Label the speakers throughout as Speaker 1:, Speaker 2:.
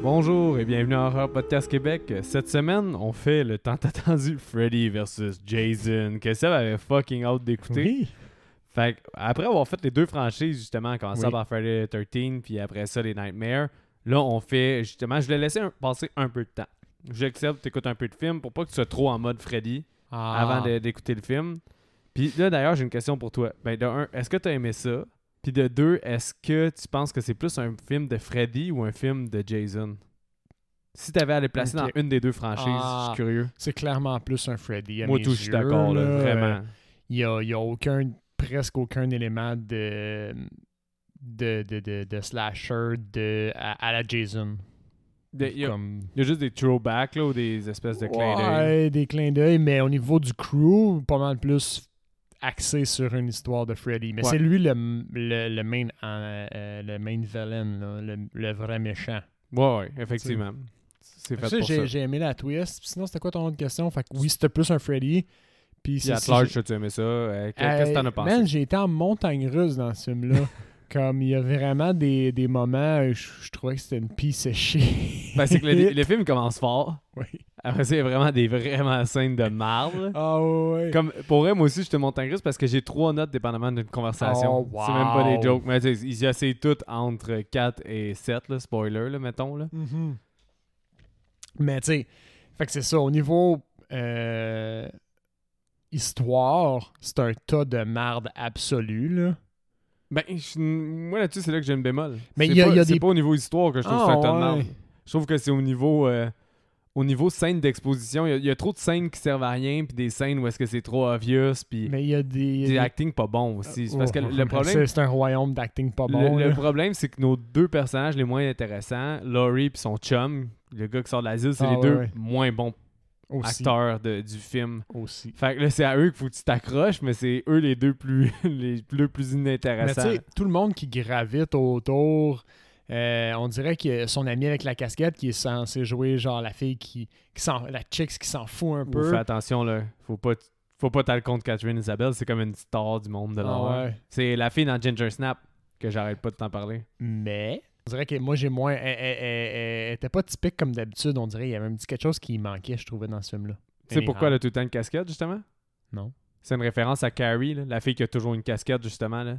Speaker 1: Bonjour et bienvenue à Horror Podcast Québec. Cette semaine, on fait le tant attendu Freddy versus Jason que Seb avait fucking hâte d'écouter.
Speaker 2: Oui.
Speaker 1: Fait que, après avoir fait les deux franchises, justement, en commençant
Speaker 2: Oui.
Speaker 1: par Friday the 13 puis après ça, les Nightmares, là, on fait, justement, je l'ai laissé un- passer un peu de temps. J'accepte, t'écoutes un peu de film pour pas que tu sois trop en mode Freddy
Speaker 2: Ah.
Speaker 1: avant de- d'écouter le film. Puis là, d'ailleurs, j'ai une question pour toi. Ben, de un, est-ce que t'as aimé ça? Puis de deux, est-ce que tu penses que c'est plus un film de Freddy ou un film de Jason? Si t'avais à les placer
Speaker 2: Ok.
Speaker 1: dans une des deux franchises, je
Speaker 2: Ah.
Speaker 1: suis curieux.
Speaker 2: C'est clairement plus un Freddy. à
Speaker 1: Moi,
Speaker 2: mes
Speaker 1: tout, je suis
Speaker 2: yeux,
Speaker 1: d'accord, là,
Speaker 2: là.
Speaker 1: vraiment.
Speaker 2: Il n'y a, il y a aucun, presque aucun élément de, de, de, de, de slasher de, à, à la Jason.
Speaker 1: De- Il y, a-
Speaker 2: Comme-
Speaker 1: il y a juste des throwbacks, là, ou des espèces de clins d'œil.
Speaker 2: Ouais, des clins d'œil, mais au niveau du crew, pas mal plus axé sur une histoire de Freddy. Mais
Speaker 1: Ouais.
Speaker 2: c'est lui le, le, le main, euh, euh, le main villain, là, le, le vrai méchant.
Speaker 1: Ouais, ouais, effectivement. C'est fait
Speaker 2: Ça,
Speaker 1: pour ça.
Speaker 2: j'ai j'ai aimé la twist. Puis Sinon, c'était quoi ton autre question? Fait que oui, c'était plus un Freddy. Puis
Speaker 1: Puis
Speaker 2: c'est-
Speaker 1: à
Speaker 2: c'est-
Speaker 1: large, tu aimais ça. Euh, que- Qu'est-ce que t'en as
Speaker 2: Hey,
Speaker 1: pensé?
Speaker 2: Man, j'ai été en montagne russe dans ce film-là. Comme il y a vraiment des, des moments, euh, je, je trouvais que c'était une pisse séchée.
Speaker 1: Ben, c'est que le, le film commence fort.
Speaker 2: Oui.
Speaker 1: Après, c'est vraiment des vraiment scènes de marde. là.
Speaker 2: Ah ouais.
Speaker 1: Comme pour vrai, moi aussi, je te monte en gris parce que j'ai trois notes dépendamment d'une conversation.
Speaker 2: Oh, wow.
Speaker 1: C'est même pas des jokes. Mais tu sais, ils essaient toutes entre 4 et 7, là, spoiler, là, mettons. Là.
Speaker 2: Mhm. Mais tu sais, fait que c'est ça. Au niveau euh, histoire, c'est un tas de marde absolue, là.
Speaker 1: Ben, je- moi là-dessus, c'est là que j'ai une bémol.
Speaker 2: Mais
Speaker 1: C'est
Speaker 2: il y a-
Speaker 1: pas-
Speaker 2: il y a
Speaker 1: c'est
Speaker 2: des-
Speaker 1: pas au niveau histoire que je trouve que c'est un
Speaker 2: Ah,
Speaker 1: tas de
Speaker 2: ouais.
Speaker 1: marde. Je trouve que c'est au niveau. euh, au niveau scène d'exposition, il y a- il y, a trop de scènes qui servent à rien, puis des scènes où est-ce que c'est trop obvious, puis
Speaker 2: Mais il y a des. il y a
Speaker 1: des
Speaker 2: des-
Speaker 1: acting pas bon aussi. C'est parce que
Speaker 2: Oh,
Speaker 1: le problème,
Speaker 2: C'est c'est un royaume d'acting pas
Speaker 1: le-
Speaker 2: bon.
Speaker 1: le,
Speaker 2: là.
Speaker 1: problème, c'est que nos deux personnages les moins intéressants, Laurie puis son chum, le gars qui sort de l'asile, c'est
Speaker 2: Ah,
Speaker 1: les
Speaker 2: ouais,
Speaker 1: deux
Speaker 2: ouais.
Speaker 1: moins bons
Speaker 2: Aussi.
Speaker 1: acteurs de- du film.
Speaker 2: Aussi.
Speaker 1: Fait que là, c'est à eux qu'il faut que tu t'accroches, mais c'est eux les deux plus les deux plus
Speaker 2: Mais tu
Speaker 1: inintéressants.
Speaker 2: sais, tout le monde qui gravite autour, euh, on dirait que son ami avec la casquette qui est censé jouer genre la fille qui, qui s'en, la chicks qui s'en fout un
Speaker 1: Faut
Speaker 2: peu.
Speaker 1: Fais attention là, faut pas t- faut pas t'aller contre Catherine Isabelle, c'est comme une star du monde de l'horreur.
Speaker 2: Ah ouais.
Speaker 1: C'est la fille dans Ginger Snap que j'arrête pas de t'en parler.
Speaker 2: Mais on dirait que moi j'ai moins, elle, elle- elle- elle était pas typique comme d'habitude. On dirait qu'il y avait un petit quelque chose qui manquait, je trouvais dans ce film là.
Speaker 1: Tu sais pourquoi elle a tout le temps une casquette justement
Speaker 2: Non.
Speaker 1: C'est une référence à Carrie, là, la fille qui a toujours une casquette justement là.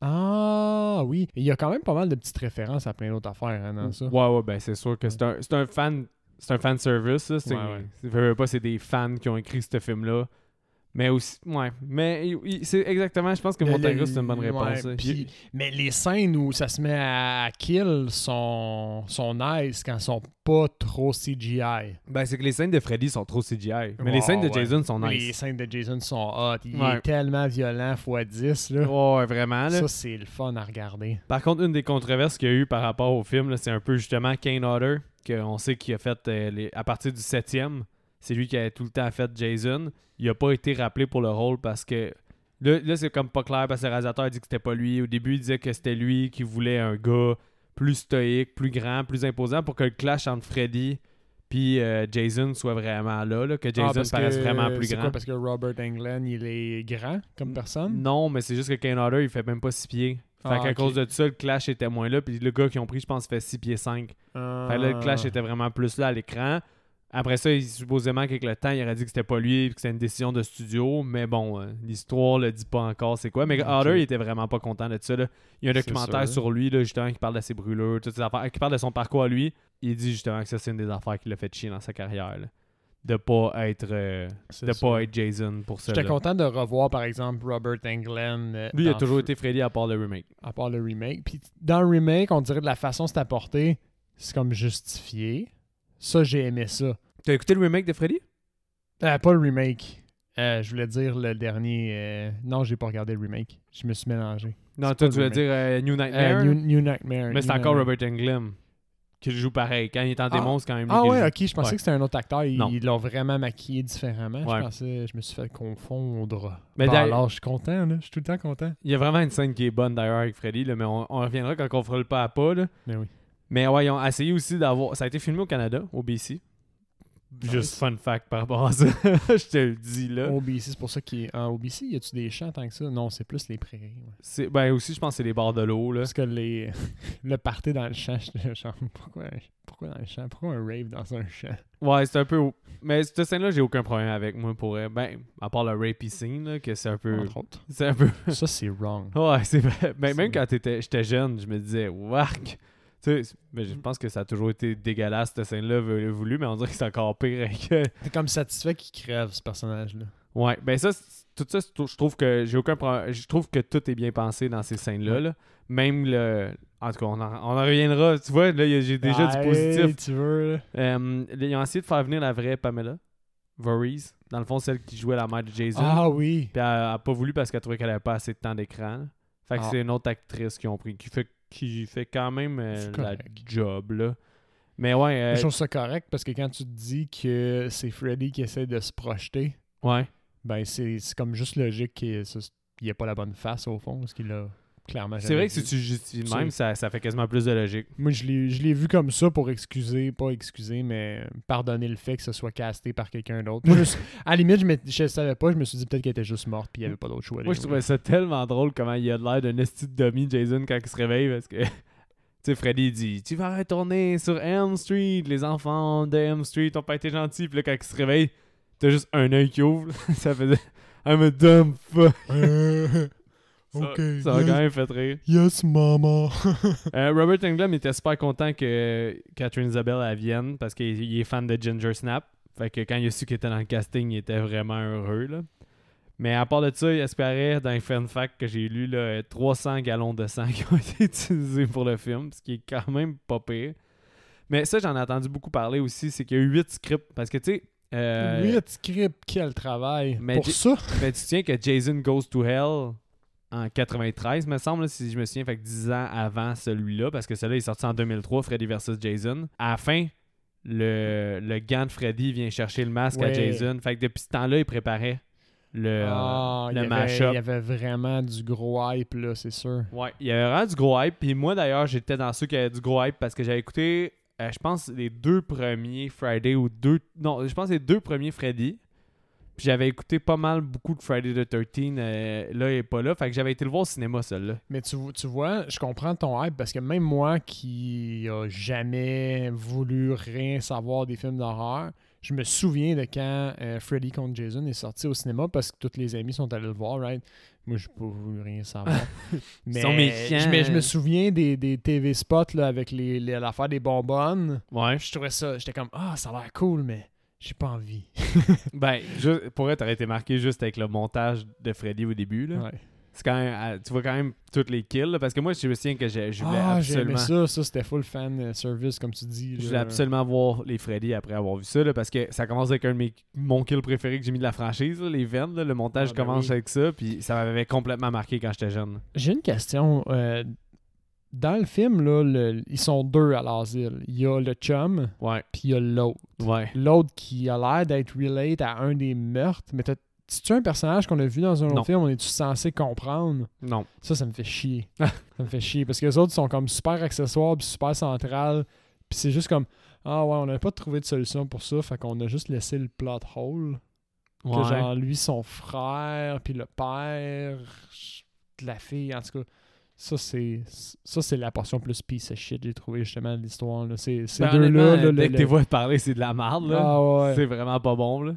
Speaker 2: Ah oui, il y a quand même pas mal de petites références à plein d'autres affaires hein, dans ça.
Speaker 1: Ouais, ouais, ben c'est sûr que c'est un, c'est un fan. C'est un fan service, là. C'est
Speaker 2: Ouais, ouais.
Speaker 1: c'est- veux, veux pas, c'est des fans qui ont écrit ce film-là. Mais aussi. Ouais. Mais il- il- c'est exactement, je pense que
Speaker 2: Le-
Speaker 1: Montagus,
Speaker 2: le-
Speaker 1: c'est une bonne
Speaker 2: ouais,
Speaker 1: réponse. hein. là.
Speaker 2: puis- mais les scènes où ça se met à, à kill sont, sont nice quand elles sont pas trop CGI.
Speaker 1: Ben, c'est que les scènes de Freddy sont trop CGI. Mais les
Speaker 2: Ouais,
Speaker 1: scènes de
Speaker 2: ouais.
Speaker 1: Jason sont
Speaker 2: Les
Speaker 1: nice.
Speaker 2: scènes de Jason sont hot. Il
Speaker 1: Ouais.
Speaker 2: est tellement violent x 10. Là.
Speaker 1: Ouais, ouais, vraiment. là.
Speaker 2: Ça, c'est le fun à regarder.
Speaker 1: Par contre, une des controverses qu'il y a eu par rapport au film, là, c'est un peu justement Kane Hodder, qu'on sait qu'il a fait euh, les- à partir du septième. C'est lui qui a tout le temps fait Jason. Il n'a pas été rappelé pour le rôle parce que. Là, là, c'est comme pas clair parce que le réalisateur a dit que c'était pas lui. Au début, il disait que c'était lui qui voulait un gars plus stoïque, plus grand, plus imposant pour que le clash entre Freddy puis euh, Jason soit vraiment là, là, que
Speaker 2: Ah,
Speaker 1: Jason
Speaker 2: parce
Speaker 1: paraisse
Speaker 2: que-
Speaker 1: vraiment plus
Speaker 2: c'est
Speaker 1: grand.
Speaker 2: quoi, parce que Robert Englund, il est grand comme personne.
Speaker 1: Non, mais c'est juste que Kane Hodder, il fait même pas 6 pieds. Fait
Speaker 2: Ah,
Speaker 1: qu'à
Speaker 2: ok.
Speaker 1: cause de ça, le clash était moins là. Puis le gars qu'ils ont pris, je pense, fait 6 pieds 5.
Speaker 2: Ah.
Speaker 1: Fait que là, le clash était vraiment plus là à l'écran. Après ça, il- supposément qu'avec le temps, il aurait dit que c'était pas lui, puis que c'était une décision de studio. Mais bon, euh, l'histoire le dit pas encore c'est quoi. Mais
Speaker 2: Ok.
Speaker 1: Hodder, il était vraiment pas content de ça. là. Il y a un
Speaker 2: C'est
Speaker 1: documentaire
Speaker 2: sûr.
Speaker 1: sur lui, là, justement, qui parle de ses brûlures, toutes ces affaires, qui parle de son parcours à lui. Il dit justement que ça, c'est une des affaires qui l'a fait chier dans sa carrière. là. De pas être euh,
Speaker 2: C'est
Speaker 1: de
Speaker 2: ça.
Speaker 1: pas être Jason pour ça.
Speaker 2: J'étais
Speaker 1: là.
Speaker 2: content de revoir, par exemple, Robert Englund. euh,
Speaker 1: Lui, il a
Speaker 2: dans
Speaker 1: toujours
Speaker 2: Fr-
Speaker 1: été Freddy à part le remake.
Speaker 2: À part le remake. Puis dans le remake, on dirait de la façon dont c'est apporté, c'est comme justifié. Ça, j'ai aimé ça.
Speaker 1: T'as écouté le remake de Freddy?
Speaker 2: Euh, pas le remake. Euh, je voulais dire le dernier. euh, Non, j'ai pas regardé le remake. Je me suis mélangé.
Speaker 1: Non, toi,
Speaker 2: C'est pas
Speaker 1: tu
Speaker 2: le
Speaker 1: veux
Speaker 2: remake.
Speaker 1: dire euh, New Nightmare.
Speaker 2: Euh, New, New Nightmare.
Speaker 1: Mais c'est
Speaker 2: New
Speaker 1: encore
Speaker 2: Nightmare.
Speaker 1: Robert Englund qui le joue pareil. Quand il est en démon, c'est quand même lui
Speaker 2: Ah
Speaker 1: qui le
Speaker 2: ouais,
Speaker 1: joue.
Speaker 2: ok, je pensais
Speaker 1: Ouais.
Speaker 2: que c'était un autre acteur. Ils
Speaker 1: Non.
Speaker 2: ils l'ont vraiment maquillé différemment.
Speaker 1: Ouais.
Speaker 2: Je pensais, je me suis fait confondre.
Speaker 1: Mais
Speaker 2: Mais
Speaker 1: d'ailleurs-
Speaker 2: alors, je suis content, là. Je suis tout le temps content.
Speaker 1: Il y a vraiment une scène qui est bonne d'ailleurs avec Freddy, là, mais on, on reviendra quand on fera le pas à pas. là.
Speaker 2: Mais oui.
Speaker 1: Mais ouais, ils ont essayé aussi d'avoir. Ça a été filmé au Canada, au BC. Juste fun fact par rapport à ça. je te le dis là.
Speaker 2: OBC, c'est pour ça qu'il est. En OBC, y a-tu des champs tant que ça Non, c'est plus les prairies. ouais.
Speaker 1: C'est- Ben aussi, je pense que c'est les bords de l'eau. là.
Speaker 2: Parce que les... le party dans le champ, j'étais genre, pourquoi, un- pourquoi dans le champ Pourquoi un rave dans un champ
Speaker 1: Ouais, c'est un peu. Mais cette scène-là, j'ai aucun problème avec moi pour elle. Ben, à part le rapey scene, là, que c'est un peu.
Speaker 2: Entre autres.
Speaker 1: C'est un peu.
Speaker 2: Ça, c'est wrong.
Speaker 1: Ouais, c'est vrai. Ben,
Speaker 2: C'est-
Speaker 1: même quand t'étais- j'étais jeune, je me disais, wark. Tu sais, mais
Speaker 2: Mm.
Speaker 1: je pense que ça a toujours été dégueulasse, cette scène-là, vou- voulu, mais on dirait que c'est encore pire que.
Speaker 2: T'es comme satisfait qu'il crève, ce personnage-là.
Speaker 1: Ouais, ben ça, c'est- tout ça, c'est- je trouve que j'ai aucun problème. Je trouve que tout est bien pensé dans ces scènes-là.
Speaker 2: Ouais.
Speaker 1: là. Même le. En tout cas, on en, on en reviendra. Tu vois, là, il y a- j'ai déjà du
Speaker 2: Ah, hey,
Speaker 1: positif.
Speaker 2: tu veux, là.
Speaker 1: Euh, ils ont essayé de faire venir la vraie Pamela Voorhees. Dans le fond, celle qui jouait la mère de Jason.
Speaker 2: Ah oui.
Speaker 1: Puis elle n'a pas voulu parce qu'elle trouvait qu'elle avait pas assez de temps d'écran. Fait que
Speaker 2: Ah.
Speaker 1: c'est une autre actrice qui ont pris, qui fait, qui fait quand même euh,
Speaker 2: C'est
Speaker 1: la
Speaker 2: correct.
Speaker 1: job, là. Mais ouais, euh,
Speaker 2: Je trouve ça correct parce que quand tu te dis que c'est Freddy qui essaie de se projeter,
Speaker 1: ouais.
Speaker 2: ben c'est c'est comme juste logique qu'il n'y a pas la bonne face au fond, parce qu'il a clairement
Speaker 1: C'est
Speaker 2: jamais
Speaker 1: vrai que si
Speaker 2: vu.
Speaker 1: tu justifies de
Speaker 2: Tu-
Speaker 1: même, ça, ça fait quasiment plus de logique.
Speaker 2: Moi, je l'ai je l'ai vu comme ça pour excuser, pas excuser, mais pardonner le fait que ce soit casté par quelqu'un d'autre. Moi, je suis- à la limite, je ne savais pas, je me suis dit peut-être qu'elle était juste morte puis il n'y avait pas d'autre choix.
Speaker 1: Moi, je trouvais ça tellement drôle comment il a l'air d'un esti de dummy, Jason, quand il se réveille, parce que... Tu sais, Freddy il dit Tu vas retourner sur Elm Street, les enfants de Elm Street ont pas été gentils. Puis là, quand il se réveille, t'as juste un œil qui ouvre. ça faisait I'm a dumb fuck. Ça- Ça m'a quand même fait rire.
Speaker 2: Euh, yes, maman.
Speaker 1: Euh, Robert Englund était super content que Catherine Isabelle elle vienne parce qu'il il est fan de Ginger Snap. Fait que quand il a su qu'il était dans le casting, il était vraiment heureux. là. Mais à part de ça, il espérait dans les fun facts que j'ai lu là, euh, 300 gallons de sang qui ont été utilisés pour le film, ce qui est quand même pas pire. Mais ça, j'en ai entendu beaucoup parler aussi, c'est qu'il y a 8 scripts. Parce que tu sais, euh,
Speaker 2: Huit scripts, quel travail.
Speaker 1: mais
Speaker 2: pour
Speaker 1: j'ai-
Speaker 2: ça,
Speaker 1: ben, tu te souviens que Jason Goes to Hell en 93, me semble, là, si je me souviens, fait que 10 ans avant celui-là, parce que celui-là est sorti en 2003, Freddy vs. Jason. À la fin, le, le gant de Freddy vient chercher le masque à
Speaker 2: Ouais.
Speaker 1: Jason. Fait que depuis ce temps-là, il préparait le,
Speaker 2: Ah,
Speaker 1: Euh, le
Speaker 2: il, y avait,
Speaker 1: mash-up.
Speaker 2: il y avait vraiment du gros hype, là, c'est sûr.
Speaker 1: Ouais, il y avait vraiment du gros hype. Puis moi, d'ailleurs, j'étais dans ceux qui avaient du gros hype parce que j'avais écouté, euh, je pense, les deux premiers Friday ou deux. Non, je pense les deux premiers Freddy. Puis j'avais écouté pas mal beaucoup de Friday the 13. euh, là, il est pas là. Fait que j'avais été le voir au cinéma, celui-là.
Speaker 2: Mais tu, vo- tu vois, je comprends ton hype parce que même moi qui a jamais voulu rien savoir des films d'horreur, je me souviens de quand euh, Freddy contre Jason est sorti au cinéma parce que tous les amis sont allés le voir, right? Moi, je pas voulu rien savoir. mais,
Speaker 1: sont méfiants.
Speaker 2: je- mais je me souviens des, des TV spots là, avec les- les- l'affaire des bonbonnes.
Speaker 1: Ouais.
Speaker 2: Je trouvais ça, j'étais comme, ah, ça a l'air cool, mais j'ai pas envie.
Speaker 1: Ben, ju- pour être, t'aurais été marqué juste avec le montage de Freddy au début. Là.
Speaker 2: Ouais.
Speaker 1: C'est quand même, euh, tu vois quand même toutes les kills. là, parce que moi, je me souviens que j'ai- je voulais
Speaker 2: Ah, j'aimais
Speaker 1: absolument.
Speaker 2: ça, ça c'était full fan euh, service, comme tu dis.
Speaker 1: Je
Speaker 2: là.
Speaker 1: voulais absolument voir les Freddy après avoir vu ça, là, parce que ça commence avec un de mes, mon kill préféré que j'ai mis de la franchise, là, les veines. là. le montage
Speaker 2: Ah, ben
Speaker 1: commence
Speaker 2: oui.
Speaker 1: avec ça, puis ça m'avait complètement marqué quand j'étais jeune.
Speaker 2: J'ai une question. euh, dans le film, là, le- ils sont deux à l'asile. Il y a le chum,
Speaker 1: Ouais,
Speaker 2: puis il y a l'autre.
Speaker 1: ouais.
Speaker 2: L'autre qui a l'air d'être relate à un des meurtres. Mais t'as- c'est-tu un personnage qu'on a vu dans un autre
Speaker 1: Non.
Speaker 2: film? On est-tu censé comprendre?
Speaker 1: Non.
Speaker 2: Ça, ça me fait chier. ça me fait chier. Parce que les autres sont comme super accessoires, puis super centrales. Puis c'est juste comme, ah ouais, on n'a pas trouvé de solution pour ça. Fait qu'on a juste laissé le plot hole. Que
Speaker 1: Ouais.
Speaker 2: genre, lui, son frère, puis le père de la fille, en tout cas. Ça, c'est ça c'est la portion plus piece of shit, j'ai trouvé justement de l'histoire. là. Ces, ces
Speaker 1: Ben,
Speaker 2: deux-là.
Speaker 1: honnêtement, dès
Speaker 2: là, le-
Speaker 1: que t'es
Speaker 2: le-
Speaker 1: vois parler, c'est de la merde. là.
Speaker 2: Ah ouais.
Speaker 1: C'est vraiment pas bon. là.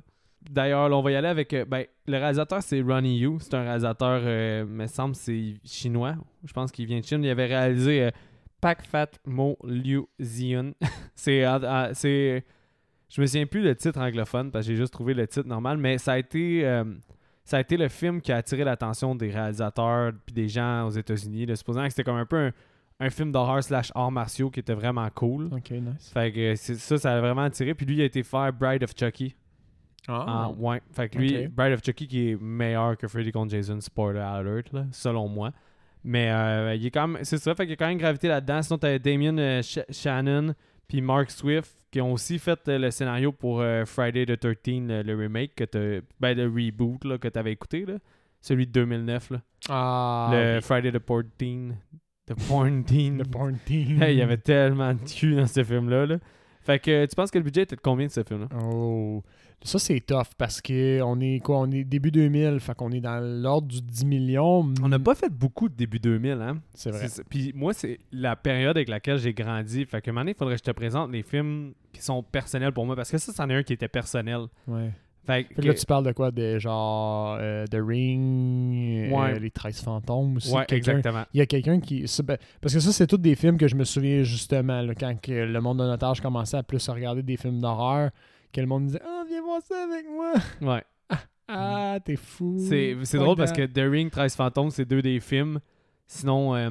Speaker 1: D'ailleurs, là, on va y aller avec. euh, ben, le réalisateur, c'est Ronnie Yu. C'est un réalisateur, euh, me semble, c'est chinois. Je pense qu'il vient de Chine. Il avait réalisé euh, Pak Fat Mo Liu Ziyun. c'est. euh, euh, c'est- je me souviens plus le titre anglophone parce que j'ai juste trouvé le titre normal, mais ça a été. euh, ça a été le film qui a attiré l'attention des réalisateurs puis des gens aux États-Unis, là, supposant que c'était comme un peu un, un film d'horreur slash arts martiaux qui était vraiment cool.
Speaker 2: Ok, nice.
Speaker 1: Fait que c'est- ça, ça a vraiment attiré. Puis lui, il a été faire Bride of Chucky. Ah, ouais. Fait que lui,
Speaker 2: Ok.
Speaker 1: Bride of Chucky qui est meilleur que Freddy contre Jason, spoiler alert, là, selon moi. Mais euh, il est quand même, c'est ça, fait qu'il y a quand même gravité là-dedans. Sinon, t'as Damien euh, Sh- Shannon puis Mark Swift qui ont aussi fait euh, le scénario pour euh, Friday the 13, le, le remake, que t'as- ben, le reboot là, que t'avais écouté, là. celui de 2009, là.
Speaker 2: Ah,
Speaker 1: le
Speaker 2: oui.
Speaker 1: Friday the 14, the 14,
Speaker 2: le porn team.
Speaker 1: Hmm. Hey, il y avait tellement de cul dans ce film-là. là. Fait que tu penses que le budget était de combien de ce film-là?
Speaker 2: Oh. Ça, c'est tough parce que on est quoi? On est début 2000, fait qu'on est dans l'ordre du 10 millions.
Speaker 1: On n'a pas fait beaucoup de début 2000, hein?
Speaker 2: C'est vrai.
Speaker 1: C'est ça. Puis moi, c'est la période avec laquelle j'ai grandi. Fait que maintenant, il faudrait que je te présente les films qui sont personnels pour moi. Parce que ça, c'en est un qui était personnel.
Speaker 2: Ouais.
Speaker 1: Fait
Speaker 2: Fait
Speaker 1: que,
Speaker 2: que là, tu parles de quoi? De genre euh, The Ring, euh,
Speaker 1: Ouais.
Speaker 2: Les 13 fantômes aussi.
Speaker 1: Ouais,
Speaker 2: quelqu'un-
Speaker 1: exactement.
Speaker 2: Il y a quelqu'un qui. c'est- ben, Parce que ça, c'est tous des films que je me souviens justement, là, quand que le monde de notage commençait à plus regarder des films d'horreur, que le monde disait Ah, viens voir ça avec moi.
Speaker 1: Ouais.
Speaker 2: Ah, t'es fou.
Speaker 1: Mm. C'est, c'est
Speaker 2: Pas
Speaker 1: drôle parce
Speaker 2: dedans.
Speaker 1: que The Ring, 13 fantômes, c'est deux des films. Sinon, euh,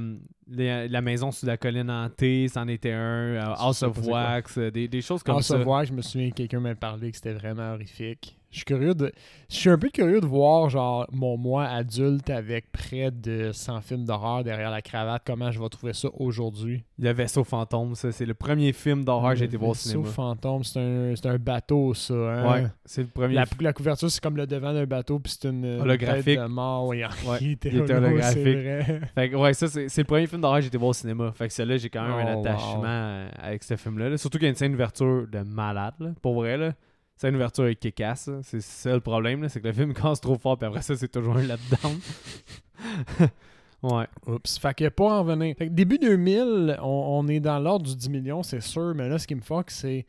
Speaker 1: les- La maison sous la colline hantée, c'en était un. euh, House
Speaker 2: sais
Speaker 1: of
Speaker 2: pas c'est
Speaker 1: Wax, euh, des, des choses comme
Speaker 2: en
Speaker 1: ça.
Speaker 2: se voir, Ah, je me souviens que quelqu'un m'a parlé que c'était vraiment horrifique. Je suis curieux de. Je suis un peu curieux de voir genre mon moi adulte avec près de 100 films d'horreur derrière la cravate, comment je vais trouver ça aujourd'hui.
Speaker 1: Le vaisseau fantôme, ça, c'est le premier film d'horreur que j'ai été voir au
Speaker 2: Le
Speaker 1: cinéma.
Speaker 2: vaisseau fantôme, c'est un, c'est un bateau, ça. hein?
Speaker 1: Ouais, c'est le premier.
Speaker 2: La,
Speaker 1: film.
Speaker 2: la couverture, c'est comme le devant d'un bateau, puis c'est une euh, une
Speaker 1: Holographique.
Speaker 2: tête de mort. Ouais,
Speaker 1: Ouais,
Speaker 2: il était
Speaker 1: il était
Speaker 2: holo,
Speaker 1: holographique.
Speaker 2: c'est vrai.
Speaker 1: Fait que, ouais, ça, c'est, c'est le premier film d'horreur que j'ai été voir au cinéma. Fait que celui-là, j'ai quand même
Speaker 2: Oh,
Speaker 1: un
Speaker 2: wow.
Speaker 1: attachement euh, avec ce film-là. là. Surtout qu'il y a une scène d'ouverture de malade, là. pour vrai. Là. Scène d'ouverture est kick-ass. là. C'est ça le problème, là. c'est que le film casse trop fort, puis après ça, c'est toujours un letdown. ouais.
Speaker 2: Oups. Fait que pour en venir. Fait que début 2000, on, on est dans l'ordre du 10 millions, c'est sûr, mais là, ce qui me fuck, c'est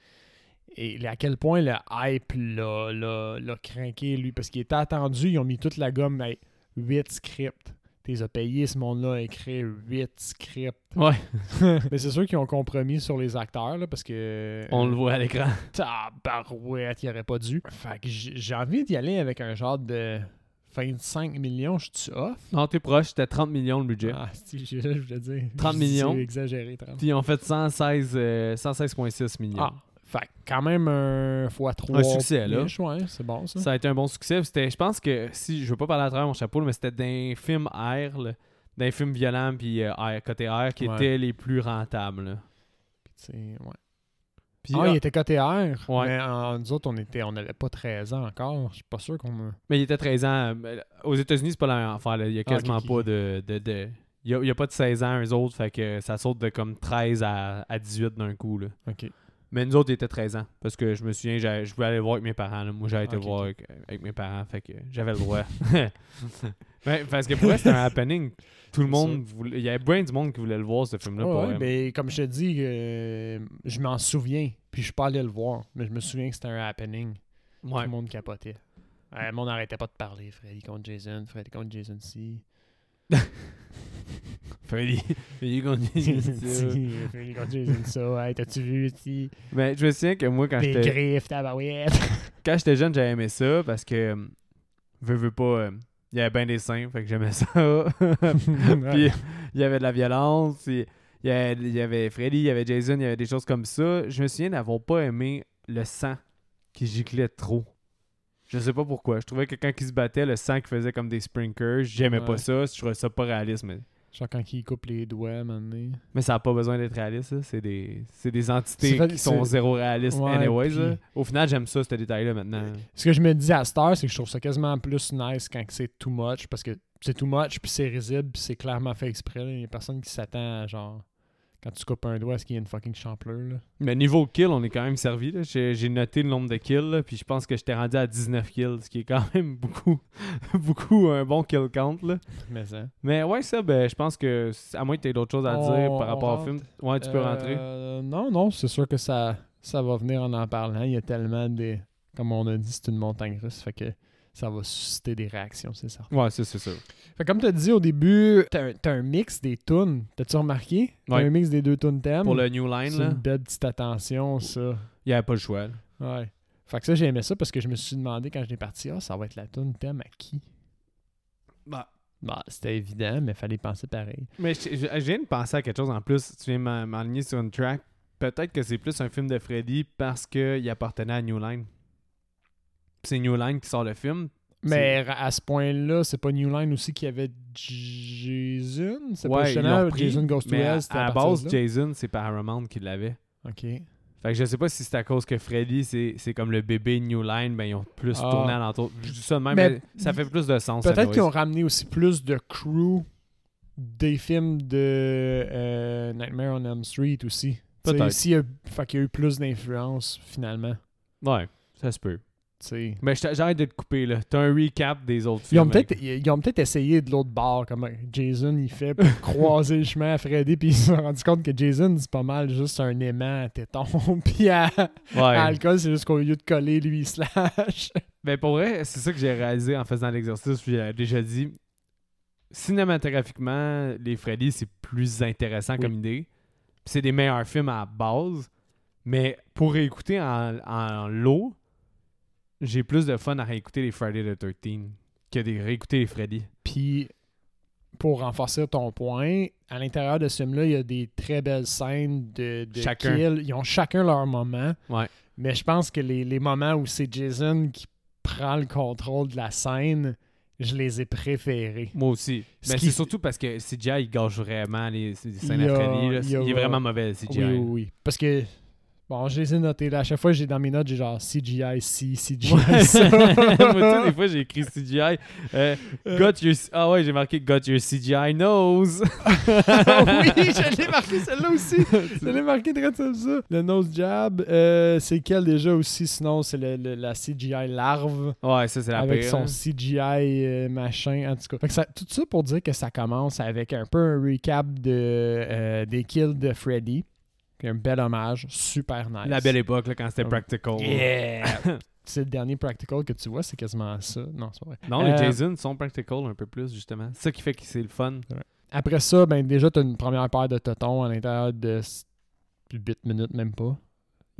Speaker 2: et à quel point le hype l'a, l'a, l'a craqué, lui, parce qu'il était attendu, ils ont mis toute la gomme, mais 8 scripts. T'es a payé, ce monde-là a écrit 8 scripts.
Speaker 1: Ouais.
Speaker 2: mais c'est sûr qu'ils ont compromis sur les acteurs, là, parce que. euh,
Speaker 1: On le voit à l'écran.
Speaker 2: Tabarouette, il aurait pas dû. Fait que j'ai j'ai envie d'y aller avec un genre de 25 millions, je suis off.
Speaker 1: Non, t'es proche, c'était 30 millions le budget.
Speaker 2: Ah, si, je, je voulais dire.
Speaker 1: 30
Speaker 2: je-
Speaker 1: millions.
Speaker 2: C'est exagéré, 30.
Speaker 1: Puis ils ont fait 116, euh, 116,6 millions.
Speaker 2: Ah, fait quand même un fois 3
Speaker 1: Un succès, là.
Speaker 2: Ouais, c'est bon, ça.
Speaker 1: Ça a été un bon succès. C'était, je pense que, si je veux pas parler à travers mon chapeau, là, mais c'était d'un film R, là, d'un film violent, puis euh, R, côté R, qui
Speaker 2: Ouais.
Speaker 1: étaient les plus rentables. là.
Speaker 2: C'est- ouais.
Speaker 1: Puis,
Speaker 2: ah,
Speaker 1: ah,
Speaker 2: il était côté R.
Speaker 1: Ouais.
Speaker 2: Mais euh, nous autres, on était, on n'avait pas 13 ans encore. Je suis pas sûr qu'on. a-
Speaker 1: Mais il était 13 ans. euh, Aux États-Unis, c'est pas la même affaire. là. Il y a
Speaker 2: Ah, ok,
Speaker 1: quasiment
Speaker 2: ok.
Speaker 1: pas de. de, de- Il y a, il y a pas de 16 ans, eux autres, fait que ça saute de comme 13 à, à 18 d'un coup. Là.
Speaker 2: Ok.
Speaker 1: Mais nous autres, il était 13 ans. Parce que je me souviens, j'avais- je voulais aller voir avec mes parents. là. Moi, j'avais été
Speaker 2: Ok,
Speaker 1: voir avec, avec mes parents, fait que j'avais le droit. Ben, parce que pour moi, c'était un happening. Tout le
Speaker 2: C'est
Speaker 1: monde voulait- Il y avait bien du monde qui voulait le voir, ce film-là.
Speaker 2: Ouais,
Speaker 1: pour
Speaker 2: ouais,
Speaker 1: vrai.
Speaker 2: ben, comme je te dis, euh, je m'en souviens. Puis je suis pas allé le voir. Mais je me souviens que c'était un happening.
Speaker 1: Ouais.
Speaker 2: Tout le monde capotait. Ouais, le monde n'arrêtait pas de parler. Freddy contre Jason, Freddy contre Jason C.
Speaker 1: Freddy. Freddy
Speaker 2: Jason
Speaker 1: Gonzalez.
Speaker 2: C, Freddy contre Jason ça. Hey, t'as-tu vu, si?
Speaker 1: Ben, je me souviens que moi, quand
Speaker 2: Des
Speaker 1: j'étais.
Speaker 2: griffes, tabarouette.
Speaker 1: quand j'étais jeune, j'avais aimé ça parce que euh, veux veux pas euh, il y avait bien des seins, fait que j'aimais ça. Puis il y avait de la violence, il il y avait, il y avait Freddy, il y avait Jason, il y avait des choses comme ça. Je me souviens d'avoir pas aimé le sang qui giclait trop. Je sais pas pourquoi. Je trouvais que quand ils se battaient, le sang qui faisait comme des sprinkers, j'aimais
Speaker 2: Ouais.
Speaker 1: pas ça. Je trouvais ça pas réaliste, mais,
Speaker 2: Genre quand il coupe les doigts, à un moment donné.
Speaker 1: mais ça a pas besoin d'être réaliste. là. C'est des, c'est des entités
Speaker 2: C'est fait-
Speaker 1: qui sont
Speaker 2: c'est-
Speaker 1: zéro réalistes
Speaker 2: Ouais,
Speaker 1: anyways.
Speaker 2: puis-
Speaker 1: là. Au final, j'aime ça, ce détail-là maintenant.
Speaker 2: Ce que je me dis à cette heure, c'est que je trouve ça quasiment plus nice quand c'est too much, parce que c'est too much, puis c'est risible, puis c'est clairement fait exprès. là. Il y a personne qui s'attend à genre... Quand tu coupes un doigt, est-ce qu'il y a une fucking champleur, là?
Speaker 1: Mais niveau kill, on est quand même servi. là. J'ai j'ai noté le nombre de kills, là, puis je pense que j'étais rendu à 19 kills, ce qui est quand même beaucoup, beaucoup un bon kill count. Là.
Speaker 2: Mais ça...
Speaker 1: Mais ouais, ça, ben, je pense que, c- à moins que tu aies d'autres choses à
Speaker 2: On-
Speaker 1: dire par rapport
Speaker 2: on
Speaker 1: au film, ouais, tu peux rentrer.
Speaker 2: Euh, non, non, c'est sûr que ça, ça va venir en en parlant. Il y a tellement des... Comme on a dit, c'est une montagne russe, fait que ça va susciter des réactions, c'est ça.
Speaker 1: Ouais, ça, c'est sûr.
Speaker 2: Fait que comme t'as dit au début, t'as un, t'as un mix des tunes. T'as-tu remarqué? T'as
Speaker 1: Ouais.
Speaker 2: un mix des deux tunes thèmes.
Speaker 1: Pour le New Line,
Speaker 2: C'est
Speaker 1: là,
Speaker 2: une belle petite attention, ça.
Speaker 1: il n'y avait pas le choix. là.
Speaker 2: Ouais. Fait que ça, j'aimais ça parce que je me suis demandé quand je l'ai parti, ah, ça va être la tune thème à qui? Bah, c'était évident, mais fallait penser pareil.
Speaker 1: Mais je, je- je viens de penser à quelque chose en plus. Tu viens m'en- m'enligner sur une track. Peut-être que c'est plus un film de Freddy parce qu'il appartenait à New Line. C'est New Line qui sort le film.
Speaker 2: Mais ra- à ce point-là, c'est pas New Line aussi qui avait Jason? C'est pas
Speaker 1: Ouais, ils
Speaker 2: justement
Speaker 1: l'ont repris,
Speaker 2: Jason Goes to
Speaker 1: Mais à,
Speaker 2: Hell, c'était
Speaker 1: à la
Speaker 2: partir de
Speaker 1: base,
Speaker 2: là?
Speaker 1: Jason, c'est Paramount qui l'avait.
Speaker 2: OK.
Speaker 1: Fait que je sais pas si c'est à cause que Freddy, c'est c'est comme le bébé New Line, ben ils ont plus
Speaker 2: Ah.
Speaker 1: tourné alentour. Je dis ça de même,
Speaker 2: Mais
Speaker 1: mais ça fait plus de sens.
Speaker 2: Peut-être
Speaker 1: anyways.
Speaker 2: qu'ils ont ramené aussi plus de crew des films de euh, Nightmare on Elm Street aussi. Tu Tu sais,
Speaker 1: Peut-être.
Speaker 2: s'il y a- Fait qu'il y a eu plus d'influence, finalement.
Speaker 1: Ouais, ça se peut.
Speaker 2: tu sais.
Speaker 1: Mais je t'a- j'arrête de te couper, là. T'as un recap des autres
Speaker 2: Ils
Speaker 1: films.
Speaker 2: ont peut-être ils ont peut-être essayé de l'autre bord, comme euh, Jason il fait pour croiser le chemin à Freddy, puis ils se sont rendu compte que Jason, c'est pas mal juste un aimant à téton, puis à,
Speaker 1: Ouais.
Speaker 2: à alcool, c'est juste qu'au lieu de coller, lui, il se lâche.
Speaker 1: Mais Ben, pour vrai, c'est ça que j'ai réalisé en faisant l'exercice. puis J'ai déjà dit, cinématographiquement, les Freddy, c'est plus intéressant
Speaker 2: Oui.
Speaker 1: comme idée. Puis C'est des meilleurs films à la base. Mais pour réécouter en, en lot, j'ai plus de fun à réécouter les Friday the 13 que de réécouter les Freddy.
Speaker 2: Puis, pour renforcer ton point, à l'intérieur de ce film-là, il y a des très belles scènes de, de
Speaker 1: Chacun.
Speaker 2: kill. Ils ont chacun leur moment.
Speaker 1: Ouais.
Speaker 2: Mais je pense que les, les moments où c'est Jason qui prend le contrôle de la scène, je les ai préférés.
Speaker 1: Moi aussi.
Speaker 2: Ce
Speaker 1: Mais
Speaker 2: qui-
Speaker 1: c'est surtout parce que CGI, il gâche vraiment les, les scènes
Speaker 2: Il y
Speaker 1: à
Speaker 2: a-
Speaker 1: Freddy. là.
Speaker 2: il y a-
Speaker 1: il est vraiment mauvais, le CGI.
Speaker 2: Oui, oui, oui. Parce que, bon, je les ai notés. Là. À chaque fois, j'ai dans mes notes, j'ai genre CGI, C, CGI,
Speaker 1: Ouais.
Speaker 2: ça.
Speaker 1: Moi, tu des fois, j'ai écrit CGI. euh, got your... Ah ouais, j'ai marqué Got your CGI nose.
Speaker 2: oui, je l'ai marqué celle-là aussi. Je l'ai marqué très comme ça. Le nose jab, euh, c'est quel déjà aussi? Sinon, c'est le- le- la CGI larve
Speaker 1: Ouais, ça, c'est la
Speaker 2: avec
Speaker 1: pire.
Speaker 2: son
Speaker 1: hein.
Speaker 2: CGI euh, machin. En tout cas, Fait que ça- tout ça pour dire que ça commence avec un peu un recap de, euh, des kills de Freddy. Puis Un bel hommage, super nice.
Speaker 1: La belle époque, là, quand c'était
Speaker 2: Oh.
Speaker 1: practical.
Speaker 2: Yeah! c'est le dernier practical que tu vois, c'est quasiment ça. Non, c'est pas vrai.
Speaker 1: Non,
Speaker 2: Euh,
Speaker 1: les Jason sont practical un peu plus, justement. C'est ça qui fait que c'est le fun.
Speaker 2: Après ça, ben déjà, t'as une première paire de totons à l'intérieur de 8 minutes, même pas.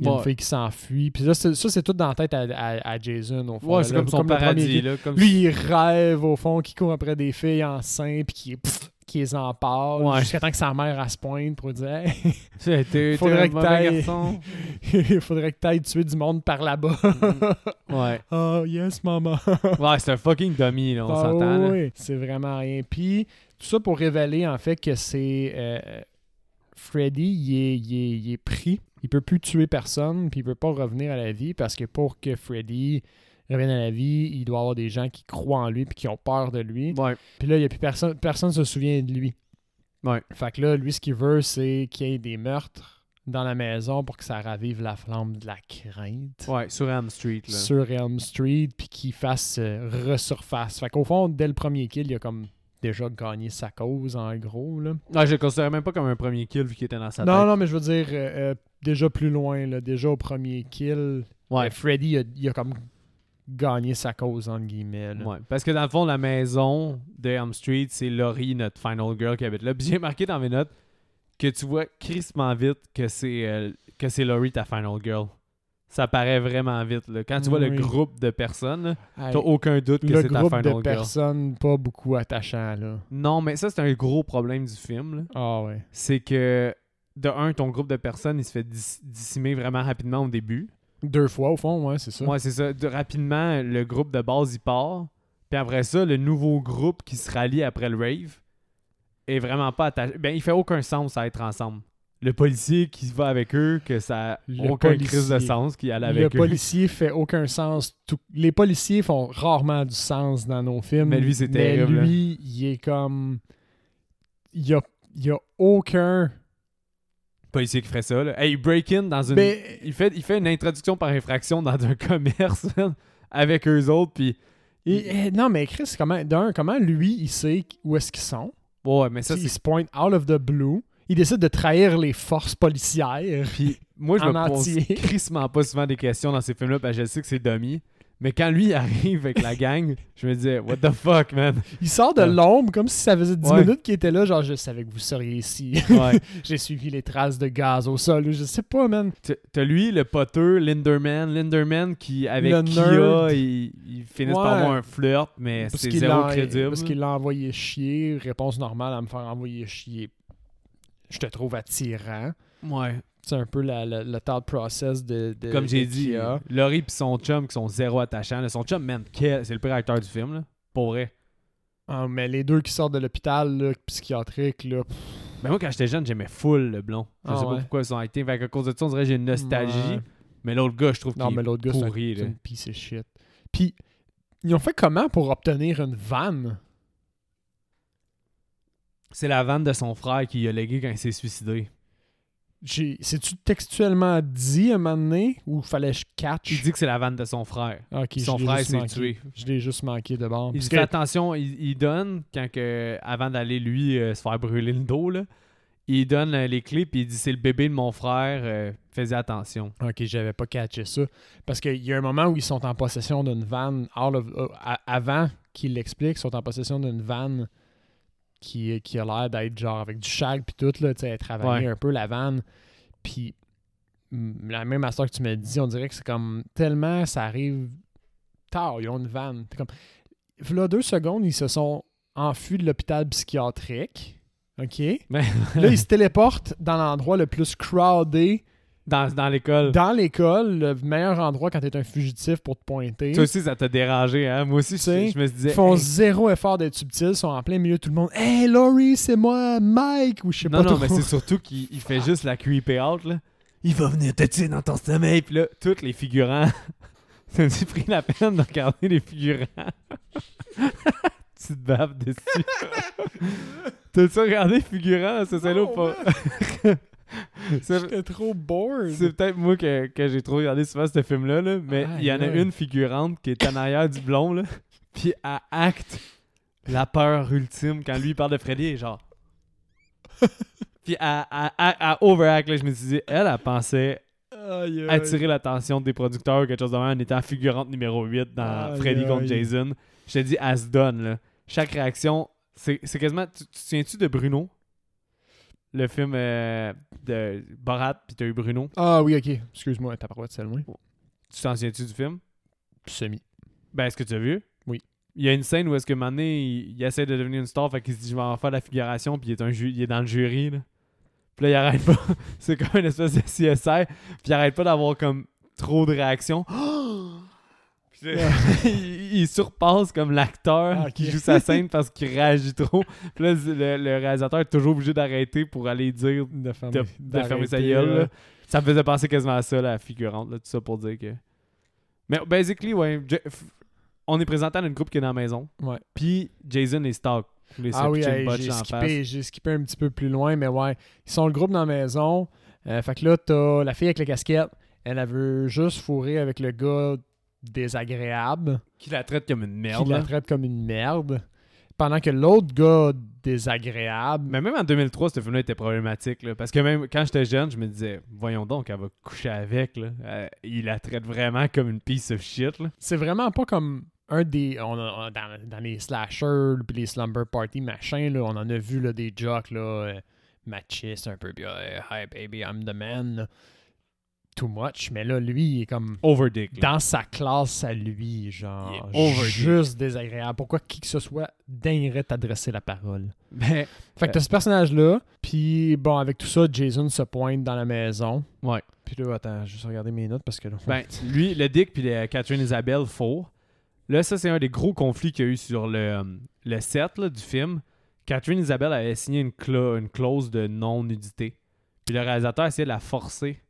Speaker 2: Il y a
Speaker 1: Ouais.
Speaker 2: une fille qui s'enfuit. Puis là, c'est- ça, c'est tout dans la tête à, à- à Jason, au fond.
Speaker 1: Ouais, c'est
Speaker 2: Là,
Speaker 1: comme son
Speaker 2: le premier
Speaker 1: paradis,
Speaker 2: film.
Speaker 1: là. Comme...
Speaker 2: Lui, il rêve, au fond, qu'il court après des filles enceintes, puis qu'il pff, qu'il les empare.
Speaker 1: Ouais.
Speaker 2: Jusqu'à temps que sa mère, elle se pointe pour dire Hey,
Speaker 1: T'es- T'es t'es
Speaker 2: Faudrait
Speaker 1: un
Speaker 2: que
Speaker 1: mauvais
Speaker 2: t'ailles.
Speaker 1: garçon.
Speaker 2: il faudrait que t'ailles tuer du monde par là-bas.
Speaker 1: Mm. Ouais.
Speaker 2: oh, yes, maman.
Speaker 1: Ouais, c'est un fucking dummy, là, on
Speaker 2: Ah
Speaker 1: s'entend. là.
Speaker 2: oui, c'est vraiment rien. Puis, tout ça pour révéler en fait que c'est. euh, Freddy, il est, il est- il est pris. Il peut plus tuer personne, puis il peut pas revenir à la vie parce que pour que Freddy revienne à la vie, il doit avoir des gens qui croient en lui puis qui ont peur de lui.
Speaker 1: Ouais.
Speaker 2: Puis là, il y a plus personne, personne se souvient de lui.
Speaker 1: Ouais.
Speaker 2: Fait que là, lui, ce qu'il veut, c'est qu'il y ait des meurtres dans la maison pour que ça ravive la flamme de la crainte
Speaker 1: Ouais, sur Elm Street, là.
Speaker 2: sur Elm Street puis qu'il fasse euh, resurface. Fait qu'au fond, dès le premier kill, il a comme déjà gagné sa cause en gros. Là.
Speaker 1: Ouais, je le considérais même pas comme un premier kill vu qu'il était dans sa
Speaker 2: Non, non, mais je veux dire, euh, euh, déjà plus loin, là, déjà au premier kill,
Speaker 1: tête. Ouais.
Speaker 2: euh, Freddy, il a, il a comme gagné sa cause, entre guillemets. là.
Speaker 1: Ouais, parce que dans le fond, la maison de Elm Street, c'est Laurie, notre final girl qui habite là. Puis j'ai marqué dans mes notes que tu vois crissement vite que c'est euh, que c'est Laurie ta final girl. Ça paraît vraiment vite. là. Quand tu vois
Speaker 2: Oui.
Speaker 1: le groupe de personnes, là,
Speaker 2: Hey,
Speaker 1: t'as aucun doute que
Speaker 2: le
Speaker 1: c'est ta
Speaker 2: groupe
Speaker 1: final
Speaker 2: de
Speaker 1: girl.
Speaker 2: personnes pas beaucoup attachant là.
Speaker 1: Non, mais ça, c'est un gros problème du film. là.
Speaker 2: Ah ouais.
Speaker 1: C'est que, de un, ton groupe de personnes, il se fait dis- dissimer vraiment rapidement au début.
Speaker 2: Deux fois au fond, ouais, c'est ça.
Speaker 1: Ouais, c'est ça. De- rapidement, le groupe de base, il part. Puis après ça, le nouveau groupe qui se rallie après le rave est vraiment pas attaché. Ben, il fait aucun sens à être ensemble. Le policier qui va avec eux, que ça a
Speaker 2: Le
Speaker 1: aucun
Speaker 2: policier.
Speaker 1: crise de sens qui allait
Speaker 2: Le
Speaker 1: avec eux.
Speaker 2: policier fait aucun sens. Tout- Les policiers font rarement du sens dans nos films.
Speaker 1: Mais lui, c'est
Speaker 2: Mais
Speaker 1: terrible, hein. là.
Speaker 2: lui, il est comme. Il y a, il y a aucun.
Speaker 1: Le policier qui ferait ça. Là. Hey, il break in dans une.
Speaker 2: Ben,
Speaker 1: Il, fait, il fait une introduction par infraction dans un commerce man, avec eux autres. Puis.
Speaker 2: et- et- eh, non, mais Chris, comment, d'un, comment lui, il sait où est-ce qu'ils sont?
Speaker 1: Ouais, mais ça,
Speaker 2: il
Speaker 1: c'est.
Speaker 2: se pointe out of the blue. Il décide de trahir les forces policières.
Speaker 1: Puis moi, je
Speaker 2: En
Speaker 1: me pose
Speaker 2: entier.
Speaker 1: crissement pas souvent des questions dans ces films-là, parce que je sais que c'est dummy. Mais quand lui arrive avec la gang, je me disais, what the fuck, man?
Speaker 2: Il sort de
Speaker 1: Ouais.
Speaker 2: l'ombre comme si ça faisait 10
Speaker 1: Ah. Ouais.
Speaker 2: minutes qu'il était là. Genre, je savais que vous seriez ici.
Speaker 1: Ouais.
Speaker 2: J'ai suivi les traces de gaz au sol. ou Je sais pas, man.
Speaker 1: T'as- T'as lui, le poteux, Linderman. Linderman qui, avec
Speaker 2: Le nerd.
Speaker 1: Kia, ils il finissent par
Speaker 2: Ouais.
Speaker 1: avoir un flirt, mais c'est
Speaker 2: qu'il
Speaker 1: zéro
Speaker 2: l'a-
Speaker 1: crédible.
Speaker 2: Parce qu'il l'a envoyé chier. Réponse normale à me faire envoyer chier. Je te trouve attirant.
Speaker 1: Ouais.
Speaker 2: C'est un peu la, la- le thought process de. de-
Speaker 1: Comme j'ai
Speaker 2: de
Speaker 1: dit, euh,
Speaker 2: Kia.
Speaker 1: Laurie pis son chum qui sont zéro attachants. là. Son chum, man, quel- c'est le pire acteur du film, là. Pour vrai.
Speaker 2: Ah, mais les deux qui sortent de l'hôpital là, psychiatrique, là. pff,
Speaker 1: Mais Ben, moi, quand j'étais jeune, j'aimais full le blond. Je
Speaker 2: Ah
Speaker 1: sais pas
Speaker 2: ouais.
Speaker 1: pourquoi ils ont été. Fait qu'à cause de ça, on dirait que j'ai une nostalgie.
Speaker 2: Ouais.
Speaker 1: Mais l'autre gars, je trouve qu'il
Speaker 2: Non, mais
Speaker 1: est
Speaker 2: l'autre gars, c'est un-
Speaker 1: pourri,
Speaker 2: c'est
Speaker 1: là.
Speaker 2: une piece of shit. Puis, ils ont fait comment pour obtenir une vanne
Speaker 1: C'est la vanne de son frère qui a légué quand il s'est suicidé.
Speaker 2: j'ai- C'est-tu textuellement dit à un moment donné ou fallait que je catch?
Speaker 1: Il dit que c'est la vanne de son frère.
Speaker 2: Ok,
Speaker 1: Puis son
Speaker 2: je l'ai
Speaker 1: frère
Speaker 2: juste
Speaker 1: s'est
Speaker 2: manqué.
Speaker 1: tué.
Speaker 2: Je l'ai juste manqué de
Speaker 1: Il
Speaker 2: bord. Ah, Parce
Speaker 1: dit,
Speaker 2: que-
Speaker 1: fait attention, il, il donne, quand que, avant d'aller lui euh, se faire brûler le dos, là, il donne euh, les clés puis il dit c'est le bébé de mon frère, euh, fais attention.
Speaker 2: Ok, j'avais pas catché ça. Parce qu'il y a un moment où ils sont en possession d'une vanne, out of- euh, a- avant qu'ils l'expliquent, ils sont en possession d'une vanne qui, qui a l'air d'être genre avec du chag puis tout, là, tu sais, travailler un peu la vanne. Puis mm, la même histoire que tu me dis, on dirait que c'est comme tellement ça arrive tard, ils ont une vanne. T'es comme. Là, deux secondes, ils se sont enfuis de l'hôpital psychiatrique. OK.
Speaker 1: Ben,
Speaker 2: Là, ils se téléportent dans l'endroit le plus crowded
Speaker 1: dans dans l'école.
Speaker 2: dans l'école, le meilleur endroit quand t'es un fugitif pour te pointer.
Speaker 1: Toi aussi, ça t'a dérangé, hein? Moi aussi,
Speaker 2: Tu sais,
Speaker 1: je, je me disais.
Speaker 2: Ils font
Speaker 1: hey.
Speaker 2: zéro effort d'être subtils, sont en plein milieu de tout le monde. Hey Laurie, c'est moi, Mike, ou je sais
Speaker 1: Non, non,
Speaker 2: pas trop.
Speaker 1: mais c'est surtout qu'il il fait juste la creepy out, là. Il va venir te tuer dans ton sommeil, puis là, tous les figurants. T'as-tu pris la peine de regarder les figurants? tu te baves dessus. T'as-tu regardé les figurants, ce scène-là ou pas? C'est-
Speaker 2: Oh, J'étais trop bored.
Speaker 1: C'est peut-être moi que, que j'ai trop regardé souvent ce film-là, là, mais
Speaker 2: Ah,
Speaker 1: il y en a
Speaker 2: aïe.
Speaker 1: une figurante qui est en arrière du blond, là, puis elle acte la peur ultime quand lui il parle de Freddy, elle est genre. puis elle, elle- elle- elle overact, là, je me suis dit, elle, elle pensait
Speaker 2: Aïe, aïe.
Speaker 1: attirer l'attention des producteurs ou quelque chose de même en étant figurante numéro 8 dans
Speaker 2: Aïe,
Speaker 1: Freddy contre
Speaker 2: aïe.
Speaker 1: Jason. Je te dis, elle se donne, là. Chaque réaction, c'est c'est quasiment. Tu tu te souviens-tu de Bruno? Le film euh, de Borat, puis t'as eu Bruno.
Speaker 2: Ah oui, ok. Excuse-moi, ta paroi c'est loin.
Speaker 1: Tu t'en souviens-tu du film?
Speaker 2: Semi.
Speaker 1: Ben, est-ce que tu as vu?
Speaker 2: Oui.
Speaker 1: Il y a une scène où est-ce que Mané, il, il essaie de devenir une star, fait qu'il se dit, je vais en faire la figuration, puis il est, un ju- il est dans le jury, là. Puis là, il arrête pas. C'est comme une espèce de CSI, puis il arrête pas d'avoir comme trop de réactions. Puis là, il, il surpasse comme l'acteur
Speaker 2: Ah, ok.
Speaker 1: qui joue sa scène parce qu'il réagit trop. Puis là, le, le réalisateur est toujours obligé d'arrêter pour aller dire
Speaker 2: De fermer,
Speaker 1: de, de fermer sa
Speaker 2: d'arrêter,
Speaker 1: gueule.
Speaker 2: euh,
Speaker 1: là. Ça me faisait penser quasiment à ça, la figurante, là, tout ça pour dire que. Mais basically, ouais, Ja- f- on est présenté à notre groupe qui est dans la maison.
Speaker 2: Ouais.
Speaker 1: Puis Jason est stock. Les
Speaker 2: Ah oui, hey,
Speaker 1: botch
Speaker 2: j'ai
Speaker 1: en face.
Speaker 2: skippé, j'ai skippé un petit peu plus loin, mais ouais, ils sont le groupe dans la maison. Euh, fait que là, t'as la fille avec la casquette, elle, elle veut juste fourrer avec le gars désagréable,
Speaker 1: Qui la traite comme une
Speaker 2: qui
Speaker 1: merde. hein.
Speaker 2: la
Speaker 1: là.
Speaker 2: traite comme une merde, pendant que l'autre gars désagréable,
Speaker 1: Mais même en 2003, ce film-là était problématique. là, parce que même quand j'étais jeune, je me disais, voyons donc, elle va coucher avec. là. Euh, il la traite vraiment comme une piece of shit. là.
Speaker 2: c'est vraiment pas comme un des. On a- on a- dans, dans les slashers, puis les slumber party, machin, là, on en a vu là, des jocks, là, euh, machistes un peu, puis euh, Hi baby, I'm the man. là. Too much, mais là, lui, il est comme.
Speaker 1: Overdick. là.
Speaker 2: dans sa classe à lui, genre.
Speaker 1: Il est overdick.
Speaker 2: Juste désagréable. Pourquoi qui que ce soit daignerait t'adresser la parole?
Speaker 1: Mais,
Speaker 2: Fait que t'as ce personnage-là, puis bon, avec tout ça, Jason se pointe dans la maison.
Speaker 1: ouais.
Speaker 2: Puis là, attends, juste regarder mes notes parce que là.
Speaker 1: Ben, lui, le Dick puis le- Catherine Isabelle, faux. Là, ça, c'est un des gros conflits qu'il y a eu sur le, euh, le set là, du film. Catherine Isabelle avait signé une, cla- une clause de non-nudité. Puis le réalisateur essayait de la forcer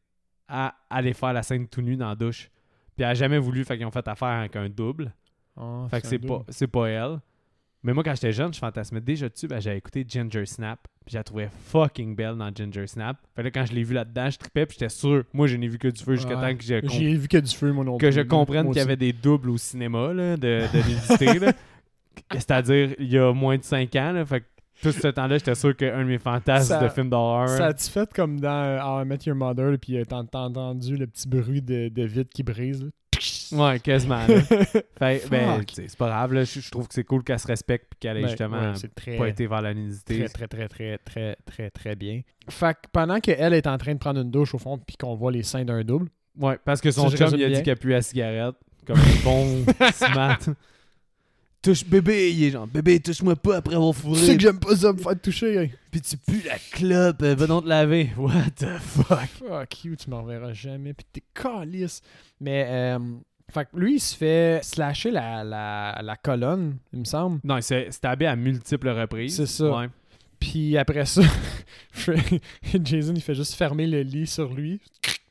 Speaker 1: à aller faire la scène tout nu dans la douche. Puis elle a jamais voulu, fait qu'ils ont fait affaire avec un double.
Speaker 2: Ah,
Speaker 1: Fait que
Speaker 2: un
Speaker 1: c'est
Speaker 2: double.
Speaker 1: pas, c'est pas elle. Mais moi, quand j'étais jeune, je fantasmais déjà dessus. Ben, j'avais écouté Ginger Snap. Puis je la trouvais fucking belle dans Ginger Snap. Fait que là, quand je l'ai vue là-dedans, je tripais. Puis j'étais sûr. Moi, je n'ai vu que du feu jusqu'à
Speaker 2: Ouais.
Speaker 1: temps que j'ai compris
Speaker 2: J'ai vu que du feu, mon nom.
Speaker 1: que je comprenne qu'il y avait des doubles au cinéma là, de, de nudité. là. C'est-à-dire, il y a moins de 5 ans. là, fait que tout ce temps-là, j'étais sûr qu'un de mes fantasmes
Speaker 2: Ça-
Speaker 1: de films d'horreur.
Speaker 2: Ça a-tu fait comme dans euh, How I Met Your Mother, puis euh, t'as t'as entendu le petit bruit de, de vide qui brise? là?
Speaker 1: Ouais, quasiment. là. Fait, ben,
Speaker 2: Fuck.
Speaker 1: tu sais, c'est pas grave. là, Je je trouve que c'est cool qu'elle se respecte et qu'elle ait
Speaker 2: Ben,
Speaker 1: justement
Speaker 2: ouais, c'est très,
Speaker 1: pas été vers la nudité.
Speaker 2: Très, très, très, très, très, très, très bien. Fait que pendant qu'elle est en train de prendre une douche au fond, puis qu'on voit les seins d'un double,
Speaker 1: Ouais, parce que son
Speaker 2: Ça, je
Speaker 1: chum,
Speaker 2: résume
Speaker 1: il a
Speaker 2: bien.
Speaker 1: dit qu'elle pue la cigarette. Comme un bon smart. Touche bébé, il est genre bébé, touche-moi pas après avoir fourré.
Speaker 2: j'aime pas ça me faire toucher. hein.
Speaker 1: Puis tu pues la clope, euh, va donc te laver. What the fuck?
Speaker 2: Fuck you, tu m'en reverras jamais, puis t'es calice. Mais, euh, fait que lui, il se fait slasher la, la, la colonne, il me semble.
Speaker 1: Non, c'est stabé à multiples reprises.
Speaker 2: C'est ça.
Speaker 1: Ouais.
Speaker 2: Puis après ça, Fre- Jason, il fait juste fermer le lit sur lui,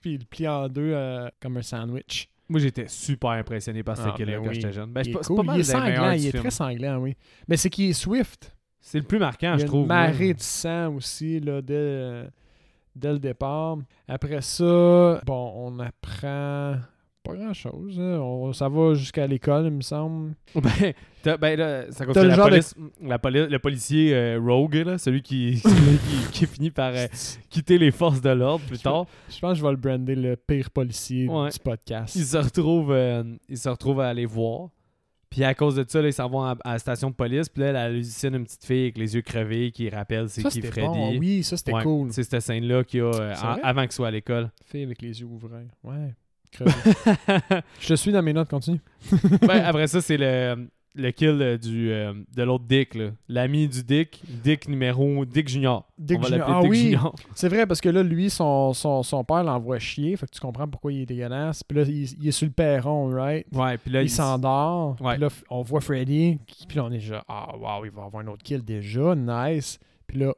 Speaker 2: puis il le plie en deux euh, comme un sandwich.
Speaker 1: Moi, j'étais super impressionné par ce
Speaker 2: Ah,
Speaker 1: kill-là
Speaker 2: ben
Speaker 1: quand
Speaker 2: oui.
Speaker 1: j'étais jeune. Ben,
Speaker 2: il
Speaker 1: c'est
Speaker 2: est,
Speaker 1: pas, c'est
Speaker 2: cool,
Speaker 1: pas mal
Speaker 2: il est
Speaker 1: le meilleur
Speaker 2: sanglant,
Speaker 1: du
Speaker 2: il est
Speaker 1: film.
Speaker 2: très sanglant, oui. Mais c'est qu'il est swift.
Speaker 1: C'est le plus marquant,
Speaker 2: il y
Speaker 1: je
Speaker 2: a
Speaker 1: trouve.
Speaker 2: une marée de sang aussi, là, de, euh, dès le départ. Après ça, bon, on apprend pas grand-chose. hein. On- Ça va jusqu'à l'école, il me semble.
Speaker 1: Ben, t'as- ben là, ça
Speaker 2: T'as
Speaker 1: continue.
Speaker 2: le
Speaker 1: La
Speaker 2: genre de-
Speaker 1: police, la poli- le policier euh, rogue, là, celui qui, qui, qui finit par euh, quitter les forces de l'ordre plus tard,
Speaker 2: Je pense que je vais le brander le pire policier
Speaker 1: Ouais.
Speaker 2: du podcast.
Speaker 1: il se retrouve, euh, il se retrouve à aller voir. Puis à cause de ça, là, ils s'en vont à, à la station de police. Puis là, elle hallucine une petite fille avec les yeux crevés qui rappelle c'est
Speaker 2: Ça,
Speaker 1: qui
Speaker 2: c'était
Speaker 1: Freddy.
Speaker 2: bon. ah Oui, ça, c'était
Speaker 1: Ouais,
Speaker 2: cool.
Speaker 1: C'est cette scène-là qu'il y a euh,
Speaker 2: C'est
Speaker 1: en-
Speaker 2: vrai?
Speaker 1: avant qu'il soit à l'école.
Speaker 2: Fille avec les yeux ouverts. Ouais. crevé. je te suis dans mes notes, continue.
Speaker 1: Ben, après ça, c'est le, le kill euh, du, euh, de l'autre Dick, là. l'ami du Dick, Dick numéro Dick Junior.
Speaker 2: Dick
Speaker 1: On va
Speaker 2: Junior.
Speaker 1: l'appeler
Speaker 2: Ah
Speaker 1: Dick
Speaker 2: oui.
Speaker 1: Junior.
Speaker 2: C'est vrai, parce que là, lui, son, son, son père l'envoie chier. Fait que tu comprends pourquoi il est dégueulasse. Puis là, il, il est sur le perron, right?
Speaker 1: Ouais, puis là,
Speaker 2: il s'endort.
Speaker 1: Ouais.
Speaker 2: Puis là, f- on voit Freddy. qui- Puis là, on est déjà, ah, wow, il va avoir un autre kill déjà. Nice. Puis là,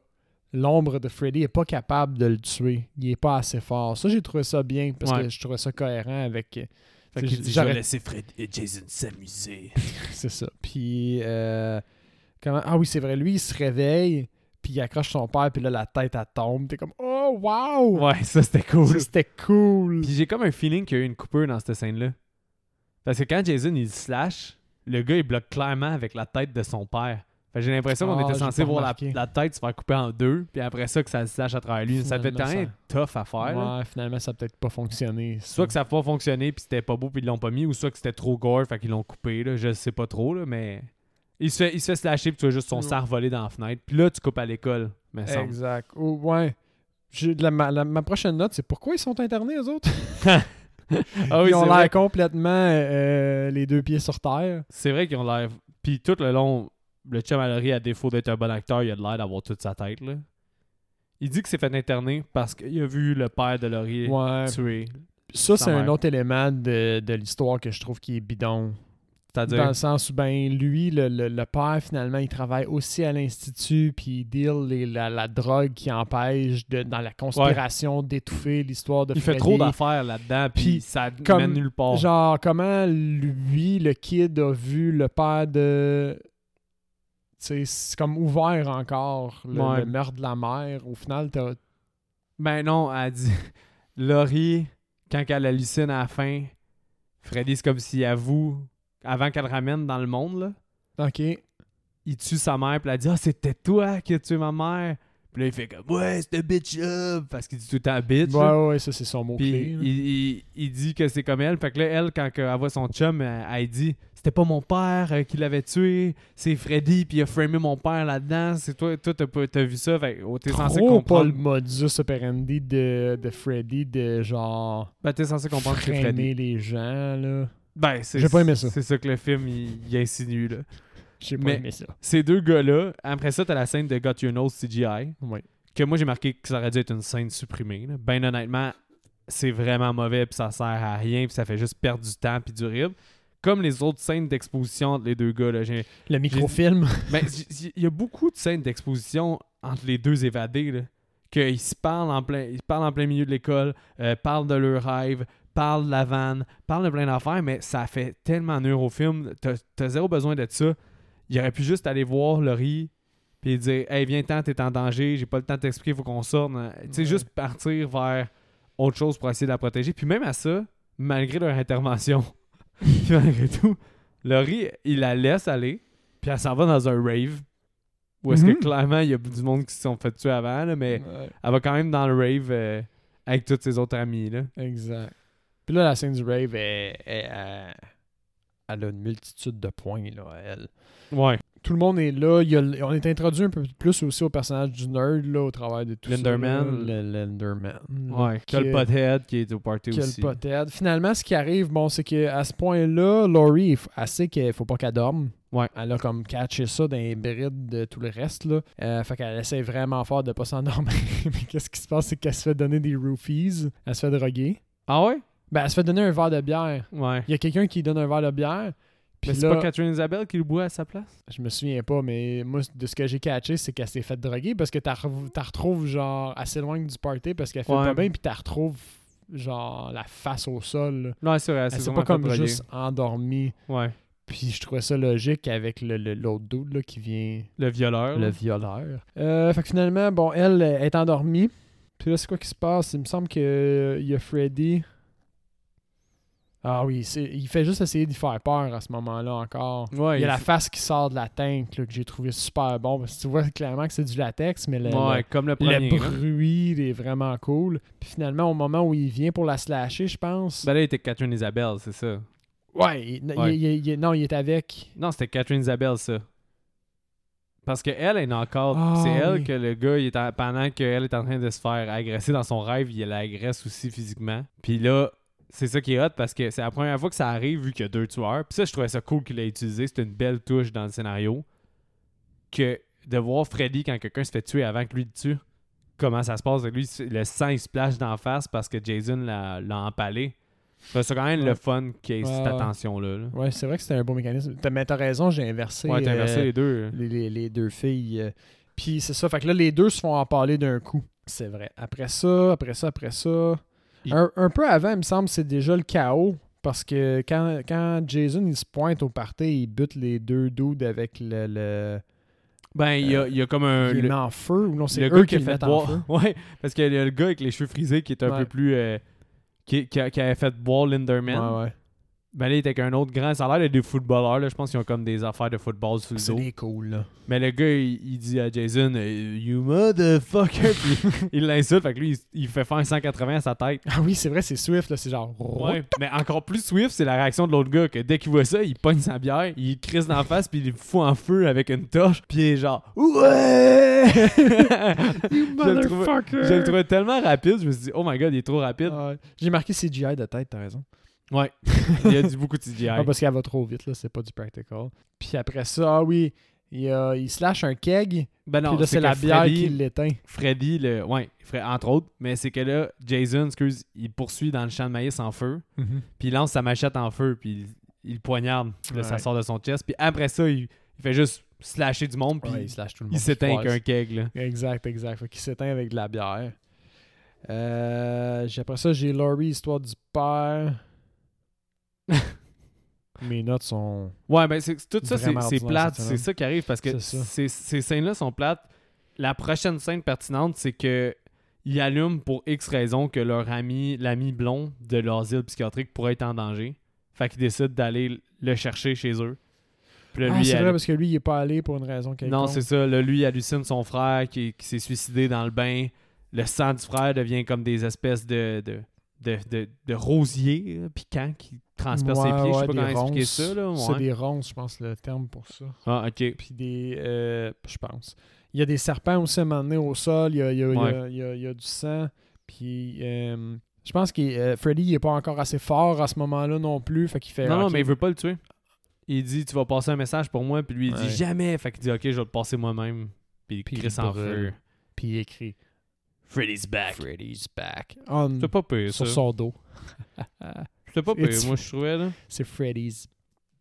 Speaker 2: l'ombre de Freddy est pas capable de le tuer. Il est pas assez fort. Ça, j'ai trouvé ça bien parce
Speaker 1: Ouais.
Speaker 2: que je trouvais ça cohérent avec.
Speaker 1: Fait qu'il dit, je vais
Speaker 2: J'arrête-
Speaker 1: laisser Fred et Jason s'amuser.
Speaker 2: C'est ça. Puis, euh, comment... ah oui, c'est vrai, lui, il se réveille, puis il accroche son père, puis là, la tête, elle tombe. T'es comme, oh, wow!
Speaker 1: Ouais, ça c'était
Speaker 2: Ça,
Speaker 1: cool.
Speaker 2: C'était cool!
Speaker 1: Puis j'ai comme un feeling qu'il y a eu une coupure dans cette scène-là. Parce que quand Jason il slash, le gars il bloque clairement avec la tête de son père. Fait que j'ai l'impression qu'on
Speaker 2: Ah,
Speaker 1: était
Speaker 2: j'ai
Speaker 1: censé
Speaker 2: pas
Speaker 1: voir la,
Speaker 2: remarqué.
Speaker 1: la tête se faire couper en deux, puis après ça que ça le slash à travers lui. Ça devait être quand
Speaker 2: Finalement,
Speaker 1: même tough à faire. là.
Speaker 2: Ouais, finalement, ça a peut-être pas fonctionné.
Speaker 1: Soit que ça n'a pas fonctionné puis c'était pas beau puis ils l'ont pas mis, ou soit que c'était trop gore fait qu'ils l'ont coupé. Là, je sais pas trop, là, mais. Il se, fait, il se fait slasher puis tu vois juste son
Speaker 2: Ouais.
Speaker 1: sang voler dans la fenêtre. Puis là, tu coupes à l'école. Mais ça.
Speaker 2: Exact. Oh, ouais. J'ai de la- ma, la- ma prochaine note, c'est pourquoi ils sont internés, eux autres?
Speaker 1: Ah oui,
Speaker 2: ils ont
Speaker 1: c'est
Speaker 2: l'air
Speaker 1: vrai,
Speaker 2: complètement euh, les deux pieds sur terre.
Speaker 1: c'est vrai qu'ils ont l'air. Puis tout le long, le chum Mallory, à défaut d'être un bon acteur, il a de l'air d'avoir toute sa tête. Là. Il dit que s'est fait interner parce qu'il a vu le père de Laurier
Speaker 2: Ouais.
Speaker 1: tuer.
Speaker 2: Ça,
Speaker 1: Sa
Speaker 2: c'est un
Speaker 1: mère.
Speaker 2: autre élément de, de l'histoire que je trouve qui est bidon. Dans
Speaker 1: C'est-à-dire.
Speaker 2: le sens où, ben, lui, le, le- le père, finalement, il travaille aussi à l'Institut, puis il deal les- la, la drogue qui empêche de- dans la conspiration d'étouffer l'histoire de
Speaker 1: Il fait
Speaker 2: Freddy.
Speaker 1: trop d'affaires là-dedans, puis
Speaker 2: Puis,
Speaker 1: ça
Speaker 2: comme-
Speaker 1: mène nulle part.
Speaker 2: Genre, comment lui, le kid, a vu le père de. Tu sais, c'est comme ouvert encore, le,
Speaker 1: Ouais.
Speaker 2: le meurtre de la mère. Au final, t'as.
Speaker 1: Ben non, elle dit. Laurie, quand elle hallucine à la fin, Freddy, c'est comme s'il avoue, avant qu'elle le ramène dans le monde, là,
Speaker 2: Ok.
Speaker 1: il tue sa mère, puis elle dit Ah, c'était toi qui as tué ma mère. Puis là, il fait comme Ouais, c'était bitch-là, parce qu'il dit tout le temps bitch. là.
Speaker 2: Ouais, ouais, ça, c'est son
Speaker 1: Puis
Speaker 2: mot-clé. là.
Speaker 1: il, il- il dit que c'est comme elle. Fait que là, elle, quand que- elle voit son chum, elle, elle dit C'était pas mon père euh, qui l'avait tué, c'est Freddy, puis il a framé mon père là-dedans. C'est toi, toi, t'as pas- t'as vu ça. Fait que oh, t'es censé
Speaker 2: Trop pas le
Speaker 1: comprendre.
Speaker 2: modus operandi de, de Freddy de genre.
Speaker 1: Ben, t'es censé comprendre que c'est Freddy.
Speaker 2: freiner les gens, là.
Speaker 1: Ben, c'est
Speaker 2: J'ai pas aimé ça.
Speaker 1: C'est ça que le film il, il insinue là.
Speaker 2: J'ai pas
Speaker 1: Mais-
Speaker 2: aimé ça.
Speaker 1: Ces deux gars-là, après ça, t'as la scène de Got Your Nose CGI,
Speaker 2: Ouais.
Speaker 1: que moi j'ai marqué que ça aurait dû être une scène supprimée. là. Ben honnêtement, c'est vraiment mauvais puis ça sert à rien puis ça fait juste perdre du temps puis du rib. Comme les autres scènes d'exposition entre les deux gars là, j'ai-
Speaker 2: Le microfilm.
Speaker 1: ben, j- j- il y a beaucoup de scènes d'exposition entre les deux évadés là, qu'ils se parlent en plein, ils se parlent en plein milieu de l'école, euh, parlent de leurs rêves, parlent de la vanne, parlent de plein d'affaires, mais ça fait tellement nul au film. T'as t'as zéro besoin de ça. Il aurait pu juste aller voir Laurie puis dire Hey, viens-t'en, t'es en danger, j'ai pas le temps de t'expliquer, faut qu'on sorte. Tu sais,
Speaker 2: Ouais.
Speaker 1: juste partir vers autre chose pour essayer de la protéger. Puis même à ça, malgré leur intervention, puis malgré tout, Laurie, il la laisse aller, puis elle s'en va dans un rave. Où est-ce
Speaker 2: Mhm.
Speaker 1: que clairement, il y a du monde qui se sont fait tuer avant, là, mais elle va quand même dans le rave euh, avec tous ses autres amis. Là.
Speaker 2: Exact. Puis là, la scène du rave, est, elle a une multitude de points, là, elle.
Speaker 1: Ouais.
Speaker 2: Tout le monde est là. Il y a le- on est introduit un peu plus aussi au personnage du nerd, là, au travers de tout
Speaker 1: Lenderman.
Speaker 2: ça. là. Le Lenderman.
Speaker 1: Ouais.
Speaker 2: Mm. Qui
Speaker 1: Quel
Speaker 2: est-
Speaker 1: pothead qui est au party
Speaker 2: Quel
Speaker 1: aussi.
Speaker 2: pothead. Finalement, ce qui arrive, bon, c'est qu'à ce point-là, Laurie, il f- elle sait qu'il faut pas qu'elle dorme.
Speaker 1: Ouais.
Speaker 2: Elle a comme catché ça dans les brides de tout le reste. Là. Euh, fait qu'elle essaie vraiment fort de pas s'endormir. Mais qu'est-ce qui se passe, c'est qu'elle se fait donner des roofies. Elle se fait droguer.
Speaker 1: Ah ouais?
Speaker 2: Ben, elle se fait donner un verre de bière.
Speaker 1: Ouais.
Speaker 2: Il y a quelqu'un qui donne un verre de bière. Puis
Speaker 1: Mais c'est
Speaker 2: là,
Speaker 1: pas Catherine Isabelle qui le boit à sa place?
Speaker 2: je me souviens pas, mais moi, de ce que j'ai catché, c'est qu'elle s'est fait droguer parce que t'as re- t'as retrouves genre assez loin du party parce qu'elle fait
Speaker 1: Ouais.
Speaker 2: pas bien, puis t'as retrouves genre la face au sol. là.
Speaker 1: Non, c'est vrai.
Speaker 2: Elle
Speaker 1: C'est
Speaker 2: s'est
Speaker 1: vraiment
Speaker 2: pas comme
Speaker 1: droguée.
Speaker 2: juste endormie.
Speaker 1: Ouais.
Speaker 2: Puis je trouvais ça logique avec l'autre le, l'autre dude là, qui vient
Speaker 1: Le violeur.
Speaker 2: le
Speaker 1: là.
Speaker 2: violeur. Euh, fait que finalement, bon, elle euh, est endormie. Puis là, c'est quoi qui se passe? Il me semble qu'il y a Freddy. Ah oui, c'est- il fait juste essayer d'y faire peur à ce moment-là encore.
Speaker 1: Ouais,
Speaker 2: il y a la
Speaker 1: fait-
Speaker 2: face qui sort de la teinte là, que j'ai trouvé super bon. Parce que tu vois clairement que c'est du latex, mais le,
Speaker 1: Ouais, comme le
Speaker 2: le-
Speaker 1: premier.
Speaker 2: le
Speaker 1: hein.
Speaker 2: bruit il est vraiment cool. Puis finalement, au moment où il vient pour la slasher, je pense.
Speaker 1: Ben là, il était Catherine Isabelle, c'est ça.
Speaker 2: ouais, il-
Speaker 1: Ben, Ouais.
Speaker 2: il- il- il- non, il est avec.
Speaker 1: Non, c'était Catherine Isabelle, ça. Parce que elle elle est encore.
Speaker 2: Ah,
Speaker 1: c'est elle
Speaker 2: oui.
Speaker 1: que le gars, il est en- pendant qu'elle est en train de se faire agresser dans son rêve, il l'agresse aussi physiquement. Puis là, c'est ça qui est hot parce que c'est la première fois que ça arrive vu qu'il y a deux tueurs. Puis ça, je trouvais ça cool qu'il ait utilisé. C'était une belle touche dans le scénario. Que de voir Freddy quand quelqu'un se fait tuer avant que lui le tue, comment ça se passe. Lui, le sang, il se plage d'en face parce que Jason l'a l'a empalé. Je trouvais ça quand même
Speaker 2: Ouais.
Speaker 1: le fun qu'il y ait cette
Speaker 2: Ouais, ouais.
Speaker 1: attention-là. là.
Speaker 2: Ouais, c'est vrai que c'était un beau mécanisme. T'as- mais t'as raison, j'ai inversé.
Speaker 1: Ouais, t'as inversé
Speaker 2: euh,
Speaker 1: les deux.
Speaker 2: les, les- les deux filles. euh. Puis c'est ça, fait que là, les deux se font en parler d'un coup. C'est vrai. Après ça, après ça, après ça.
Speaker 1: Il-
Speaker 2: Un, un peu avant, il me semble, c'est déjà le chaos. Parce que quand, quand Jason il se pointe au party, il bute les deux dudes avec le. le
Speaker 1: Ben, il y, a- il y a comme un.
Speaker 2: Euh, il les
Speaker 1: Le,
Speaker 2: met en feu ou non C'est
Speaker 1: le
Speaker 2: eux
Speaker 1: gars
Speaker 2: qui
Speaker 1: qui
Speaker 2: le
Speaker 1: a fait
Speaker 2: mettent en feu.
Speaker 1: boire. Ouais, parce qu'il y a le gars avec les cheveux frisés qui est un
Speaker 2: Ouais.
Speaker 1: peu plus. euh, qui, qui, a- qui avait fait boire Linderman.
Speaker 2: Ouais, ouais.
Speaker 1: Ben là, il était avec un autre grand. Ça a l'air d'être des footballeurs, là. Je pense qu'ils ont comme des affaires de football sous le
Speaker 2: C'est
Speaker 1: dos.
Speaker 2: des cool, là.
Speaker 1: Mais le gars, il, il dit à Jason, euh, You motherfucker. Puis il l'insulte. Fait que lui, il, il fait faire un 180 à sa tête.
Speaker 2: Ah oui, c'est vrai, c'est Swift, là. C'est genre.
Speaker 1: Ouais. Mais encore plus swift, c'est la réaction de l'autre gars que dès qu'il voit ça, il pogne sa bière, il crisse d'en face, puis il le fout en feu avec une torche. Puis il est genre, Ouais!
Speaker 2: You
Speaker 1: Je le trouvais-
Speaker 2: motherfucker!
Speaker 1: Je le trouvais tellement rapide, je me suis dit, oh my god, il est trop rapide.
Speaker 2: Ouais. J'ai marqué CGI de tête, t'as raison.
Speaker 1: Ouais, il a dit beaucoup de CGI.
Speaker 2: Ah, parce qu'elle va trop vite, là, c'est pas du practical. Puis après ça, ah oui, il, euh, il se lâche un keg,
Speaker 1: ben non,
Speaker 2: puis là, c'est
Speaker 1: c'est
Speaker 2: la
Speaker 1: la
Speaker 2: bière
Speaker 1: Freddy,
Speaker 2: qui l'éteint.
Speaker 1: Freddy, le, ouais, Fre- entre autres, mais c'est que là, Jason, excuse, il poursuit dans le champ de maïs en feu, puis il lance sa machette en feu, puis il, il le poignarde, Puis là, ça
Speaker 2: Ouais.
Speaker 1: sort de son chest, puis après ça, il, il fait juste slasher du monde, puis
Speaker 2: Ouais, il
Speaker 1: il,
Speaker 2: se lâche tout le monde.
Speaker 1: il s'éteint avec un
Speaker 2: Ouais,
Speaker 1: keg, là.
Speaker 2: Exact, exact. Fait qu'il s'éteint avec de la bière. Euh, j'ai- après ça, j'ai Laurie, histoire du père. Mes notes sont.
Speaker 1: Ouais, ben c'est- tout ça, c'est
Speaker 2: Vraiment
Speaker 1: c'est
Speaker 2: ordinaire,
Speaker 1: plate.
Speaker 2: cette
Speaker 1: C'est ça qui arrive parce que
Speaker 2: C'est ça.
Speaker 1: ces, ces scènes-là sont plates. La prochaine scène pertinente, c'est que ils allument pour X raison que leur ami, l'ami blond de l'asile psychiatrique pourrait être en danger. Fait qu'ils décident d'aller le chercher chez eux. Puis là,
Speaker 2: Ah,
Speaker 1: lui,
Speaker 2: c'est
Speaker 1: il
Speaker 2: vrai,
Speaker 1: hallu-
Speaker 2: parce que lui, il est pas allé pour une raison quelconque.
Speaker 1: Non, c'est ça. Là, lui, il hallucine son frère qui, qui s'est suicidé dans le bain. Le sang du frère devient comme des espèces de, de, de, de- de rosiers euh, piquants qui transpercent ses
Speaker 2: Ouais,
Speaker 1: pieds. Je sais
Speaker 2: ouais,
Speaker 1: pas
Speaker 2: des
Speaker 1: comment expliquer
Speaker 2: ronces.
Speaker 1: ça. Là.
Speaker 2: C'est
Speaker 1: Ouais.
Speaker 2: des ronces, je pense, le terme pour ça.
Speaker 1: Ah, ok.
Speaker 2: puis des. euh, je pense. Il y a des serpents aussi à un moment donné au sol, il y a, il y a- il y a- il y a- il y a du sang. Puis euh, je pense que euh, Freddy, il est pas encore assez fort à ce moment-là non plus. Fait qu'il fait.
Speaker 1: Non, non,
Speaker 2: ok.
Speaker 1: mais il veut pas le tuer. Il dit Tu vas passer un message pour moi, puis lui il
Speaker 2: Ouais.
Speaker 1: dit Jamais. Fait qu'il dit Ok, je vais le passer moi-même. Puis il
Speaker 2: Puis il
Speaker 1: crie sans
Speaker 2: brûle.
Speaker 1: feu.
Speaker 2: Puis il écrit
Speaker 1: Freddy's back.
Speaker 2: Freddy's back. On,
Speaker 1: C'était pas pire, ça.
Speaker 2: sur son dos.
Speaker 1: C'était pas pire,
Speaker 2: It's-
Speaker 1: moi je trouvais, là.
Speaker 2: C'est Freddy's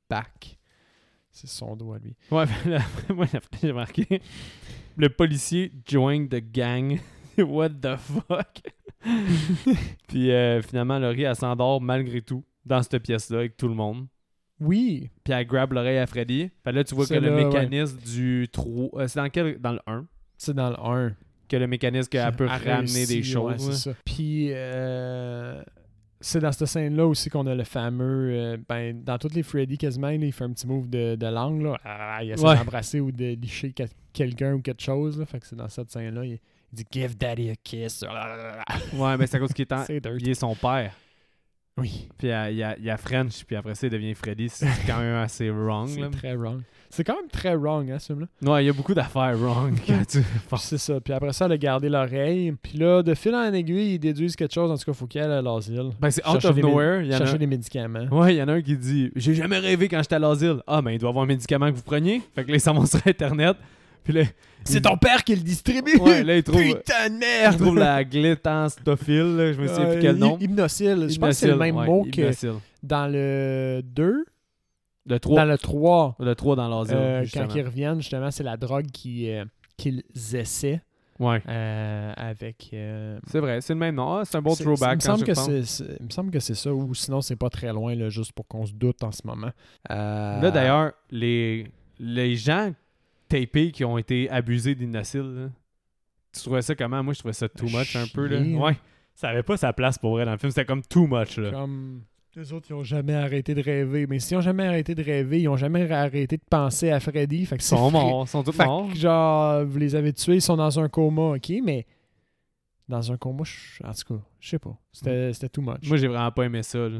Speaker 2: back. C'est son dos à lui.
Speaker 1: Ouais, ben là, moi après, j'ai marqué Le policier joined the gang. What the fuck Puis euh, finalement, Laurie, elle s'endort malgré tout dans cette pièce-là avec tout le monde.
Speaker 2: Oui.
Speaker 1: Puis elle grabe l'oreille à Freddy. Fait là, tu vois que
Speaker 2: C'est
Speaker 1: le
Speaker 2: là, ouais.
Speaker 1: mécanisme du 3. euh, c'est dans quel Dans le 1.
Speaker 2: C'est dans le 1.
Speaker 1: Que le mécanisme qu'elle peut ramener des choses. là.
Speaker 2: c'est ça. Puis euh, c'est dans cette scène-là aussi qu'on a le fameux. euh, ben, dans toutes les Freddy, quasiment, là, il fait un petit move de, de langue. Là. Ah, il essaie
Speaker 1: Ouais.
Speaker 2: d'embrasser ou de licher quel- quelqu'un ou quelque chose. Là. Fait que c'est dans cette scène-là. Il, il dit Give daddy a kiss. Ah,
Speaker 1: Ouais, mais c'est à cause qu'il est, en-
Speaker 2: c'est dirty.
Speaker 1: il est son père.
Speaker 2: Oui.
Speaker 1: Puis il y a, il y a- il y a French, puis après ça, il devient Freddy. C'est quand même assez wrong. là.
Speaker 2: C'est très wrong. C'est quand même très wrong, hein, ce film-là.
Speaker 1: Ouais, il y a beaucoup d'affaires wrong quand tu
Speaker 2: Puis
Speaker 1: penses.
Speaker 2: c'est ça. Puis après ça, elle a gardé l'oreille. Puis là, de fil en aiguille, ils déduisent quelque chose. En tout cas, faut qu'elle à l'asile.
Speaker 1: Ben, c'est out
Speaker 2: Chercher
Speaker 1: of
Speaker 2: des mé-
Speaker 1: nowhere. Il y en a...
Speaker 2: Chercher des médicaments.
Speaker 1: Ouais, il y en a un qui dit J'ai jamais rêvé quand j'étais à l'asile. Ah, ben il doit avoir un médicament que vous preniez. Fait que là, il s'en va sur Internet. Puis là,
Speaker 2: C'est ton père qui le distribue!
Speaker 1: Ouais, là, il trouve-
Speaker 2: Putain de
Speaker 1: il
Speaker 2: merde!
Speaker 1: trouve la glétanstophile. là. Je me souviens plus quel nom.
Speaker 2: Hypnocile. Je pense que c'est le
Speaker 1: Hypnocile,
Speaker 2: même
Speaker 1: ouais,
Speaker 2: mot que
Speaker 1: hypnocile.
Speaker 2: dans le 2,
Speaker 1: Le 3.
Speaker 2: dans le 3,
Speaker 1: Le 3 dans l'asile.
Speaker 2: euh,
Speaker 1: justement.
Speaker 2: quand ils reviennent, justement, c'est la drogue qui, euh, qu'ils essaient
Speaker 1: Ouais.
Speaker 2: euh, avec... euh,
Speaker 1: C'est vrai, c'est le même nom. Ah, c'est un bon
Speaker 2: c'est-
Speaker 1: throwback.
Speaker 2: il me
Speaker 1: quand
Speaker 2: semble
Speaker 1: je
Speaker 2: que
Speaker 1: repense.
Speaker 2: c'est- c'est- Il me semble que c'est ça, ou sinon c'est pas très loin, là, juste pour qu'on se doute en ce moment. Euh,
Speaker 1: Là, d'ailleurs, les, les gens tapés qui ont été abusés d'innocile, Tu trouvais ça comment Moi, je trouvais ça too
Speaker 2: Ah,
Speaker 1: much un peu. Là.
Speaker 2: chier.
Speaker 1: Ouais. Ça avait pas sa place pour vrai dans le film. C'était comme too much. Là.
Speaker 2: Comme les autres, ils ont jamais arrêté de rêver. Mais s'ils ont jamais arrêté de rêver, ils ont jamais arrêté de penser à Freddy. Fait que
Speaker 1: Ils
Speaker 2: c'est
Speaker 1: sont
Speaker 2: Fre-
Speaker 1: morts. Ils sont tous
Speaker 2: Fait
Speaker 1: morts.
Speaker 2: que, genre, vous les avez tués, ils sont dans un coma, ok, mais dans un coma, je- en tout cas, je sais pas. C'était c'était too much.
Speaker 1: Mm. Moi, j'ai vraiment pas aimé ça. là.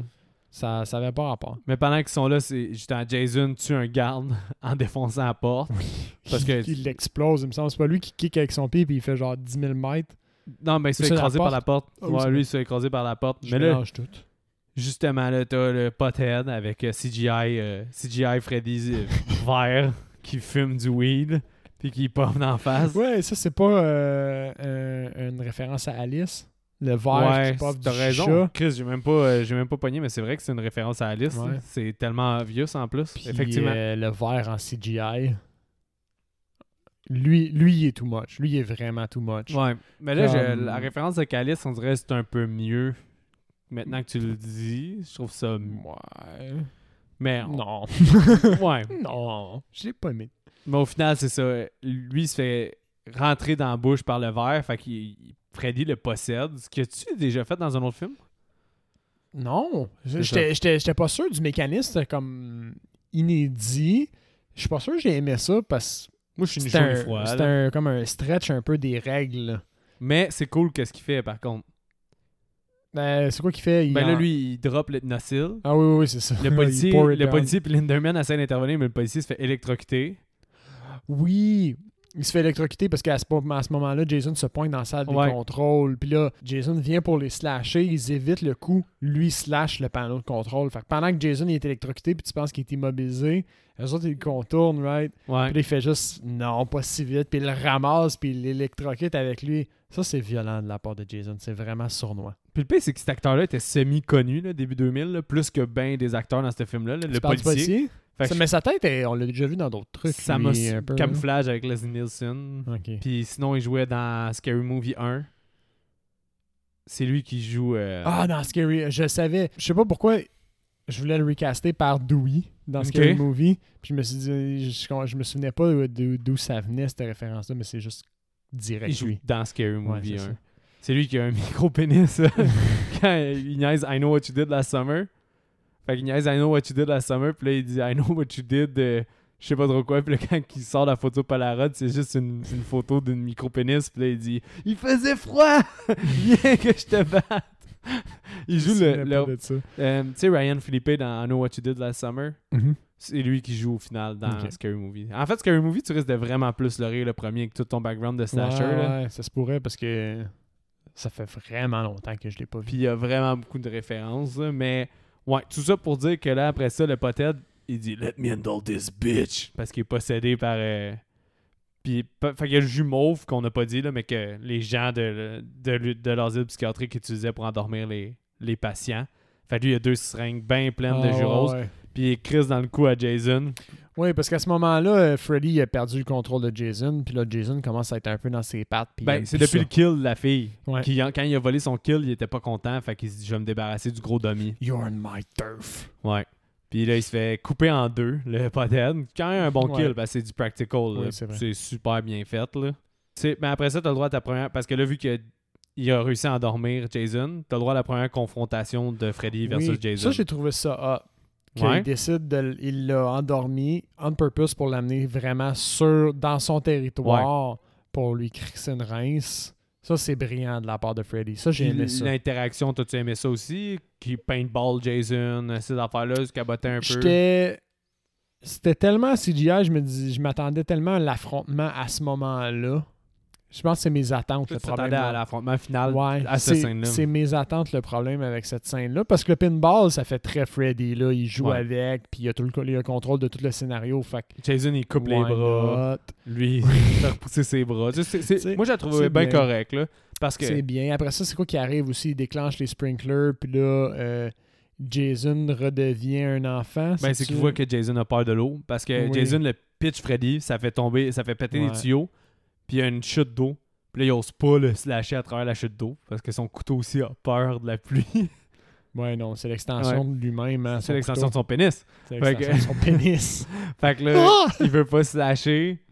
Speaker 2: ça, ça avait pas rapport.
Speaker 1: Mais pendant qu'ils sont là, c'est justement Jason tue un garde en défonçant la porte. Parce que-
Speaker 2: Il l'explose, il me semble. C'est pas lui qui kick avec son pied puis il fait genre 10 000 mètres.
Speaker 1: Non, mais il se
Speaker 2: Ou
Speaker 1: fait
Speaker 2: c'est la
Speaker 1: écraser par
Speaker 2: porte.
Speaker 1: la porte.
Speaker 2: Ah oui,
Speaker 1: ouais,
Speaker 2: c'est
Speaker 1: lui,
Speaker 2: vrai.
Speaker 1: il se fait écraser par la porte.
Speaker 2: Je
Speaker 1: mais là,
Speaker 2: mélange tout.
Speaker 1: justement, là, t'as le pothead avec euh, CGI, euh, CGI Freddy euh, vert qui fume du weed puis qui pomme d'en face.
Speaker 2: Ouais, ça, c'est pas euh, un- une référence à Alice. Le verre qui pop du
Speaker 1: t'as raison.
Speaker 2: chat.
Speaker 1: Chris, j'ai même pas, euh, j'ai même pas pogné, mais c'est vrai que c'est une référence à Alice.
Speaker 2: Ouais.
Speaker 1: là. C'est tellement obvious en plus.
Speaker 2: Puis,
Speaker 1: Effectivement.
Speaker 2: euh, le verre en CGI. Lui, lui, il est too much. Lui, il est vraiment too much.
Speaker 1: Ouais. Mais là, je-
Speaker 2: Comme-
Speaker 1: la référence de Alice, on dirait que c'est un peu mieux. Maintenant que tu le dis, je trouve ça. m-
Speaker 2: Ouais.
Speaker 1: Mais
Speaker 2: Non.
Speaker 1: ouais.
Speaker 2: non. Je l'ai pas aimé.
Speaker 1: Mais au final, c'est ça. Lui, il se fait rentrer dans la bouche par le verre. Fait qu'il. Freddy le possède. Ce que tu as déjà fait dans un autre film?
Speaker 2: Non,
Speaker 1: C'est
Speaker 2: j'étais j'étais- j'étais pas sûr du mécanisme c'était comme inédit. Je suis pas sûr que j'ai aimé ça parce
Speaker 1: Moi, je suis
Speaker 2: que
Speaker 1: une
Speaker 2: c'était
Speaker 1: chaud
Speaker 2: un,
Speaker 1: une fois.
Speaker 2: c'était un- comme un stretch un peu des règles.
Speaker 1: Mais c'est cool qu'est-ce qu'il fait, par contre.
Speaker 2: Euh, c'est quoi qu'il fait? Il
Speaker 1: Ben là,
Speaker 2: en-
Speaker 1: lui, il drop le nocil.
Speaker 2: Ah oui, oui, oui, c'est ça.
Speaker 1: Le
Speaker 2: Il
Speaker 1: policier,
Speaker 2: pour it
Speaker 1: le
Speaker 2: down.
Speaker 1: policier puis Linderman essaie d'intervenir, mais le policier se fait électrocuter.
Speaker 2: Oui, il se fait électrocuter parce qu'à ce, moment- à ce moment-là, Jason se pointe dans la salle
Speaker 1: Ouais.
Speaker 2: des contrôles. Puis là, Jason vient pour les slasher, ils évitent le coup, lui il slash le panneau de contrôle. Fait que pendant que Jason il est électrocuté, puis tu penses qu'il est immobilisé, les autres ils le contournent, right?
Speaker 1: Ouais.
Speaker 2: Puis là, il fait juste non, pas si vite. Puis il le ramasse, puis il l'électrocute avec lui. Ça, c'est violent de la part de Jason. C'est vraiment sournois.
Speaker 1: Puis le pire, c'est que cet acteur-là était semi-connu, là, début 2000, là, plus que ben des acteurs dans ce film-là. là,
Speaker 2: Tu
Speaker 1: le
Speaker 2: parles du
Speaker 1: policier. Fait que
Speaker 2: Ça- Mais sa tête, elle, on l'a déjà vu dans d'autres trucs.
Speaker 1: ça
Speaker 2: lui,
Speaker 1: m'a
Speaker 2: un peu,
Speaker 1: camouflage avec Leslie Nielsen.
Speaker 2: là. Ok.
Speaker 1: Puis sinon, il jouait dans Scary Movie 1. C'est lui qui joue. euh,
Speaker 2: Ah, dans Scary, je savais. Je sais pas pourquoi je voulais le recaster par Dewey dans Scary
Speaker 1: Ok.
Speaker 2: Movie. Puis je me suis dit, je, je me souvenais pas de- de- d'où ça venait, cette référence-là, mais c'est juste
Speaker 1: il
Speaker 2: direct
Speaker 1: joue
Speaker 2: lui.
Speaker 1: dans Scary Movie
Speaker 2: Ouais, c'est
Speaker 1: 1.
Speaker 2: ça.
Speaker 1: C'est lui qui a un micro-pénis. Quand il niaise I know what you did last summer. Fait qu'il niaise I know what you did last summer. Puis là, il dit I know what you did. euh, je sais pas trop quoi. Puis là, quand il sort la photo Polaroid, c'est juste une, une photo d'une micro-pénis. Puis là, il dit Il faisait froid Viens que je te batte Il joue
Speaker 2: Je me
Speaker 1: le.
Speaker 2: souvenais
Speaker 1: le-
Speaker 2: pas de ça.
Speaker 1: euh, tu sais, Ryan Philippe dans I know what you did last summer.
Speaker 2: Mhm.
Speaker 1: C'est lui qui joue au final dans
Speaker 2: Ok.
Speaker 1: Scary Movie. En fait, Scary Movie, tu risques de vraiment plus le rire le premier avec tout ton background de slasher.
Speaker 2: Ouais,
Speaker 1: là.
Speaker 2: ouais, ça se pourrait parce que ça fait vraiment longtemps que je l'ai pas vu.
Speaker 1: Puis il y a vraiment beaucoup de références. là, Mais ouais, tout ça pour dire que là, après ça, le pothead, il dit Let me handle this bitch. Parce qu'il est possédé par. euh, Puis pa- fait qu'il y a le jus mauve qu'on n'a pas dit, là, mais que les gens de, de, l'u- de l'asile psychiatrique utilisaient pour endormir les, les patients. Fait que lui, il y a deux seringues bien pleines de
Speaker 2: Ah,
Speaker 1: jus rose.
Speaker 2: ouais, ouais.
Speaker 1: Puis il crisse dans le cou à Jason.
Speaker 2: Oui, parce qu'à ce moment-là, euh, Freddy a perdu le contrôle de Jason, puis là, Jason commence à être un peu dans ses pattes. Puis il
Speaker 1: Ben,
Speaker 2: aime
Speaker 1: c'est
Speaker 2: plus
Speaker 1: depuis le
Speaker 2: ça.
Speaker 1: kill de la fille.
Speaker 2: Ouais.
Speaker 1: Qui, quand il a volé son kill, il était pas content. Fait qu'il se dit Je vais me débarrasser du gros dummy.
Speaker 2: You're on my turf.
Speaker 1: Ouais. Puis là, il se fait couper en deux, le pothead. Quand même un bon
Speaker 2: Ouais.
Speaker 1: kill, parce que c'est du practical. là.
Speaker 2: Oui, c'est vrai.
Speaker 1: c'est super bien fait. Là. C'est- Mais après ça, t'as le droit à ta première. Parce que là, vu qu'il a réussi à endormir Jason, t'as le droit à la première confrontation de Freddy versus
Speaker 2: Oui,
Speaker 1: Jason.
Speaker 2: Ça, j'ai trouvé ça hot. Qu'il
Speaker 1: Ouais.
Speaker 2: décide de. l- Il l'a endormi on purpose pour l'amener vraiment sur, dans son territoire pour lui crisser une rince. Ça, c'est brillant de la part de Freddy. Ça, j'ai
Speaker 1: Puis
Speaker 2: aimé ça.
Speaker 1: L'interaction, t'as-tu aimé ça aussi? Qui paintball Jason, ces affaires-là, se cabotait un peu.
Speaker 2: J'étais. C'était tellement CGI, je me dis, je m'attendais tellement à l'affrontement à ce moment-là. Je pense que c'est mes attentes
Speaker 1: Tu
Speaker 2: le problème.
Speaker 1: t'attendais à l'affrontement final.
Speaker 2: Ouais,
Speaker 1: à cette
Speaker 2: c'est-
Speaker 1: scène-là.
Speaker 2: C'est mes attentes le problème avec cette scène-là. Parce que le pinball, ça fait très Freddy. Là. Il joue
Speaker 1: Ouais.
Speaker 2: avec, puis il a tout le, co- il a le contrôle de tout le scénario. Fait que
Speaker 1: Jason, il coupe les
Speaker 2: why
Speaker 1: bras.
Speaker 2: not?
Speaker 1: Lui, il fait repousser ses bras. Tu sais, c'est- c'est-
Speaker 2: Tu sais,
Speaker 1: moi, j'ai trouvé
Speaker 2: c'est
Speaker 1: bien
Speaker 2: bien.
Speaker 1: correct. Là, parce que
Speaker 2: C'est bien. Après ça, c'est quoi qui arrive aussi Il déclenche les sprinklers, puis là, euh, Jason redevient un enfant.
Speaker 1: Ben, c'est
Speaker 2: c'est-tu?
Speaker 1: qu'il voit que Jason a peur de l'eau. Parce que
Speaker 2: Oui.
Speaker 1: Jason le pitch Freddy, ça fait tomber, ça fait péter les
Speaker 2: Ouais.
Speaker 1: tuyaux. Puis il y a une chute d'eau. Puis là, il ose pas le slasher à travers la chute d'eau. Parce que son couteau aussi a peur de la pluie.
Speaker 2: Ouais, non, c'est l'extension de lui-même. hein,
Speaker 1: c'est
Speaker 2: son
Speaker 1: l'extension de
Speaker 2: couteau.
Speaker 1: son pénis. Fait
Speaker 2: C'est
Speaker 1: Euh,
Speaker 2: l'extension de son pénis.
Speaker 1: Fait que là, il veut pas se lâcher.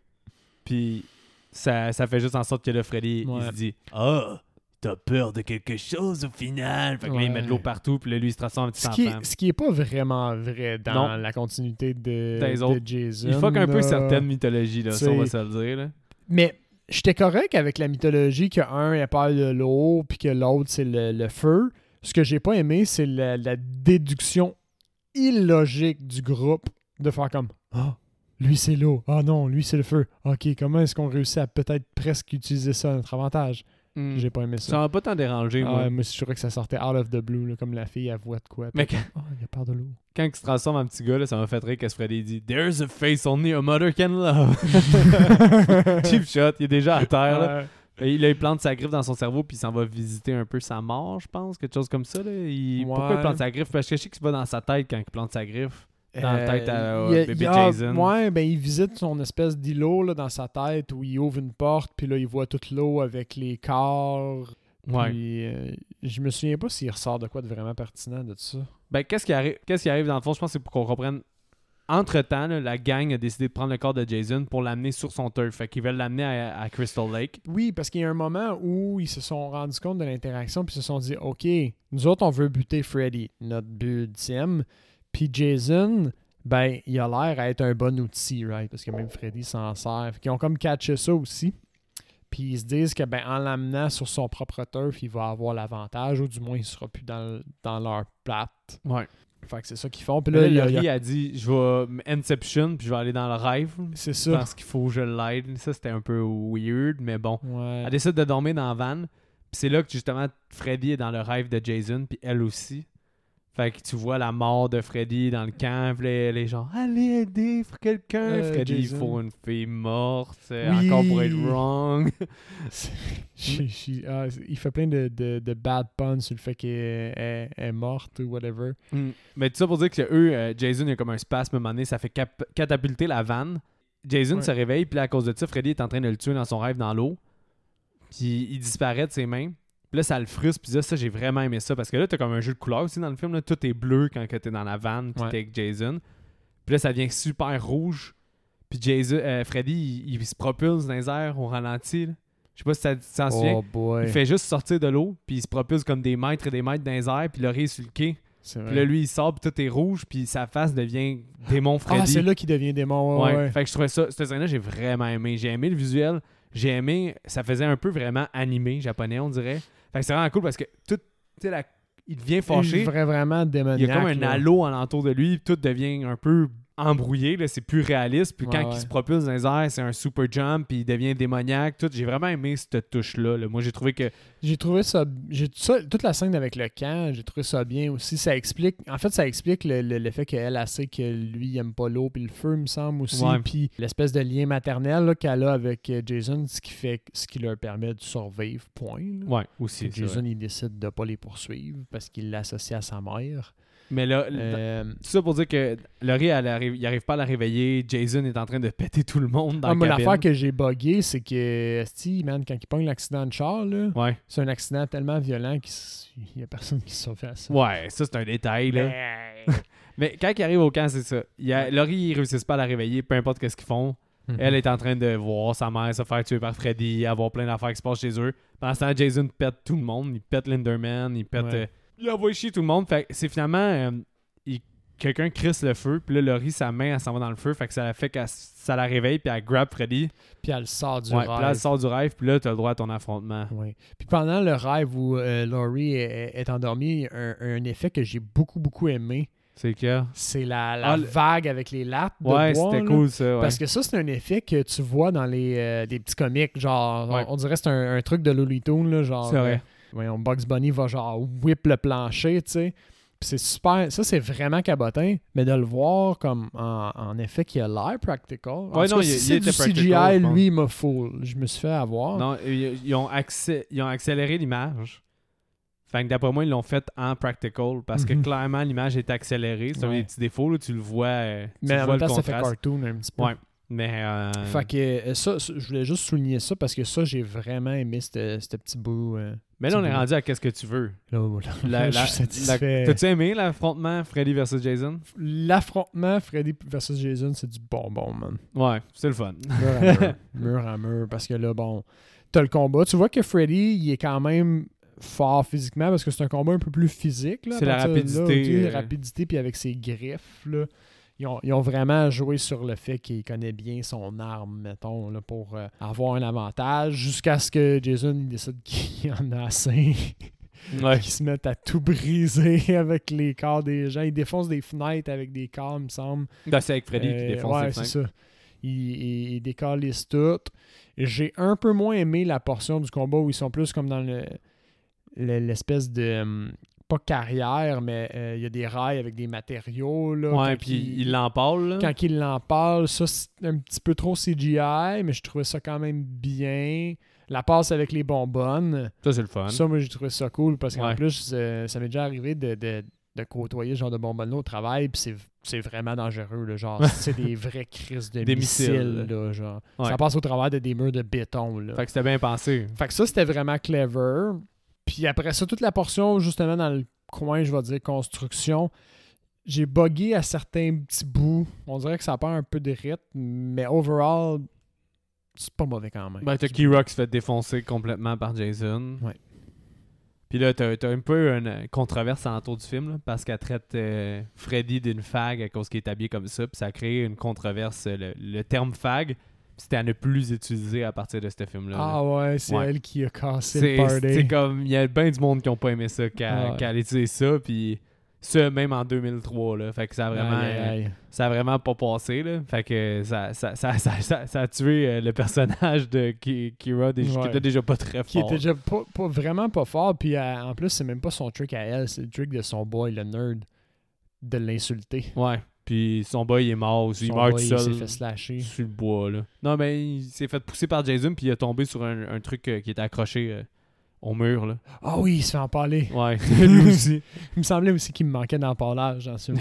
Speaker 1: Puis ça, ça fait juste en sorte que le Freddy il
Speaker 2: Ouais.
Speaker 1: se dit Oh, t'as peur de quelque chose au final. Fait que là, il
Speaker 2: Ouais.
Speaker 1: met de l'eau partout, puis là, lui, il se transforme en petit
Speaker 2: Ce qui,
Speaker 1: enfant.
Speaker 2: est, ce qui est pas vraiment vrai dans
Speaker 1: Non.
Speaker 2: la continuité de,
Speaker 1: Des
Speaker 2: de
Speaker 1: autres.
Speaker 2: Jason.
Speaker 1: Il fuck un peu
Speaker 2: là.
Speaker 1: certaines mythologies, là, ça, on va
Speaker 2: c'est-
Speaker 1: se le dire. Là.
Speaker 2: Mais j'étais correct avec la mythologie que un a peur de l'eau puis que l'autre c'est le, le feu. Ce que j'ai pas aimé, c'est la, la déduction illogique du groupe de faire comme Ah, lui c'est l'eau. Ah non, lui c'est le feu. Ok, comment est-ce qu'on réussit à peut-être presque utiliser ça à notre avantage J'ai pas aimé
Speaker 1: Hmm. Ça
Speaker 2: ça.
Speaker 1: m'a pas tant dérangé,
Speaker 2: Ah,
Speaker 1: moi.
Speaker 2: hmm. ouais, moi, je suis sûr que ça sortait out of the blue, là, comme la fille, elle voit de quoi.
Speaker 1: Mais
Speaker 2: puis- Ah, il a peur de l'eau.
Speaker 1: quand il se transforme en petit gars, là, ça m'a fait rire que ce Freddy dit There's a face only a mother can love. Cheap shot, il est déjà à terre. Ah, Là.
Speaker 2: Ouais.
Speaker 1: Et là, il plante sa griffe dans son cerveau, puis il s'en va visiter un peu sa mort, je pense, quelque chose comme ça. Là. Il-
Speaker 2: Ouais.
Speaker 1: Pourquoi il plante sa griffe Parce que je sais que c'est pas dans sa tête quand il plante sa griffe. Dans la tête à- au
Speaker 2: il y a-
Speaker 1: bébé
Speaker 2: il y a-
Speaker 1: Jason.
Speaker 2: Ouais, ben il visite son espèce d'îlot là, dans sa tête où il ouvre une porte, puis là il voit toute l'eau avec les corps.
Speaker 1: Ouais.
Speaker 2: Puis, euh, je me souviens pas s'il ressort de quoi de vraiment pertinent de ça.
Speaker 1: Ben, qu'est-ce qui, arrive qu'est-ce qui arrive dans le fond Je pense que c'est pour qu'on comprenne. Entre-temps, là, la gang a décidé de prendre le corps de Jason pour l'amener sur son turf. Fait qu'ils veulent l'amener à, à Crystal Lake.
Speaker 2: Oui, parce qu'il y a un moment où ils se sont rendus compte de l'interaction, puis ils se sont dit Ok, nous autres on veut buter Freddy, notre but ultime. Puis Jason, ben il a l'air à être un bon outil, right Parce que même Freddy s'en sert. Ils ont comme catché ça aussi. Puis ils se disent que ben en l'amenant sur son propre turf, il va avoir l'avantage, ou du moins il sera plus dans, le- dans leur plate.
Speaker 1: Ouais.
Speaker 2: Fait que c'est ça qu'ils font. Puis
Speaker 1: Là,
Speaker 2: là, il y a- il y a-
Speaker 1: Laurie a dit Je vais Inception, puis je vais aller dans le rêve.
Speaker 2: c'est ça.
Speaker 1: Parce qu'il faut que je l'aide. Ça, c'était un peu weird, mais bon.
Speaker 2: Ouais.
Speaker 1: Elle décide de dormir dans la van. Puis c'est là que justement Freddy est dans le rêve de Jason, puis elle aussi. Fait que tu vois la mort de Freddy dans le camp, puis les, les gens allez aider f- quelqu'un.
Speaker 2: Euh,
Speaker 1: Freddy, il
Speaker 2: Jason.
Speaker 1: faut une fille morte, c'est
Speaker 2: Oui.
Speaker 1: encore pour être wrong.
Speaker 2: C'est- j'ai-
Speaker 1: Hmm?
Speaker 2: j'ai- ah, il fait plein de, de, de bad puns sur le fait qu'elle est, est morte ou whatever.
Speaker 1: Mm. Mais tout ça pour dire que eux, euh, Jason il a comme un spasme à un moment donné, ça fait cap- catapulter la vanne. Jason
Speaker 2: Ouais.
Speaker 1: se réveille, puis là, à cause de ça, Freddy est en train de le tuer dans son rêve dans l'eau. Puis il disparaît de ses mains. Puis là, ça le frustre. Puis là, ça, j'ai vraiment aimé ça. Parce que là, t'as comme un jeu de couleurs aussi dans le film. Là. Tout est bleu quand que t'es dans la vanne, puis
Speaker 2: Ouais.
Speaker 1: t'es avec Jason. Puis là, ça devient super rouge. Puis Jason, euh, Freddy, il, il se propulse dans les airs au ralenti. là. Je sais pas si ça- tu t'en souviens.
Speaker 2: Oh boy.
Speaker 1: Il fait juste sortir de l'eau, puis il se propulse comme des mètres et des mètres dans les airs, puis le est sur le quai.
Speaker 2: C'est
Speaker 1: Puis
Speaker 2: vrai.
Speaker 1: là, lui, il sort, puis tout est rouge, puis sa face devient démon Freddy.
Speaker 2: ah, c'est là qu'il devient démon. Ouais,
Speaker 1: ouais.
Speaker 2: ouais.
Speaker 1: Fait que je trouvais ça, cette scène-là, j'ai vraiment aimé. J'ai aimé le visuel, j'ai aimé, ça faisait un peu vraiment animé, japonais, on dirait. Fait que c'est vraiment cool parce que tout, tu sais, la- il devient
Speaker 2: Il
Speaker 1: fâché,
Speaker 2: devrait vraiment
Speaker 1: il
Speaker 2: démoniaque.
Speaker 1: y a comme un
Speaker 2: là.
Speaker 1: halo alentour de lui, puis tout devient un peu embrouillé, là, c'est plus réaliste. Puis quand
Speaker 2: Ouais,
Speaker 1: il se
Speaker 2: ouais.
Speaker 1: propulse dans les airs, c'est un super jump, puis il devient démoniaque, tout. J'ai vraiment aimé cette touche-là. là. Moi, j'ai trouvé que
Speaker 2: J'ai trouvé ça, j'ai ça- Toute la scène avec le camp, j'ai trouvé ça bien aussi. Ça explique. En fait, ça explique le, le- le fait qu'elle elle sait que lui, il aime pas l'eau puis le feu, me semble aussi.
Speaker 1: Ouais.
Speaker 2: Puis l'espèce de lien maternel là, qu'elle a avec euh, Jason, ce qui fait ce qui leur permet de survivre, point. là.
Speaker 1: Ouais, aussi.
Speaker 2: Puis
Speaker 1: c'est vrai.
Speaker 2: Jason, il décide de ne pas les poursuivre parce qu'il l'associe à sa mère.
Speaker 1: Mais là,
Speaker 2: Euh,
Speaker 1: Tout ça pour dire que Laurie, elle arrive, il arrive pas à la réveiller. Jason est en train de péter tout le monde dans
Speaker 2: ah,
Speaker 1: le
Speaker 2: moi,
Speaker 1: la
Speaker 2: l'affaire
Speaker 1: cabine.
Speaker 2: que j'ai buggé, c'est que, esti, man, quand il pogne l'accident de char, là,
Speaker 1: Ouais.
Speaker 2: c'est un accident tellement violent qu'il n'y a personne qui se sauve à ça.
Speaker 1: Ouais, ça c'est un détail. Là.
Speaker 2: Mais-
Speaker 1: Mais quand il arrive au camp, c'est ça. Il y a-
Speaker 2: Ouais. Mhm.
Speaker 1: Laurie, ils réussissent pas à la réveiller, peu importe qu'est-ce qu'ils font. Elle est en train de voir sa mère se faire tuer par Freddy, avoir plein d'affaires qui se passent chez eux. Pendant ce temps, Jason pète tout le monde. Il pète Linderman, il pète.
Speaker 2: Ouais.
Speaker 1: euh, il envoie chier tout le monde. Fait que c'est finalement. euh, il- Quelqu'un crisse le feu, puis là, Laurie, sa main, elle s'en va dans le feu. Fait que ça la fait qu'elle s- ça la réveille, puis elle grab Freddy.
Speaker 2: Puis elle sort du
Speaker 1: Ouais, puis là, elle
Speaker 2: rêve.
Speaker 1: sort du rêve, puis là, t'as le droit à ton affrontement.
Speaker 2: Ouais. Puis pendant le rêve où euh, Laurie est, est endormie, un, un effet que j'ai beaucoup, beaucoup aimé,
Speaker 1: C'est que.
Speaker 2: c'est la, la
Speaker 1: Ah, le-
Speaker 2: vague avec les lattes de
Speaker 1: Ouais,
Speaker 2: bois,
Speaker 1: c'était
Speaker 2: là.
Speaker 1: cool ça. ouais.
Speaker 2: Parce que ça, c'est un effet que tu vois dans les, euh, des petits comics. Genre, on-
Speaker 1: Ouais.
Speaker 2: on, dirait que c'est un, un truc de Looney Tunes. là, genre,
Speaker 1: C'est vrai.
Speaker 2: euh, voyons, Bugs Bunny va genre whip le plancher, tu sais. Puis c'est super. Ça, c'est vraiment cabotin. Mais de le voir comme en, en effet qui a l'air practical. En
Speaker 1: Ouais,
Speaker 2: tout
Speaker 1: non,
Speaker 2: cas,
Speaker 1: il-
Speaker 2: si
Speaker 1: il
Speaker 2: c'est
Speaker 1: était
Speaker 2: du
Speaker 1: practical,
Speaker 2: CGI,
Speaker 1: je pense.
Speaker 2: lui, il m'a fool. Je me suis fait avoir.
Speaker 1: Non, ils, ils ont accé- ils ont accéléré l'image. Fait que d'après moi, ils l'ont fait en practical parce que
Speaker 2: Mhm.
Speaker 1: clairement, l'image est accélérée. C'est un
Speaker 2: Ouais.
Speaker 1: des petits défauts, là, tu le vois. euh, tu
Speaker 2: mais en
Speaker 1: vois
Speaker 2: même
Speaker 1: le
Speaker 2: temps, ça fait
Speaker 1: contraste.
Speaker 2: cartoon un petit peu.
Speaker 1: Ouais. Mais. euh,
Speaker 2: Fait que euh, ça, ça, je voulais juste souligner ça parce que ça, j'ai vraiment aimé ce ce petit bout. euh,
Speaker 1: mais là, on
Speaker 2: tu
Speaker 1: est
Speaker 2: vois.
Speaker 1: rendu à qu'est-ce que tu veux.
Speaker 2: là, là,
Speaker 1: La-
Speaker 2: je
Speaker 1: la-
Speaker 2: suis satisfait.
Speaker 1: la- T'as-tu aimé l'affrontement Freddy versus Jason?
Speaker 2: L'affrontement Freddy versus Jason, c'est du bonbon, man.
Speaker 1: Ouais, c'est le fun.
Speaker 2: Mur à mur. mur à mur. Parce que là, bon, t'as le combat. Tu vois que Freddy, il est quand même fort physiquement parce que c'est un combat un peu plus physique. là, à
Speaker 1: C'est la
Speaker 2: partir de là,
Speaker 1: rapidité,
Speaker 2: au début, la
Speaker 1: euh.
Speaker 2: rapidité, puis avec ses griffes, là, ils, ont, ils ont vraiment joué sur le fait qu'il connaît bien son arme, mettons, là, pour euh, avoir un avantage jusqu'à ce que Jason il décide qu'il en a assez.
Speaker 1: Ouais.
Speaker 2: qui se mettent à tout briser avec les corps des gens. Ils défoncent des fenêtres avec des corps, il me semble.
Speaker 1: Ben, c'est avec Freddy qui
Speaker 2: Euh,
Speaker 1: défonce
Speaker 2: ouais,
Speaker 1: les flingues.
Speaker 2: c'est ça. Ils, ils, ils décalissent tout. J'ai un peu moins aimé la portion du combat où ils sont plus comme dans le le- l'espèce de hum, pas carrière mais euh, il y a des rails avec des matériaux là
Speaker 1: Ouais,
Speaker 2: quand
Speaker 1: puis
Speaker 2: ils-
Speaker 1: il l'empale. là.
Speaker 2: quand il en parle, ça c'est un petit peu trop CGI, mais je trouvais ça quand même bien. La passe avec les bonbonnes,
Speaker 1: Ça, c'est le fun.
Speaker 2: ça moi j'ai trouvé ça cool parce qu'en
Speaker 1: Ouais.
Speaker 2: plus euh, ça m'est déjà arrivé de, de- de côtoyer ce genre de bonbonnes au travail, puis c'est- c'est vraiment dangereux, là, genre c'est des vraies crises de
Speaker 1: Des
Speaker 2: missiles,
Speaker 1: missiles.
Speaker 2: là, genre.
Speaker 1: Ouais.
Speaker 2: Ça passe au travers de des murs de béton, là.
Speaker 1: Fait que c'était bien pensé.
Speaker 2: Fait que ça, c'était vraiment clever. Puis après ça, toute la portion, justement, dans le coin, je vais dire construction, j'ai buggé à certains petits bouts. On dirait que ça perd un peu de rythme, mais overall, c'est pas mauvais quand même.
Speaker 1: Ben, t'as Key Rock se fait défoncer complètement par Jason.
Speaker 2: Ouais.
Speaker 1: Puis là, t'as t'as un peu une euh, controverse autour du film, là, parce qu'elle traite euh, Freddy d'une fag à cause qu'il est habillé comme ça, puis ça a créé une controverse. euh, Le, le terme fag, c'était à ne plus utiliser à partir de ce film-là. là.
Speaker 2: ah ouais, c'est
Speaker 1: Ouais.
Speaker 2: elle qui a cassé
Speaker 1: C'est
Speaker 2: le party.
Speaker 1: c'est comme, il y a bien du monde qui ont pas aimé ça, qui a,
Speaker 2: Ouais.
Speaker 1: qui a utilisé ça, puis ça, même en 2003, là. Fait que
Speaker 2: Ah,
Speaker 1: ça a vraiment,
Speaker 2: Aïe, aïe, aïe.
Speaker 1: ça a vraiment pas passé, là. Fait que ça, ça, ça, ça, ça- ça a tué euh, le personnage de Ki- Kira, déjà-
Speaker 2: Ouais.
Speaker 1: qui était déjà pas très
Speaker 2: Qui
Speaker 1: fort.
Speaker 2: était déjà pas, pas- vraiment pas fort. Puis euh, en plus, c'est même pas son trick à elle, c'est le trick de son boy, le nerd, de l'insulter.
Speaker 1: Ouais. Puis son boy, il est mort aussi.
Speaker 2: Son
Speaker 1: il meurt
Speaker 2: boy,
Speaker 1: tout
Speaker 2: il s'est
Speaker 1: seul
Speaker 2: fait slasher.
Speaker 1: sur le bois, là. Non, mais il s'est fait pousser par Jason, puis il est tombé sur un, un truc euh, qui était accroché euh, au mur, là.
Speaker 2: Ah oui, il se fait en parler.
Speaker 1: Ouais, lui aussi.
Speaker 2: Il me semblait aussi qu'il me manquait dans le parlage dans ce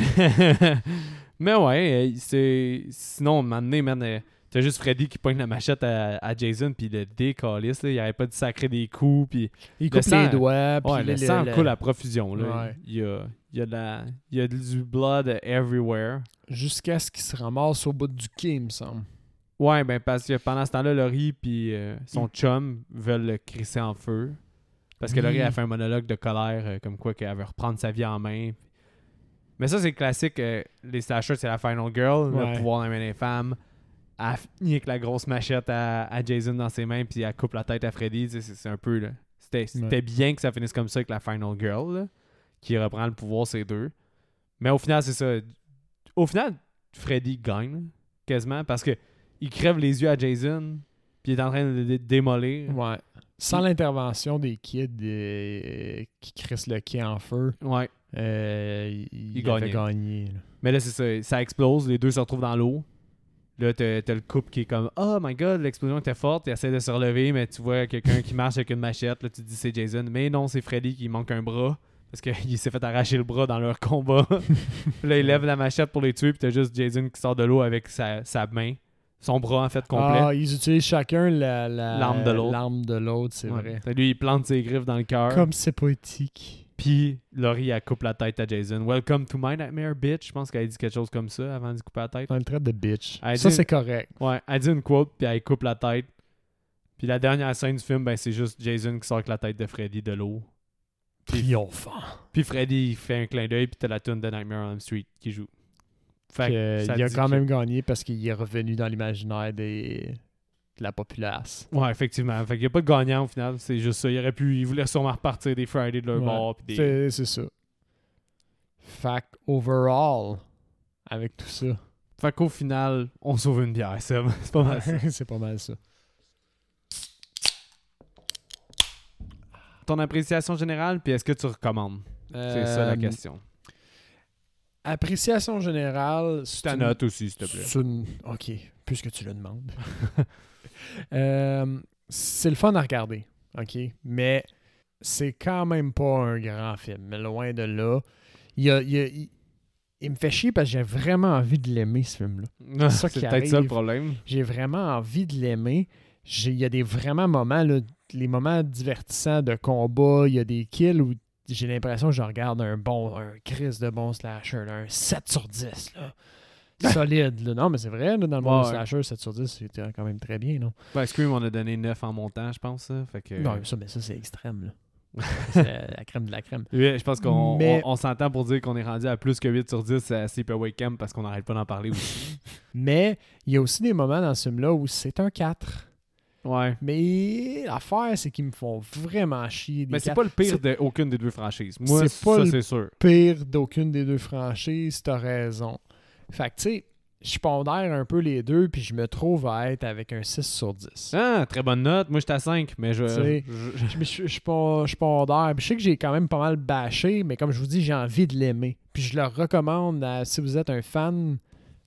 Speaker 1: Mais ouais, euh, c'est. Sinon, à un moment donné, man, euh, t'as juste Freddy qui pointe la machette à, à Jason, puis le décalisse, là, il avait pas dû sacrer des coups, puis.
Speaker 2: Il
Speaker 1: Le
Speaker 2: coupe
Speaker 1: sang-
Speaker 2: les doigts. puis
Speaker 1: Ouais, le sang coule à profusion, là.
Speaker 2: Ouais.
Speaker 1: Il, y a, il y a de la, il y a du blood everywhere.
Speaker 2: Jusqu'à ce qu'il se ramasse au bout du quai, il me semble.
Speaker 1: Ouais, ben parce que pendant ce temps-là, Laurie puis euh, son
Speaker 2: Mm.
Speaker 1: chum veulent le crisser en feu. Parce que
Speaker 2: Oui.
Speaker 1: Laurie a fait un monologue de colère, euh, comme quoi qu'elle veut reprendre sa vie en main. Mais ça, c'est classique. euh, les slashers, c'est la Final Girl,
Speaker 2: Ouais.
Speaker 1: le pouvoir d'amener les femmes. Elle finit avec la grosse machette à, à Jason dans ses mains, puis elle coupe la tête à Freddy. Tu sais, C'est c'est un peu. là, C'était c'était
Speaker 2: Ouais.
Speaker 1: bien que ça finisse comme ça avec la Final Girl, là, qui reprend le pouvoir, ces deux. Mais au final, c'est ça. Au final, Freddy gagne, là, quasiment, parce que il crève les yeux à Jason, puis il est en train de le dé- démolir.
Speaker 2: Ouais. Sans l'intervention des kids euh, qui crissent le quai en feu,
Speaker 1: Ouais.
Speaker 2: euh, il,
Speaker 1: Il
Speaker 2: avait
Speaker 1: gagnait.
Speaker 2: gagné. là.
Speaker 1: Mais là, c'est ça. Ça explose, les deux se retrouvent dans l'eau. Là, t'as t'as le couple qui est comme Oh my god, l'explosion était forte. Il essaie de se relever, mais tu vois quelqu'un qui marche avec une machette. Là, tu te dis c'est Jason. Mais non, c'est Freddy qui manque un bras. Parce qu'il s'est fait arracher le bras dans leur combat. Puis là, il lève la machette pour les tuer. Puis t'as juste Jason qui sort de l'eau avec sa, sa main. Son bras, en fait, complet.
Speaker 2: Ah, ils utilisent chacun la- la-
Speaker 1: L'arme de l'autre.
Speaker 2: l'arme de l'autre, c'est
Speaker 1: Ouais.
Speaker 2: vrai.
Speaker 1: Fait que Lui, il plante ses griffes dans le cœur.
Speaker 2: Comme c'est poétique.
Speaker 1: Puis Laurie, elle coupe la tête à Jason. Welcome to my nightmare, bitch. Je pense qu'elle a dit quelque chose comme ça avant de couper la tête.
Speaker 2: On le traite de bitch.
Speaker 1: Ah,
Speaker 2: ça,
Speaker 1: dis-
Speaker 2: c'est correct.
Speaker 1: Ouais, elle dit une quote, puis elle coupe la tête. Puis la dernière scène du film, ben, c'est juste Jason qui sort avec la tête de Freddy de l'eau. Puis-
Speaker 2: Triomphant.
Speaker 1: Puis Freddy, il fait un clin d'œil, puis t'as la tune de Nightmare on Elm Street qui joue. Fait que
Speaker 2: Que
Speaker 1: ça
Speaker 2: il a
Speaker 1: dit
Speaker 2: quand
Speaker 1: que-
Speaker 2: même gagné parce qu'il est revenu dans l'imaginaire des... de la populace.
Speaker 1: Ouais, effectivement. Fait qu'il n'y a pas de gagnant au final, c'est juste ça. Il aurait pu, il voulait sûrement repartir des Friday de leur
Speaker 2: Ouais.
Speaker 1: bord. Puis des...
Speaker 2: C'est c'est ça. Fait que overall, avec tout ça,
Speaker 1: Fait qu'au final, on sauve une bière, ça. C'est pas mal ça.
Speaker 2: c'est pas mal ça.
Speaker 1: Ton appréciation générale, puis est-ce que tu recommandes C'est ça la
Speaker 2: Euh,
Speaker 1: question.
Speaker 2: Appréciation générale, c'est
Speaker 1: Ta
Speaker 2: une-
Speaker 1: note aussi, s'il te plaît.
Speaker 2: c'est une- Ok, puisque tu le demandes. Euh, c'est le fun à regarder, ok, mais c'est quand même pas un grand film, mais loin de là. Il y a- il y a- il- il me fait chier parce que j'ai vraiment envie de l'aimer, ce film-là.
Speaker 1: C'est
Speaker 2: ça qui
Speaker 1: peut-être ça le
Speaker 2: arrive.
Speaker 1: problème.
Speaker 2: J'ai vraiment envie de l'aimer. J'ai- Il y a des vraiment moments, là, les moments divertissants de combat, il y a des kills où j'ai l'impression que je regarde un bon, un Chris de bon slasher, là, un 7 sur 10. Là. Solide. là. Non, mais c'est vrai, là, dans le monde
Speaker 1: Ben. Ouais.
Speaker 2: du slasher, 7 sur 10, c'était quand même très bien. Non,
Speaker 1: Ben, Scream, on a donné 9 en montant, je pense. hein. Fait que...
Speaker 2: non mais ça, mais ça c'est extrême. là. c'est la crème de la crème.
Speaker 1: Oui, je pense qu'on
Speaker 2: Mais-
Speaker 1: on, on s'entend pour dire qu'on est rendu à plus que 8 sur 10 à Sleepaway Camp parce qu'on n'arrête pas d'en parler aussi.
Speaker 2: Mais il y a aussi des moments dans ce film-là où c'est un 4.
Speaker 1: ouais.
Speaker 2: Mais l'affaire, c'est qu'ils me font vraiment chier. Des
Speaker 1: Mais c'est
Speaker 2: quatre.
Speaker 1: pas le pire
Speaker 2: C'est-
Speaker 1: d'aucune des deux franchises. Moi,
Speaker 2: C'est pas
Speaker 1: ça,
Speaker 2: le-
Speaker 1: c'est sûr.
Speaker 2: pire d'aucune des deux franchises, t'as raison. Fait que, tu sais, je pondère un peu les deux, puis je me trouve à être avec un 6 sur 10.
Speaker 1: Ah, très bonne note. Moi, j'étais à 5, mais je.
Speaker 2: Tu sais,
Speaker 1: je-
Speaker 2: Je, je- je pon- je pondère, puis je sais que j'ai quand même pas mal bâché, mais comme je vous dis, j'ai envie de l'aimer. Puis je le recommande, à- si vous êtes un fan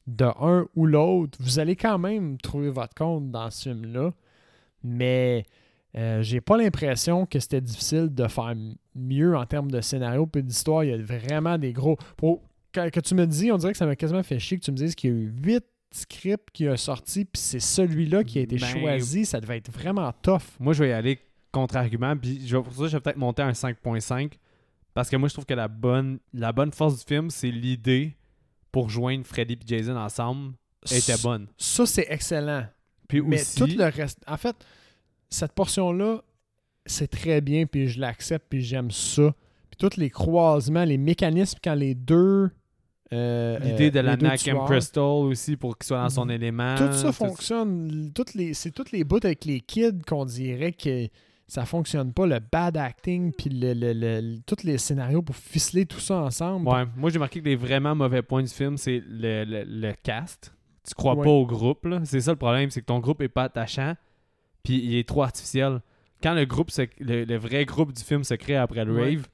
Speaker 2: de un ou l'autre, vous allez quand même trouver votre compte dans ce film-là, mais... euh, j'ai pas l'impression que c'était difficile de faire m- mieux en termes de scénario puis d'histoire. Il y a vraiment des gros. Pour, quand, que tu me dis, on dirait que ça m'a quasiment fait chier que tu me dises qu'il y a eu huit scripts qui ont sorti, puis c'est celui-là qui a été
Speaker 1: Ben-
Speaker 2: choisi. Ça devait être vraiment tough.
Speaker 1: Moi, je vais y aller contre-argument. Puis je vais- pour ça, je vais peut-être monter à un 5.5. Parce que moi, je trouve que la bonne, la bonne force du film, c'est l'idée pour joindre Freddy et Jason ensemble était
Speaker 2: S-
Speaker 1: bonne.
Speaker 2: Ça, c'est excellent.
Speaker 1: Puis
Speaker 2: Mais
Speaker 1: aussi,
Speaker 2: tout le reste. En fait, cette portion-là, c'est très bien, puis je l'accepte, puis j'aime ça. Puis tous les croisements, les mécanismes, quand les deux. euh,
Speaker 1: l'idée de
Speaker 2: euh,
Speaker 1: la Ah,
Speaker 2: les deux
Speaker 1: Nack and
Speaker 2: tueurs-
Speaker 1: Crystal aussi pour qu'il soit dans son
Speaker 2: Mm.
Speaker 1: élément.
Speaker 2: Tout ça fonctionne. Toutes les, c'est toutes les bouts avec les kids qu'on dirait que ça fonctionne pas. Le bad acting, puis le, le- le- le- tous les scénarios pour ficeler tout ça ensemble.
Speaker 1: Ouais, moi j'ai marqué que les vraiment mauvais points du film, c'est le, le- le cast. Tu crois
Speaker 2: Ouais.
Speaker 1: pas au groupe, là. C'est ça le problème, c'est que ton groupe est pas attachant, puis il est trop artificiel. Quand le groupe, se- le, le vrai groupe du film se crée après le
Speaker 2: Ouais.
Speaker 1: rave,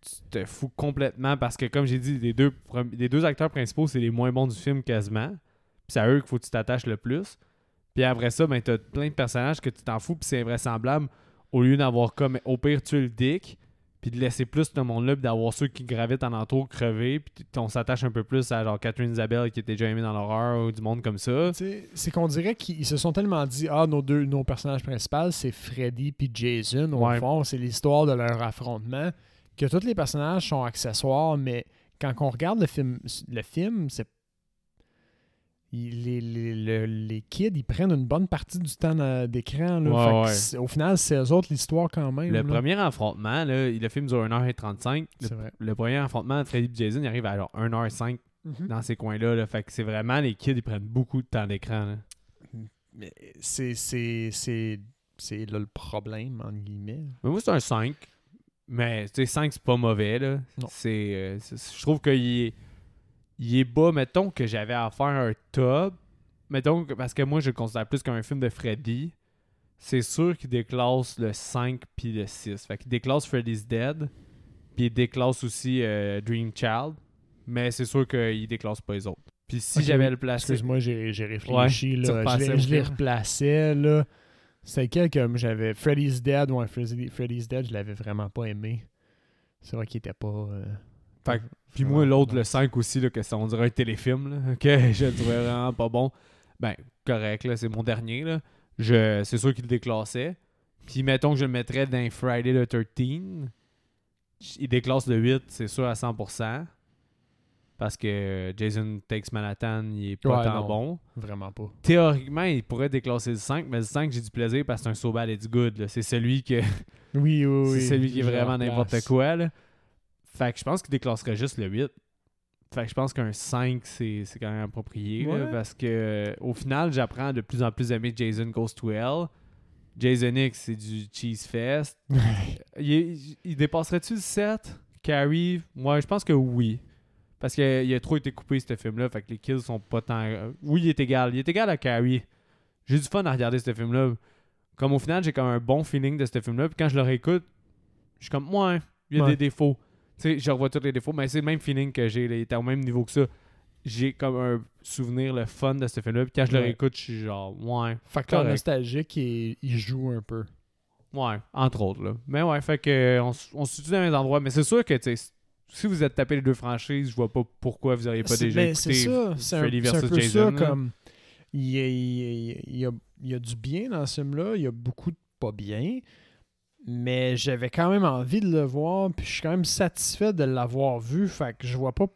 Speaker 1: tu te fous complètement parce que comme j'ai dit, les deux, premi- les deux acteurs principaux, c'est les moins bons du film quasiment. Puis c'est à eux qu'il faut que tu t'attaches le plus. Puis après ça, ben, t'as plein de personnages que tu t'en fous, puis c'est invraisemblable. Au lieu d'avoir comme au pire tu le dick, puis de laisser plus ce monde-là, puis d'avoir ceux qui gravitent en entour crever, puis t- on s'attache un peu plus à genre Catherine Isabelle qui était déjà aimée dans l'horreur ou du monde comme ça.
Speaker 2: Tu sais, C'est qu'on dirait qu'ils se sont tellement dit Ah, nos deux nos personnages principaux, c'est Freddy puis Jason. Au
Speaker 1: Ouais.
Speaker 2: fond, c'est l'histoire de leur affrontement. Que tous les personnages sont accessoires, mais quand on regarde le film, le film c'est. il- Les, les, le- les kids, ils prennent une bonne partie du temps euh, d'écran. là.
Speaker 1: Ouais,
Speaker 2: Fait que
Speaker 1: ouais.
Speaker 2: c'est- Au final, c'est eux autres l'histoire quand même.
Speaker 1: Le
Speaker 2: là.
Speaker 1: premier affrontement, là, le film dure 1h35. Le,
Speaker 2: C'est vrai.
Speaker 1: le premier affrontement entre Freddy et Jason, il arrive à genre 1h05
Speaker 2: Mhm.
Speaker 1: dans ces coins-là. là. Fait que c'est vraiment, les kids, ils prennent beaucoup de temps d'écran. là.
Speaker 2: Mais c'est- C'est c'est- c'est là le problème, en guillemets.
Speaker 1: Mais moi, c'est un 5. Mais, tu sais, 5, c'est pas mauvais, là.
Speaker 2: Non.
Speaker 1: C'est, euh, c'est- je trouve qu'il est, il est bas. Mettons que j'avais à faire un top. Mettons que, parce que moi, je le considère plus comme un film de Freddy. C'est sûr qu'il déclasse le 5 puis le 6. Fait qu'il déclasse Freddy's Dead. Puis il déclasse aussi euh, Dream Child. Mais c'est sûr qu'il déclasse pas les autres. Puis si
Speaker 2: Ok,
Speaker 1: j'avais le placer.
Speaker 2: Excuse-moi, j'ai j'ai réfléchi.
Speaker 1: Ah, tu
Speaker 2: là.
Speaker 1: repassais
Speaker 2: Je,
Speaker 1: au
Speaker 2: les- je les
Speaker 1: film.
Speaker 2: replaçais. là. C'était quel comme j'avais Freddy's Dead ou un Freddy- Freddy's Dead, je l'avais vraiment pas aimé. C'est vrai qu'il était pas. euh,
Speaker 1: Fait que- Puis
Speaker 2: Ouais,
Speaker 1: moi, l'autre,
Speaker 2: ouais.
Speaker 1: le 5 aussi, là, que ça, on dirait un téléfilm, là, que je le trouvais vraiment pas bon. Ben, correct, là, c'est mon dernier. Là. Je, c'est sûr qu'il le déclassait. Puis mettons que je le mettrais dans Friday the 13. Il déclasse le 8, c'est sûr, à 100%. Parce que Jason Takes Manhattan, il est pas
Speaker 2: Ouais,
Speaker 1: tant
Speaker 2: non.
Speaker 1: bon.
Speaker 2: vraiment pas.
Speaker 1: Théoriquement, il pourrait déclasser le 5, mais le 5, j'ai du plaisir parce que c'est un so bad it's good. là. C'est celui que
Speaker 2: Oui, oui, oui.
Speaker 1: c'est celui qui est
Speaker 2: je
Speaker 1: vraiment
Speaker 2: replace.
Speaker 1: n'importe quoi. Là. Fait que je pense qu'il déclasserait juste le 8. Fait que je pense qu'un 5, c'est c'est quand même approprié. là,
Speaker 2: Ouais.
Speaker 1: parce que euh, au final, j'apprends de plus en plus à aimer Jason Goes to Hell. Jason X, c'est du Cheese Fest. Il, est- il dépasserait-tu le 7 Carrie Moi, je pense que oui. Parce qu'il a trop été coupé, ce film-là. Fait que les kills sont pas tant. euh, Oui, il est égal. Il est égal à Carrie. J'ai du fun à regarder ce film-là. Comme au final, j'ai comme un bon feeling de ce film-là. Puis quand je le réécoute, je suis comme, ouais, il y a
Speaker 2: Ouais.
Speaker 1: des défauts. Tu sais, je revois tous les défauts, mais c'est le même feeling que j'ai. là. Il était au même niveau que ça. J'ai comme un souvenir, le fun de ce film-là. Puis quand je le
Speaker 2: Ouais.
Speaker 1: réécoute, je suis genre, ouais.
Speaker 2: Facteur
Speaker 1: Correct.
Speaker 2: nostalgique, il, il joue un peu.
Speaker 1: Ouais, entre autres. Là. Mais ouais, fait que euh, on, s- on se situe dans les endroits. Mais c'est sûr que tu sais, si vous êtes tapé les deux franchises, je vois pas pourquoi vous n'auriez pas
Speaker 2: C'est-
Speaker 1: déjà
Speaker 2: ben, C'est
Speaker 1: écouté
Speaker 2: ça, c'est un,
Speaker 1: Freddy
Speaker 2: c'est un
Speaker 1: versus
Speaker 2: peu
Speaker 1: Jason,
Speaker 2: ça
Speaker 1: là.
Speaker 2: comme il y a, il y a- il y a- il y a du bien dans ce film-là, il y a beaucoup de pas bien, mais j'avais quand même envie de le voir, puis je suis quand même satisfait de l'avoir vu, fait que je vois pas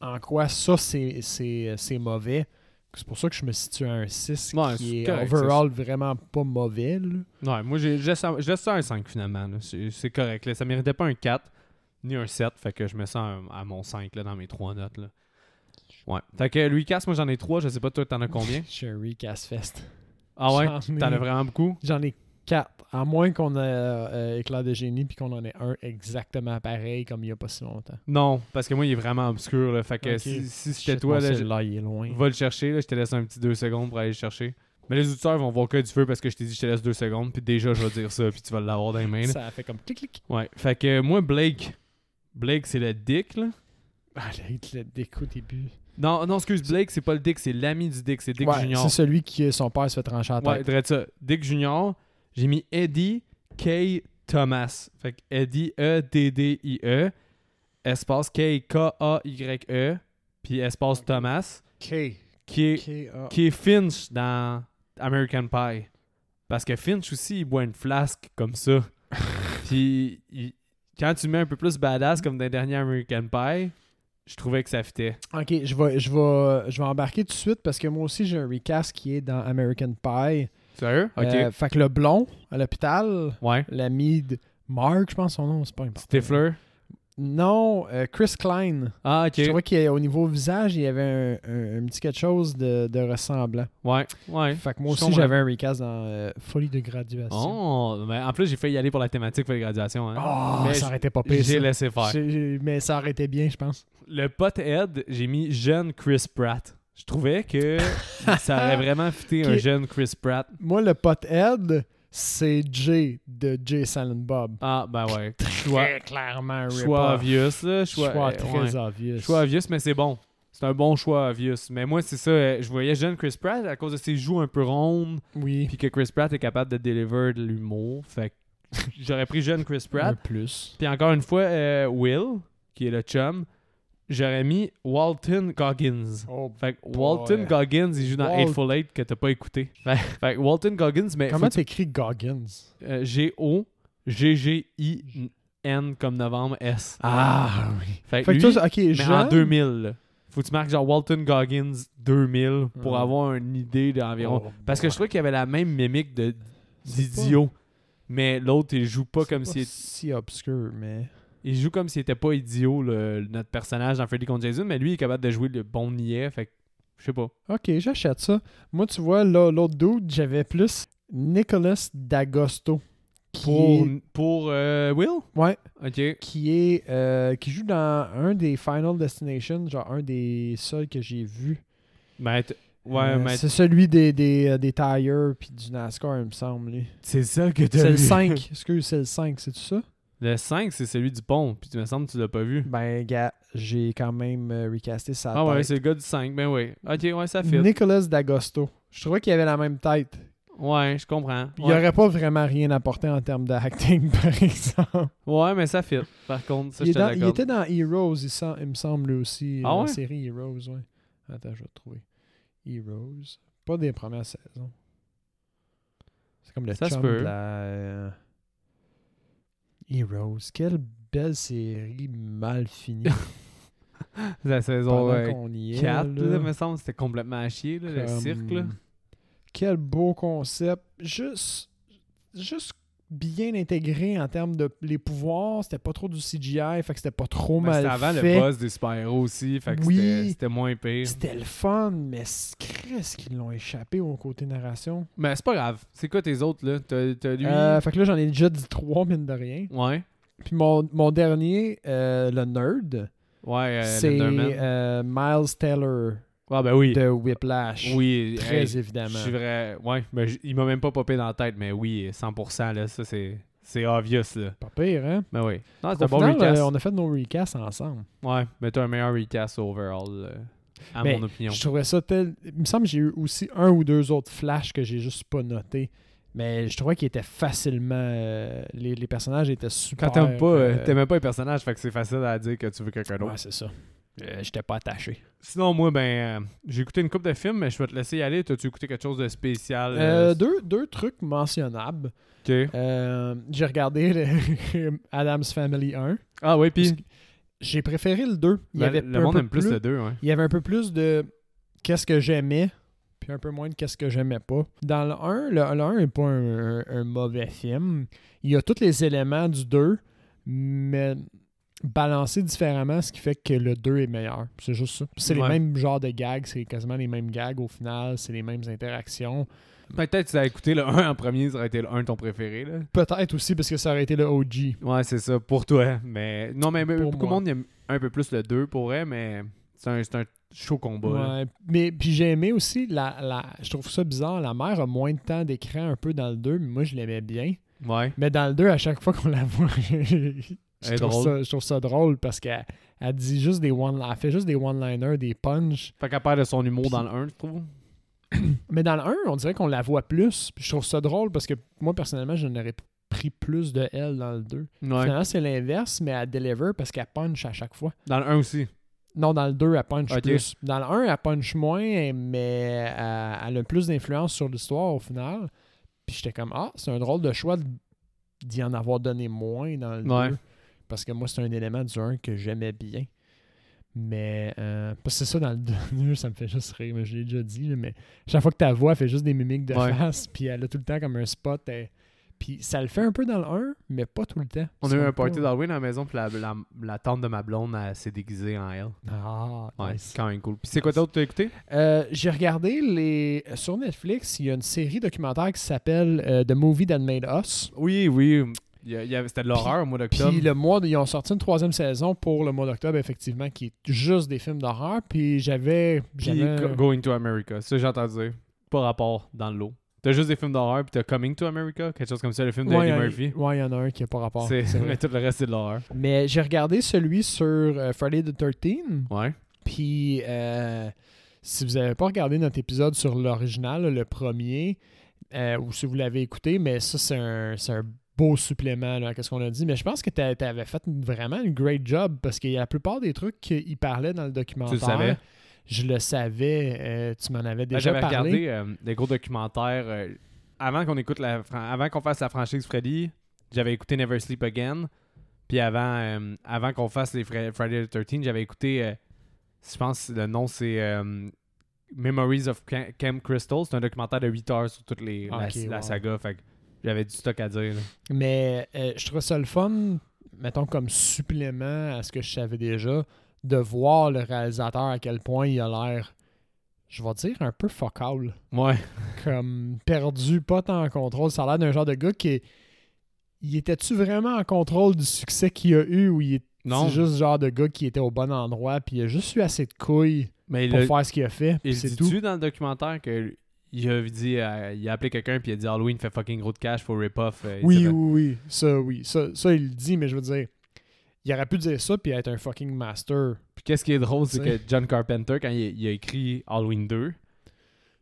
Speaker 2: en quoi ça c'est- c'est c'est mauvais. C'est pour ça que je me situe à un 6
Speaker 1: Ouais,
Speaker 2: qui est,
Speaker 1: c'est correct,
Speaker 2: overall vraiment pas mauvais. là.
Speaker 1: Ouais, moi, j'ai- je laisse, ça- je laisse ça un 5 finalement. là. C'est c'est correct. Là. Ça méritait pas un 4 ni un 7. Fait que je mets ça à- à mon 5 là, dans mes trois notes. Là. Ouais. Fait que lui, casse, moi j'en ai 3. Je sais pas, toi, t'en as combien
Speaker 2: J'ai un recast fest.
Speaker 1: Ah ouais
Speaker 2: J'en ai-
Speaker 1: T'en as vraiment beaucoup
Speaker 2: J'en ai quatre. À moins qu'on ait euh, éclair de génie puis qu'on en ait un exactement pareil comme il n'y a pas si longtemps.
Speaker 1: Non, parce que moi, il est vraiment obscur. Là. Fait que
Speaker 2: Ok.
Speaker 1: si, si c'était
Speaker 2: Shit,
Speaker 1: toi,
Speaker 2: mon
Speaker 1: là, je-
Speaker 2: cellulaire, il est loin.
Speaker 1: va le chercher. Là. Je te laisse un petit 2 secondes pour aller le chercher. Mais les auditeurs vont voir que du feu parce que je t'ai dit, je te laisse 2 secondes. Puis déjà, je vais dire ça. Puis tu vas l'avoir dans les mains. là.
Speaker 2: Ça fait comme clic clic.
Speaker 1: Ouais. Fait que moi, Blake. Blake, c'est le dick, là.
Speaker 2: Ah, le, le déco début.
Speaker 1: Non, non, excuse, Blake, c'est pas le Dick, c'est l'ami du Dick, c'est Dick
Speaker 2: Ouais,
Speaker 1: Junior.
Speaker 2: C'est celui qui euh, son père se fait trancher à la
Speaker 1: Ouais,
Speaker 2: tête.
Speaker 1: dirais ça. Dick Junior, j'ai mis Eddie K. Thomas. Fait que Eddie E E-D-D-I-E, E, espace K. K-A-Y-E, puis espace Thomas,
Speaker 2: K.
Speaker 1: qui est, qui est Finch dans American Pie. Parce que Finch aussi, il boit une flasque comme ça. puis il- quand tu le mets un peu plus badass comme dans le dernier American Pie, je trouvais que ça fitait.
Speaker 2: Ok, je vais, je, vais, je vais embarquer tout de suite parce que moi aussi j'ai un recast qui est dans American Pie.
Speaker 1: Sérieux? Ok.
Speaker 2: Euh, fait que le blond à l'hôpital,
Speaker 1: ouais.
Speaker 2: l'ami de Mark, je pense son nom, c'est pas important.
Speaker 1: Stifler?
Speaker 2: Non, euh, Chris Klein.
Speaker 1: Ah, ok.
Speaker 2: Je trouvais qu'au niveau visage, il y avait un, un- un petit quelque chose de, de ressemblant.
Speaker 1: Ouais, ouais.
Speaker 2: Fait que moi
Speaker 1: Je
Speaker 2: aussi,
Speaker 1: comprends.
Speaker 2: j'avais un recast dans euh, Folie de graduation.
Speaker 1: Oh, mais en plus, j'ai failli y aller pour la thématique pour les graduations. Hein.
Speaker 2: Ah,
Speaker 1: Mais
Speaker 2: ça arrêtait pas pire.
Speaker 1: j'ai
Speaker 2: ça.
Speaker 1: laissé faire.
Speaker 2: J'ai- j'ai- Mais ça arrêtait bien, je pense.
Speaker 1: Le pothead, j'ai mis jeune Chris Pratt. Je trouvais que ça aurait vraiment fité un
Speaker 2: Ok.
Speaker 1: jeune Chris Pratt.
Speaker 2: Moi, le pothead, c'est Jay de Jay Silent Bob.
Speaker 1: Ah, ben ouais.
Speaker 2: Très
Speaker 1: Choix,
Speaker 2: clairement un
Speaker 1: choix
Speaker 2: rip-off.
Speaker 1: obvious, là. Choix,
Speaker 2: Choix,
Speaker 1: euh, ouais.
Speaker 2: très obvious.
Speaker 1: Choix obvious, mais c'est bon. C'est un bon choix obvious. Mais moi, c'est ça. euh, Je voyais jeune Chris Pratt à cause de ses joues un peu rondes.
Speaker 2: Oui.
Speaker 1: Puis que Chris Pratt est capable de deliver de l'humour. Fait que j'aurais pris jeune Chris Pratt.
Speaker 2: Un plus.
Speaker 1: Puis encore une fois, euh, Will, qui est le chum, j'aurais mis Walton Goggins. Fait que Walton
Speaker 2: Boy.
Speaker 1: Goggins, il joue dans
Speaker 2: Wal-
Speaker 1: Hateful Eight que t'as pas écouté. Fait, fait que Walton Goggins, mais
Speaker 2: Comment
Speaker 1: faut-
Speaker 2: t'écris Goggins?
Speaker 1: euh, G-O-G-G-I-N comme novembre S.
Speaker 2: Ah oui.
Speaker 1: Fait, que
Speaker 2: Fait que
Speaker 1: lui,
Speaker 2: toi, ok,
Speaker 1: mais
Speaker 2: jeune,
Speaker 1: en 2000. là. Faut que tu marques genre Walton Goggins 2000 pour
Speaker 2: Ah.
Speaker 1: avoir une idée d'environ.
Speaker 2: Oh,
Speaker 1: Parce que je
Speaker 2: boy.
Speaker 1: trouvais qu'il avait la même mimique de
Speaker 2: C'est pas-
Speaker 1: d'idiot. Mais l'autre, il joue pas
Speaker 2: c'est
Speaker 1: comme s'il était
Speaker 2: si obscur, mais.
Speaker 1: Il joue comme s'il était pas idiot, le, le- notre personnage dans Freddy contre Jason, mais lui, il est capable de jouer le bon niais, fait que je sais pas.
Speaker 2: Ok, j'achète ça. Moi, tu vois, là, l'autre dude, j'avais plus Nicolas D'Agosto. Qui
Speaker 1: Pour,
Speaker 2: est,
Speaker 1: pour euh, Will?
Speaker 2: ouais,
Speaker 1: Ok.
Speaker 2: qui est euh, qui joue dans un des Final Destination, genre un des seuls que j'ai vu.
Speaker 1: Mais t- ouais,
Speaker 2: Euh,
Speaker 1: mais
Speaker 2: C'est celui des, des, euh, des tires puis du NASCAR, il me semble. lui.
Speaker 1: c'est ça que t'as
Speaker 2: C'est le
Speaker 1: vu.
Speaker 2: 5. Excuse, c'est le 5, c'est tout ça?
Speaker 1: Le 5, c'est celui du pont, puis tu me semble que tu l'as pas vu.
Speaker 2: Ben, gars, j'ai quand même euh, recasté sa
Speaker 1: Ah ouais,
Speaker 2: tête.
Speaker 1: c'est le gars du 5, ben oui. Ok, ouais, ça fit.
Speaker 2: Nicolas D'Agosto. Je trouvais qu'il avait la même tête.
Speaker 1: Ouais, je comprends.
Speaker 2: Il
Speaker 1: Ouais.
Speaker 2: aurait pas vraiment rien apporté en termes de acting, par exemple.
Speaker 1: Ouais, mais ça fit, par contre, ça,
Speaker 2: il,
Speaker 1: je
Speaker 2: est
Speaker 1: te
Speaker 2: dans- il
Speaker 1: l'accorde.
Speaker 2: était dans Heroes, il, sem- il me semble, lui aussi.
Speaker 1: Ah
Speaker 2: euh,
Speaker 1: ouais?
Speaker 2: La série Heroes, ouais. Attends, je vais trouver. Heroes. Pas des premières saisons. C'est comme le
Speaker 1: Ça se
Speaker 2: chum
Speaker 1: peut.
Speaker 2: de la... euh, Heroes. Quelle belle série mal finie.
Speaker 1: La saison
Speaker 2: pendant
Speaker 1: euh,
Speaker 2: qu'on y est,
Speaker 1: 4,
Speaker 2: là.
Speaker 1: là, me semble, c'était complètement à chier, là, le
Speaker 2: Comme-
Speaker 1: cirque, là.
Speaker 2: Quel beau concept. Juste, juste bien intégré en termes de les pouvoirs. C'était pas trop du CGI, fait que c'était pas trop
Speaker 1: Ben,
Speaker 2: mal
Speaker 1: c'était avant
Speaker 2: fait.
Speaker 1: le boss des super-héros aussi, fait que
Speaker 2: Oui.
Speaker 1: c'était- c'était moins pire.
Speaker 2: C'était le fun, mais qu'est-ce qu'ils l'ont échappé au côté narration.
Speaker 1: Mais c'est pas grave. C'est quoi tes autres, là? T'as, t'as lui...
Speaker 2: Euh, fait que là, j'en ai déjà dit trois, mine de rien.
Speaker 1: Ouais.
Speaker 2: Puis mon, mon dernier, euh, le nerd,
Speaker 1: Ouais, euh,
Speaker 2: c'est
Speaker 1: Lenderman.
Speaker 2: euh, Miles Teller
Speaker 1: Ah, ben oui.
Speaker 2: de Whiplash.
Speaker 1: Oui.
Speaker 2: Très
Speaker 1: hey, je
Speaker 2: évidemment.
Speaker 1: suis vrai... Ouais, mais j- il m'a même pas popé dans la tête, mais oui, 100%, là, ça, c'est... C'est obvious, là.
Speaker 2: Pas pire, hein?
Speaker 1: Mais oui. Non, Ah, c'est
Speaker 2: Au
Speaker 1: un bon
Speaker 2: final,
Speaker 1: recast.
Speaker 2: euh, on a fait nos recasts ensemble.
Speaker 1: Ouais, mais t'as un meilleur recast overall, euh, à
Speaker 2: Mais
Speaker 1: mon opinion.
Speaker 2: Je trouvais ça tel. Il me semble que j'ai eu aussi un ou deux autres flashs que j'ai juste pas noté. Mais je trouvais qu'il était facilement. euh, les, les personnages étaient
Speaker 1: Quand
Speaker 2: super.
Speaker 1: t'aimes pas, euh,
Speaker 2: euh,
Speaker 1: t'aimais pas les personnages, fait que c'est facile à dire que tu veux quelqu'un d'autre.
Speaker 2: Ouais, c'est ça. Euh, J'étais pas attaché.
Speaker 1: Sinon, moi, ben, euh, j'ai écouté une coupe de films, mais je vais te laisser y aller. T'as-tu écouté quelque chose de spécial?
Speaker 2: Euh, deux, deux trucs mentionnables.
Speaker 1: ok.
Speaker 2: Euh, J'ai regardé le Adam's Family 1.
Speaker 1: Ah oui, puis
Speaker 2: J'ai préféré le 2. Il y
Speaker 1: ben,
Speaker 2: avait
Speaker 1: le
Speaker 2: un
Speaker 1: monde
Speaker 2: peu
Speaker 1: aime plus, le 2, ouais.
Speaker 2: Il y avait un peu plus de qu'est-ce que j'aimais, puis un peu moins de qu'est-ce que j'aimais pas. Dans le 1, le, 1 n'est pas un, un- un mauvais film. Il y a tous les éléments du 2, mais balancés différemment, ce qui fait que le 2 est meilleur. C'est juste ça. Puis C'est
Speaker 1: Ouais.
Speaker 2: les mêmes genres de gags, c'est quasiment les mêmes gags au final, c'est les mêmes interactions.
Speaker 1: Peut-être que tu as écouté le 1 en premier, ça aurait été le 1 ton préféré, là.
Speaker 2: Peut-être aussi parce que ça aurait été le OG.
Speaker 1: Ouais, c'est ça, pour toi. Mais non, mais mais
Speaker 2: Pour
Speaker 1: beaucoup de
Speaker 2: moi.
Speaker 1: monde aime un peu plus le 2 pour elle, mais c'est un, c'est un chaud combat. là.
Speaker 2: Ouais, mais puis j'ai aimé aussi la, la je trouve ça bizarre la mère a moins de temps d'écran un peu dans le 2 mais moi je l'aimais bien
Speaker 1: Ouais.
Speaker 2: Mais dans le 2, à chaque fois qu'on la voit, je,
Speaker 1: Elle est
Speaker 2: trouve
Speaker 1: drôle.
Speaker 2: Ça, je trouve ça drôle parce qu'elle elle dit juste des one elle fait juste des one-liners, des punch.
Speaker 1: Fait qu'à part de son humour dans le 1, je trouve.
Speaker 2: Mais dans le 1, on dirait qu'on la voit plus. Puis je trouve ça drôle parce que moi, personnellement, je n'aurais pris plus de elle dans le 2.
Speaker 1: Ouais.
Speaker 2: Finalement, c'est l'inverse, mais elle deliver parce qu'elle punch à chaque fois.
Speaker 1: Dans le 1 aussi.
Speaker 2: Non, dans le 2, elle punch
Speaker 1: Ok.
Speaker 2: plus. Dans le 1, elle punch moins, mais euh, elle a plus d'influence sur l'histoire au final. Puis j'étais comme, ah, c'est un drôle de choix d- d'y en avoir donné moins dans le
Speaker 1: Ouais.
Speaker 2: 2. Parce que moi, c'est un élément du 1 que j'aimais bien. Mais, euh, parce que c'est ça, dans le 2, ça me fait juste rire. mais Je l'ai déjà dit, là, mais chaque fois que ta voix elle fait juste des mimiques de
Speaker 1: Ouais.
Speaker 2: face, puis elle a tout le temps comme un spot. elle- Puis ça le fait un peu dans le 1, mais pas tout le temps.
Speaker 1: On a
Speaker 2: C'est
Speaker 1: eu un
Speaker 2: comme
Speaker 1: party
Speaker 2: pas-
Speaker 1: d'Halloween à la maison, puis la, la, la tante de ma blonde elle s'est déguisée en elle.
Speaker 2: Ah,
Speaker 1: Ouais,
Speaker 2: nice.
Speaker 1: c'est quand même cool. Puis c'est quoi d'autre que t'as écouté?
Speaker 2: Euh, j'ai regardé les sur Netflix, il y a une série documentaire qui s'appelle euh, The Movie That Made Us.
Speaker 1: Oui, oui. Il y a- il y avait- C'était de l'horreur au mois d'octobre.
Speaker 2: Puis le mois, de- ils ont sorti une troisième saison pour le mois d'octobre, effectivement, qui est juste des films d'horreur. Puis j'avais,
Speaker 1: Puis
Speaker 2: j'avais-
Speaker 1: Go- Going to America. Ça, j'ai entendu. Pas rapport dans le lot. T'as juste des films d'horreur, puis t'as Coming to America, quelque chose comme ça, le film de
Speaker 2: Ouais, il y
Speaker 1: Eddie
Speaker 2: en-
Speaker 1: Murphy.
Speaker 2: ouais, il y en a un qui n'a pas rapport.
Speaker 1: C'est-
Speaker 2: c'est vrai.
Speaker 1: mais tout le reste, c'est de l'horreur.
Speaker 2: Mais j'ai regardé celui sur euh, Friday the 13
Speaker 1: Ouais.
Speaker 2: Puis, euh, si vous n'avez pas regardé notre épisode sur l'original, là, le premier, euh, ou si vous l'avez écouté, mais ça, c'est un, c'est un beau supplément là, à ce qu'on a dit. Mais je pense que tu avais fait une- vraiment une great job parce que la plupart des trucs qu'il parlait dans le documentaire,
Speaker 1: savais?
Speaker 2: je le savais. euh, tu m'en avais
Speaker 1: Ben,
Speaker 2: déjà
Speaker 1: J'avais regardé
Speaker 2: parlé.
Speaker 1: euh, des gros documentaires euh, avant qu'on écoute la fran- avant qu'on fasse la franchise Freddy. J'avais écouté Never Sleep Again. Puis avant, euh, avant qu'on fasse les Fre- Friday the 13 j'avais écouté, euh, je pense que le nom c'est euh, Memories of Cam Camp Crystal. C'est un documentaire de 8 heures sur toute les, la-
Speaker 2: Ok,
Speaker 1: la,
Speaker 2: wow.
Speaker 1: saga. Fait que j'avais du stock à dire. là.
Speaker 2: Mais euh, je trouvais ça le fun, mettons comme supplément à ce que je savais déjà, de voir le réalisateur à quel point il a l'air, je vais dire, un peu focal.
Speaker 1: Ouais.
Speaker 2: Comme perdu, pas tant en contrôle. Ça a l'air d'un genre de gars qui est. Il était-tu vraiment en contrôle du succès qu'il a eu ou il est
Speaker 1: Non.
Speaker 2: juste le genre de gars qui était au bon endroit puis il a juste eu assez de couilles
Speaker 1: Mais
Speaker 2: pour
Speaker 1: le-
Speaker 2: faire ce qu'il a fait puis
Speaker 1: il
Speaker 2: c'est
Speaker 1: dit
Speaker 2: tout.
Speaker 1: tu dans le documentaire que il a dit euh, il a appelé quelqu'un puis il a dit Halloween fait fucking gros de cash faut rip off. euh,
Speaker 2: Oui, oui,
Speaker 1: etc.
Speaker 2: oui. Ça, oui. Ça, ça, il le dit, mais je veux dire, il aurait pu dire ça puis être un fucking master.
Speaker 1: Puis qu'est-ce qui est drôle, c'est
Speaker 2: T'sais.
Speaker 1: que John Carpenter, quand il, il a écrit Halloween 2,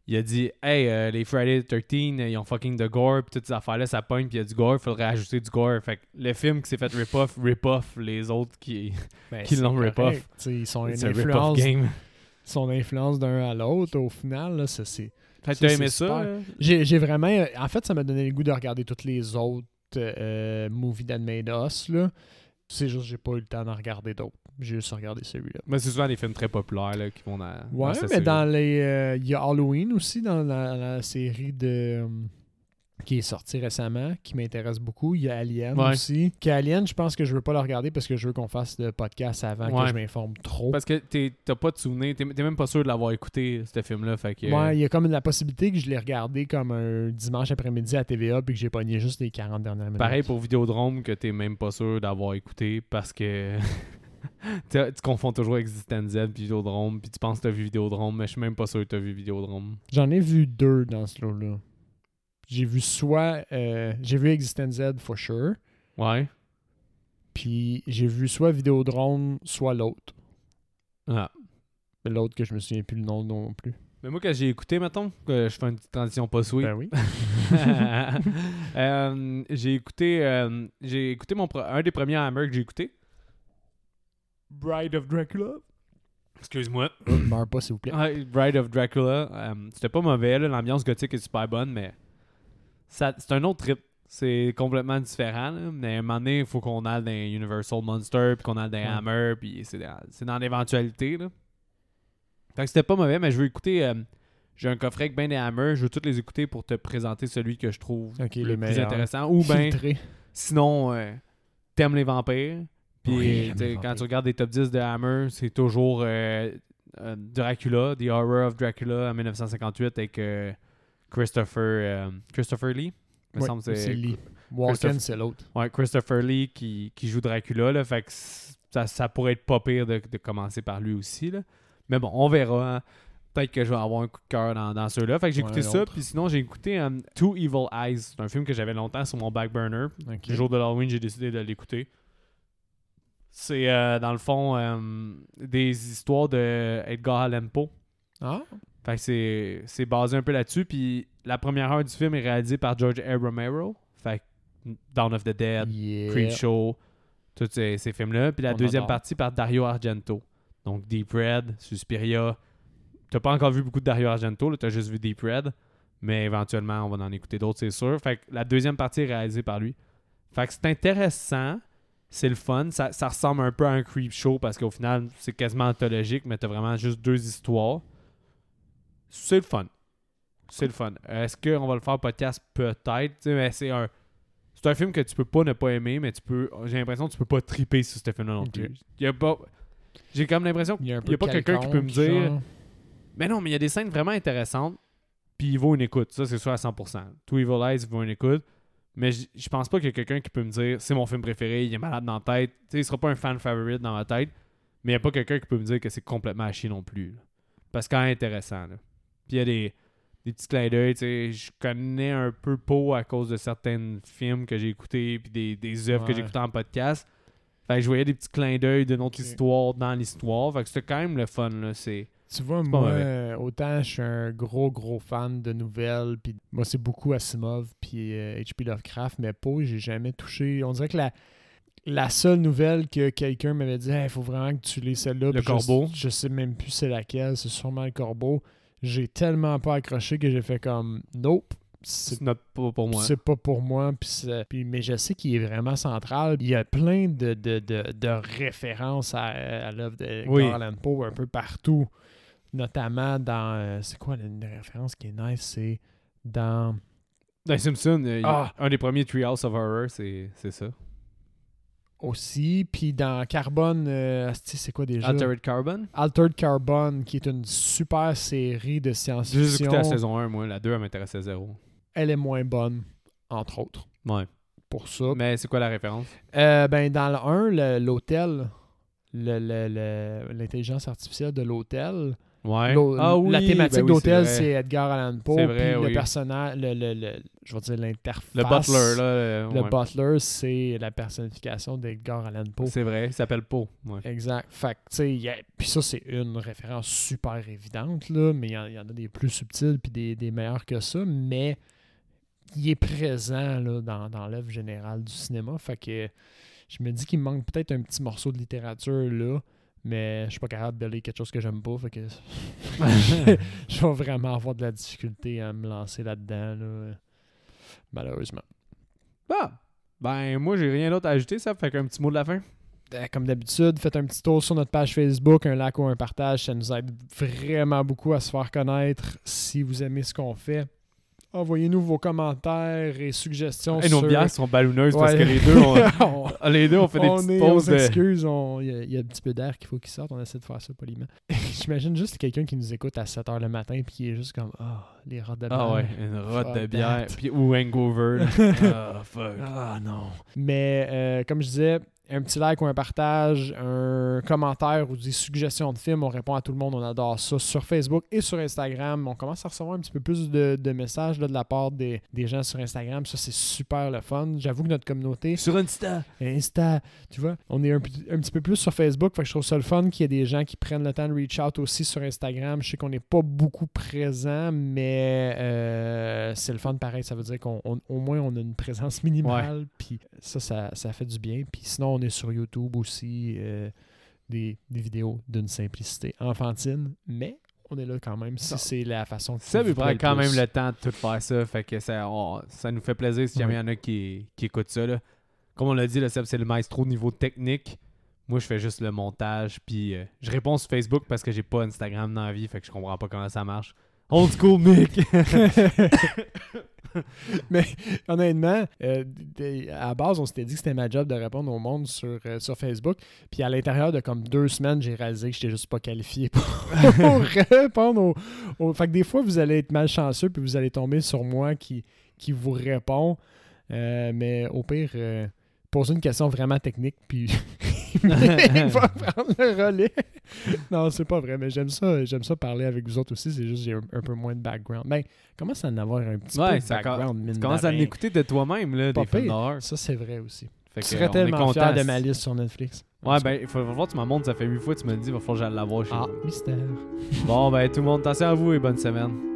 Speaker 1: il a dit Hey, euh, les Friday the 13, euh, ils ont fucking de gore, puis toutes ces affaires-là, ça pogne, puis il y a du gore, faudrait ajouter du gore. Fait que le film qui s'est fait rip-off, rip-off les autres qui. Qui
Speaker 2: Ben, c'est
Speaker 1: l'ont rip
Speaker 2: correct.
Speaker 1: off.
Speaker 2: Tu sais, Ils sont une
Speaker 1: C'est un rip-off
Speaker 2: influence,
Speaker 1: game.
Speaker 2: son influence d'un à l'autre, au final, là, ça, c'est.
Speaker 1: Fait que t'as
Speaker 2: Ça, c'est
Speaker 1: aimé ça euh?
Speaker 2: super.
Speaker 1: là?
Speaker 2: J'ai j'ai vraiment. En fait, ça m'a donné le goût de regarder toutes les autres euh, movies that made us, là. C'est juste que j'ai pas eu le temps d'en regarder d'autres. J'ai juste regardé celui-là.
Speaker 1: Mais c'est souvent des films très populaires là, qui vont dans. dans
Speaker 2: Ouais,
Speaker 1: cette
Speaker 2: mais
Speaker 1: série-là.
Speaker 2: dans les. euh, Il y a Halloween aussi dans la, la série de. euh, qui est sortie récemment, qui m'intéresse beaucoup. Il y a Alien
Speaker 1: Ouais.
Speaker 2: aussi. Qui Alien, je pense que je veux pas le regarder parce que je veux qu'on fasse le podcast avant
Speaker 1: Ouais.
Speaker 2: que je m'informe trop.
Speaker 1: Parce que t'es- t'as pas de souvenir, t'es t'es même pas sûr de l'avoir écouté, ce film-là. Fait que.
Speaker 2: Ouais, il y a comme la possibilité que je l'ai regardé comme un dimanche après-midi à TVA puis que j'ai pogné juste les 40 dernières minutes.
Speaker 1: Pareil pour Vidéodrome que t'es même pas sûr d'avoir écouté parce que tu tu confonds toujours Existence Z puis Vidéodrome puis tu penses que t'as vu Vidéodrome mais je suis même pas sûr que t'as vu Vidéodrome.
Speaker 2: J'en ai vu deux dans ce lot-là. J'ai vu soit. euh, j'ai vu Existence Z for sure,
Speaker 1: Ouais.
Speaker 2: puis j'ai vu soit Vidéodrome, soit l'autre.
Speaker 1: Ah.
Speaker 2: Mais L'autre que je me souviens plus le nom non plus.
Speaker 1: Mais moi, quand j'ai écouté, mettons, que je fais une petite transition pas sweet.
Speaker 2: Ben oui.
Speaker 1: Euh, j'ai écouté, euh, j'ai écouté mon pro- un des premiers Hammer que j'ai écouté.
Speaker 2: Bride of Dracula.
Speaker 1: Excuse-moi.
Speaker 2: Meurs Oh, pas, s'il vous plaît.
Speaker 1: Ouais, Bride Ah, of Dracula. euh, C'était pas mauvais, là, l'ambiance gothique est super bonne, mais ça- c'est un autre trip. C'est complètement différent. là, Mais à un moment donné, il faut qu'on aille dans les Universal Monster, puis qu'on aille dans les
Speaker 2: Ouais.
Speaker 1: Hammer, puis c'est dans, c'est dans l'éventualité. là. Fait que c'était pas mauvais, mais je veux écouter. euh, j'ai un coffret avec ben des Hammer, je veux tous les écouter pour te présenter celui que je trouve
Speaker 2: Ok,
Speaker 1: le
Speaker 2: le
Speaker 1: plus
Speaker 2: meilleur.
Speaker 1: intéressant. Ou ben,
Speaker 2: Filtré.
Speaker 1: Sinon, euh, t'aimes les vampires. Puis
Speaker 2: Oui, j'aime
Speaker 1: tu sais,
Speaker 2: les
Speaker 1: quand
Speaker 2: vampires.
Speaker 1: tu regardes les top 10 de Hammer, c'est toujours euh, euh, Dracula, The Horror of Dracula en 1958 avec euh, Christopher, euh, Christopher Lee. Il me
Speaker 2: Ouais,
Speaker 1: semble que
Speaker 2: c'est
Speaker 1: c'est
Speaker 2: Lee. Walken,
Speaker 1: Christophe-
Speaker 2: c'est l'autre.
Speaker 1: ouais, Christopher Lee qui, qui joue Dracula. Là, fait que c- ça, ça pourrait être pas pire de, de commencer par lui aussi. Là. Mais bon, on verra. hein. Peut-être que je vais avoir un coup de cœur dans, dans ceux-là. Fait que j'ai
Speaker 2: Ouais,
Speaker 1: écouté ça.
Speaker 2: l'autre.
Speaker 1: Puis sinon, j'ai écouté euh, Two Evil Eyes. C'est un film que j'avais longtemps sur mon back burner.
Speaker 2: Ok.
Speaker 1: Le jour de l'Halloween, j'ai décidé de l'écouter. C'est, euh, dans le fond, euh, des histoires de Edgar Allan Poe.
Speaker 2: Ah,
Speaker 1: Fait que c'est, c'est basé un peu là-dessus. Puis la première heure du film est réalisée par George A. Romero. Fait que Dawn of the Dead,
Speaker 2: yeah.
Speaker 1: Creepshow, tous ces, ces films-là. Puis la
Speaker 2: On
Speaker 1: deuxième
Speaker 2: adore.
Speaker 1: partie par Dario Argento. Donc Deep Red, Suspiria. T'as pas encore vu beaucoup de Dario Argento, là, t'as juste vu Deep Red. Mais éventuellement, on va en écouter d'autres, c'est sûr. Fait que la deuxième partie est réalisée par lui. Fait que c'est intéressant. C'est le fun. Ça, ça ressemble un peu à un creep show parce qu'au final, c'est quasiment anthologique, mais t'as vraiment juste deux histoires. C'est le fun. C'est le fun. Euh, Est-ce qu'on va le faire podcast? Peut-être. Tu sais, mais C'est un, c'est un film que tu peux pas ne pas aimer, mais tu peux. J'ai l'impression que tu peux pas triper sur ce film-là non
Speaker 2: Ok.
Speaker 1: plus. Y a pas. J'ai comme l'impression
Speaker 2: Il y a, un peu
Speaker 1: y a pas quelqu'un qui peut me
Speaker 2: quelconque,
Speaker 1: dire-
Speaker 2: genre.
Speaker 1: mais non, mais il y a des scènes vraiment intéressantes. Puis il vaut une écoute. Ça, c'est sûr à 100%. Two Evil Eyes vaut une écoute. Mais j- je pense pas qu'il y a quelqu'un qui peut me dire c'est mon film préféré, il est malade dans la tête. Tu sais, il sera pas un fan favorite dans ma tête. Mais il n'y a pas quelqu'un qui peut me dire que c'est complètement à chier non plus. là. Parce que c'est quand même intéressant. là. Puis il y a des, des petits clins d'œil. tu sais, Je connais un peu Poe à cause de certains films que j'ai écoutés. Puis des, des œuvres que
Speaker 2: Ouais.
Speaker 1: j'ai écoutées en podcast. Fait que je voyais des petits clins d'œil de notre
Speaker 2: Ok.
Speaker 1: histoire dans l'histoire. Fait que c'était quand même le fun. là. C'est.
Speaker 2: Tu vois,
Speaker 1: pas
Speaker 2: moi,
Speaker 1: mauvais.
Speaker 2: euh, autant je suis un gros, gros fan de nouvelles, puis moi, c'est beaucoup Asimov, puis euh, H.P. Lovecraft, mais Poe, j'ai jamais touché. On dirait que la, la seule nouvelle que quelqu'un m'avait dit, il faut vraiment que tu lis celle-là.
Speaker 1: Le
Speaker 2: Puis je-
Speaker 1: Corbeau.
Speaker 2: Je, sais même plus c'est laquelle, c'est sûrement le corbeau. J'ai tellement pas accroché que j'ai fait comme, nope, c'est
Speaker 1: C'est not- pas pour moi.
Speaker 2: c'est pas pour moi. Puis c'est- puis- mais je sais qu'il est vraiment central. Il y a plein de, de, de, de références à, à l'œuvre de Edgar
Speaker 1: Oui.
Speaker 2: Allan Poe un peu partout. Notamment dans. euh, c'est quoi une référence qui est nice? C'est dans.
Speaker 1: Dans les Simpsons, euh, il-
Speaker 2: Ah!
Speaker 1: un des premiers Treehouse of Horror, c'est c'est ça.
Speaker 2: Aussi. Puis dans Carbone. euh, asti, c'est quoi déjà?
Speaker 1: Altered Carbon.
Speaker 2: Altered Carbon, qui est une super série de
Speaker 1: J'ai juste écouté la
Speaker 2: science-fiction.
Speaker 1: saison 1, moi. La 2, elle m'intéressait zéro.
Speaker 2: Elle est moins bonne, entre autres,
Speaker 1: Ouais.
Speaker 2: pour ça.
Speaker 1: Oh. Mais c'est quoi la référence?
Speaker 2: Euh, ben, dans le 1, le- l'hôtel, le- le- le- l'intelligence artificielle de l'hôtel.
Speaker 1: Ouais.
Speaker 2: l'hô-
Speaker 1: Ah oui,
Speaker 2: la thématique
Speaker 1: ben oui, vrai.
Speaker 2: d'hôtel, c'est Edgar Allan Poe.
Speaker 1: C'est
Speaker 2: Puis
Speaker 1: vrai,
Speaker 2: le
Speaker 1: oui.
Speaker 2: personnage, le, le- le- je vais dire l'interface.
Speaker 1: Le Butler, là. euh,
Speaker 2: Le
Speaker 1: ouais.
Speaker 2: butler, c'est la personnification d'Edgar Allan Poe.
Speaker 1: C'est vrai, il s'appelle Poe. Ouais.
Speaker 2: Exact. Fait que, tu sais, il y a- puis ça, c'est une référence super évidente, là, mais il y, en- il y en a des plus subtiles puis des, des meilleurs que ça, mais il est présent là, dans, dans l'œuvre générale du cinéma. Fait que je me dis qu'il me manque peut-être un petit morceau de littérature là, mais je suis pas capable de lire quelque chose que j'aime pas. Fait que je vais vraiment avoir de la difficulté à me lancer là-dedans, là, malheureusement.
Speaker 1: Bon. Ben, moi, j'ai rien d'autre à ajouter, ça. Fait qu'un petit mot de la fin.
Speaker 2: Euh, comme d'habitude, faites un petit tour sur notre page Facebook, un like ou un partage. Ça nous aide vraiment beaucoup à se faire connaître. Si vous aimez ce qu'on fait, envoyez-nous vos commentaires et suggestions.
Speaker 1: Et nos
Speaker 2: sur-
Speaker 1: bières sont ballonneuses parce
Speaker 2: Ouais.
Speaker 1: que les deux, on, Ah,
Speaker 2: on,
Speaker 1: les deux, on fait des
Speaker 2: on
Speaker 1: petites
Speaker 2: est- on
Speaker 1: pauses. de-
Speaker 2: s'excuse, on- il y, a- il y a un petit peu d'air qu'il faut qu'il sorte. On essaie de faire ça poliment. J'imagine juste quelqu'un qui nous écoute à 7h le matin et qui est juste comme Ah, les rats de
Speaker 1: Ah
Speaker 2: bière.
Speaker 1: ouais, une rotte de
Speaker 2: Fuck
Speaker 1: bière.
Speaker 2: that.
Speaker 1: Puis, ou hangover. là. ah, fuck.
Speaker 2: Ah non. Mais euh, comme je disais, un petit like ou un partage, un commentaire ou des suggestions de films. On répond à tout le monde. On adore ça sur Facebook et sur Instagram. On commence à recevoir un petit peu plus de, de messages là, de la part des, des gens sur Instagram. Ça, c'est super le fun. J'avoue que notre communauté,
Speaker 1: Sur Insta.
Speaker 2: Insta, tu vois, on est un, p- un petit peu plus sur Facebook. Fait que je trouve ça le fun qu'il y ait des gens qui prennent le temps de reach out aussi sur Instagram. Je sais qu'on n'est pas beaucoup présent, mais euh, c'est le fun pareil. Ça veut dire qu'on on- au moins on a une présence minimale. Puis ça, ça, ça fait du bien. Puis sinon, on est sur YouTube aussi. euh, des, des vidéos d'une simplicité enfantine, mais on est là quand même si
Speaker 1: Non.
Speaker 2: c'est la façon que
Speaker 1: Ça
Speaker 2: vous
Speaker 1: vous prend
Speaker 2: voulez
Speaker 1: quand
Speaker 2: plus.
Speaker 1: même le temps de tout faire ça. Fait que ça, on- ça nous fait plaisir si jamais il y en a qui, qui écoutent ça. là. Comme on l'a dit, le Seb, c'est le maestro au niveau technique. Moi, je fais juste le montage. Puis euh, je réponds sur Facebook parce que j'ai pas Instagram dans la vie. Fait que je comprends pas comment ça marche. Old school, Mick!
Speaker 2: Mais honnêtement, euh, d- d- à la base, on s'était dit que c'était ma job de répondre au monde sur, euh, sur Facebook. Puis à l'intérieur de comme deux semaines, j'ai réalisé que j'étais juste pas qualifié pour répondre au, au- Fait que des fois, vous allez être malchanceux puis vous allez tomber sur moi qui, qui vous répond. Euh, mais au pire, euh, posez une question vraiment technique puis il va prendre le relais. non, c'est pas vrai, mais j'aime ça, j'aime ça parler avec vous autres aussi. C'est juste que j'ai un, un peu moins de background. Ben, commence à en avoir un petit
Speaker 1: Ouais,
Speaker 2: peu de
Speaker 1: ça
Speaker 2: background. mine
Speaker 1: tu
Speaker 2: de
Speaker 1: commences à
Speaker 2: rien.
Speaker 1: l'écouter de toi-même, là,
Speaker 2: Pas
Speaker 1: des films
Speaker 2: pire.
Speaker 1: d'horreur.
Speaker 2: Ça, c'est vrai aussi.
Speaker 1: Fait
Speaker 2: Je
Speaker 1: que,
Speaker 2: serais
Speaker 1: on est
Speaker 2: tellement
Speaker 1: content.
Speaker 2: fier de ma liste sur Netflix.
Speaker 1: Ouais, ben, il faut voir, tu m'en montres, ça fait 8 fois, tu me le dis, il va falloir que j'aille la voir chez
Speaker 2: Ah,
Speaker 1: vous.
Speaker 2: mystère.
Speaker 1: Bon, ben, tout le monde, attention à vous et bonne semaine.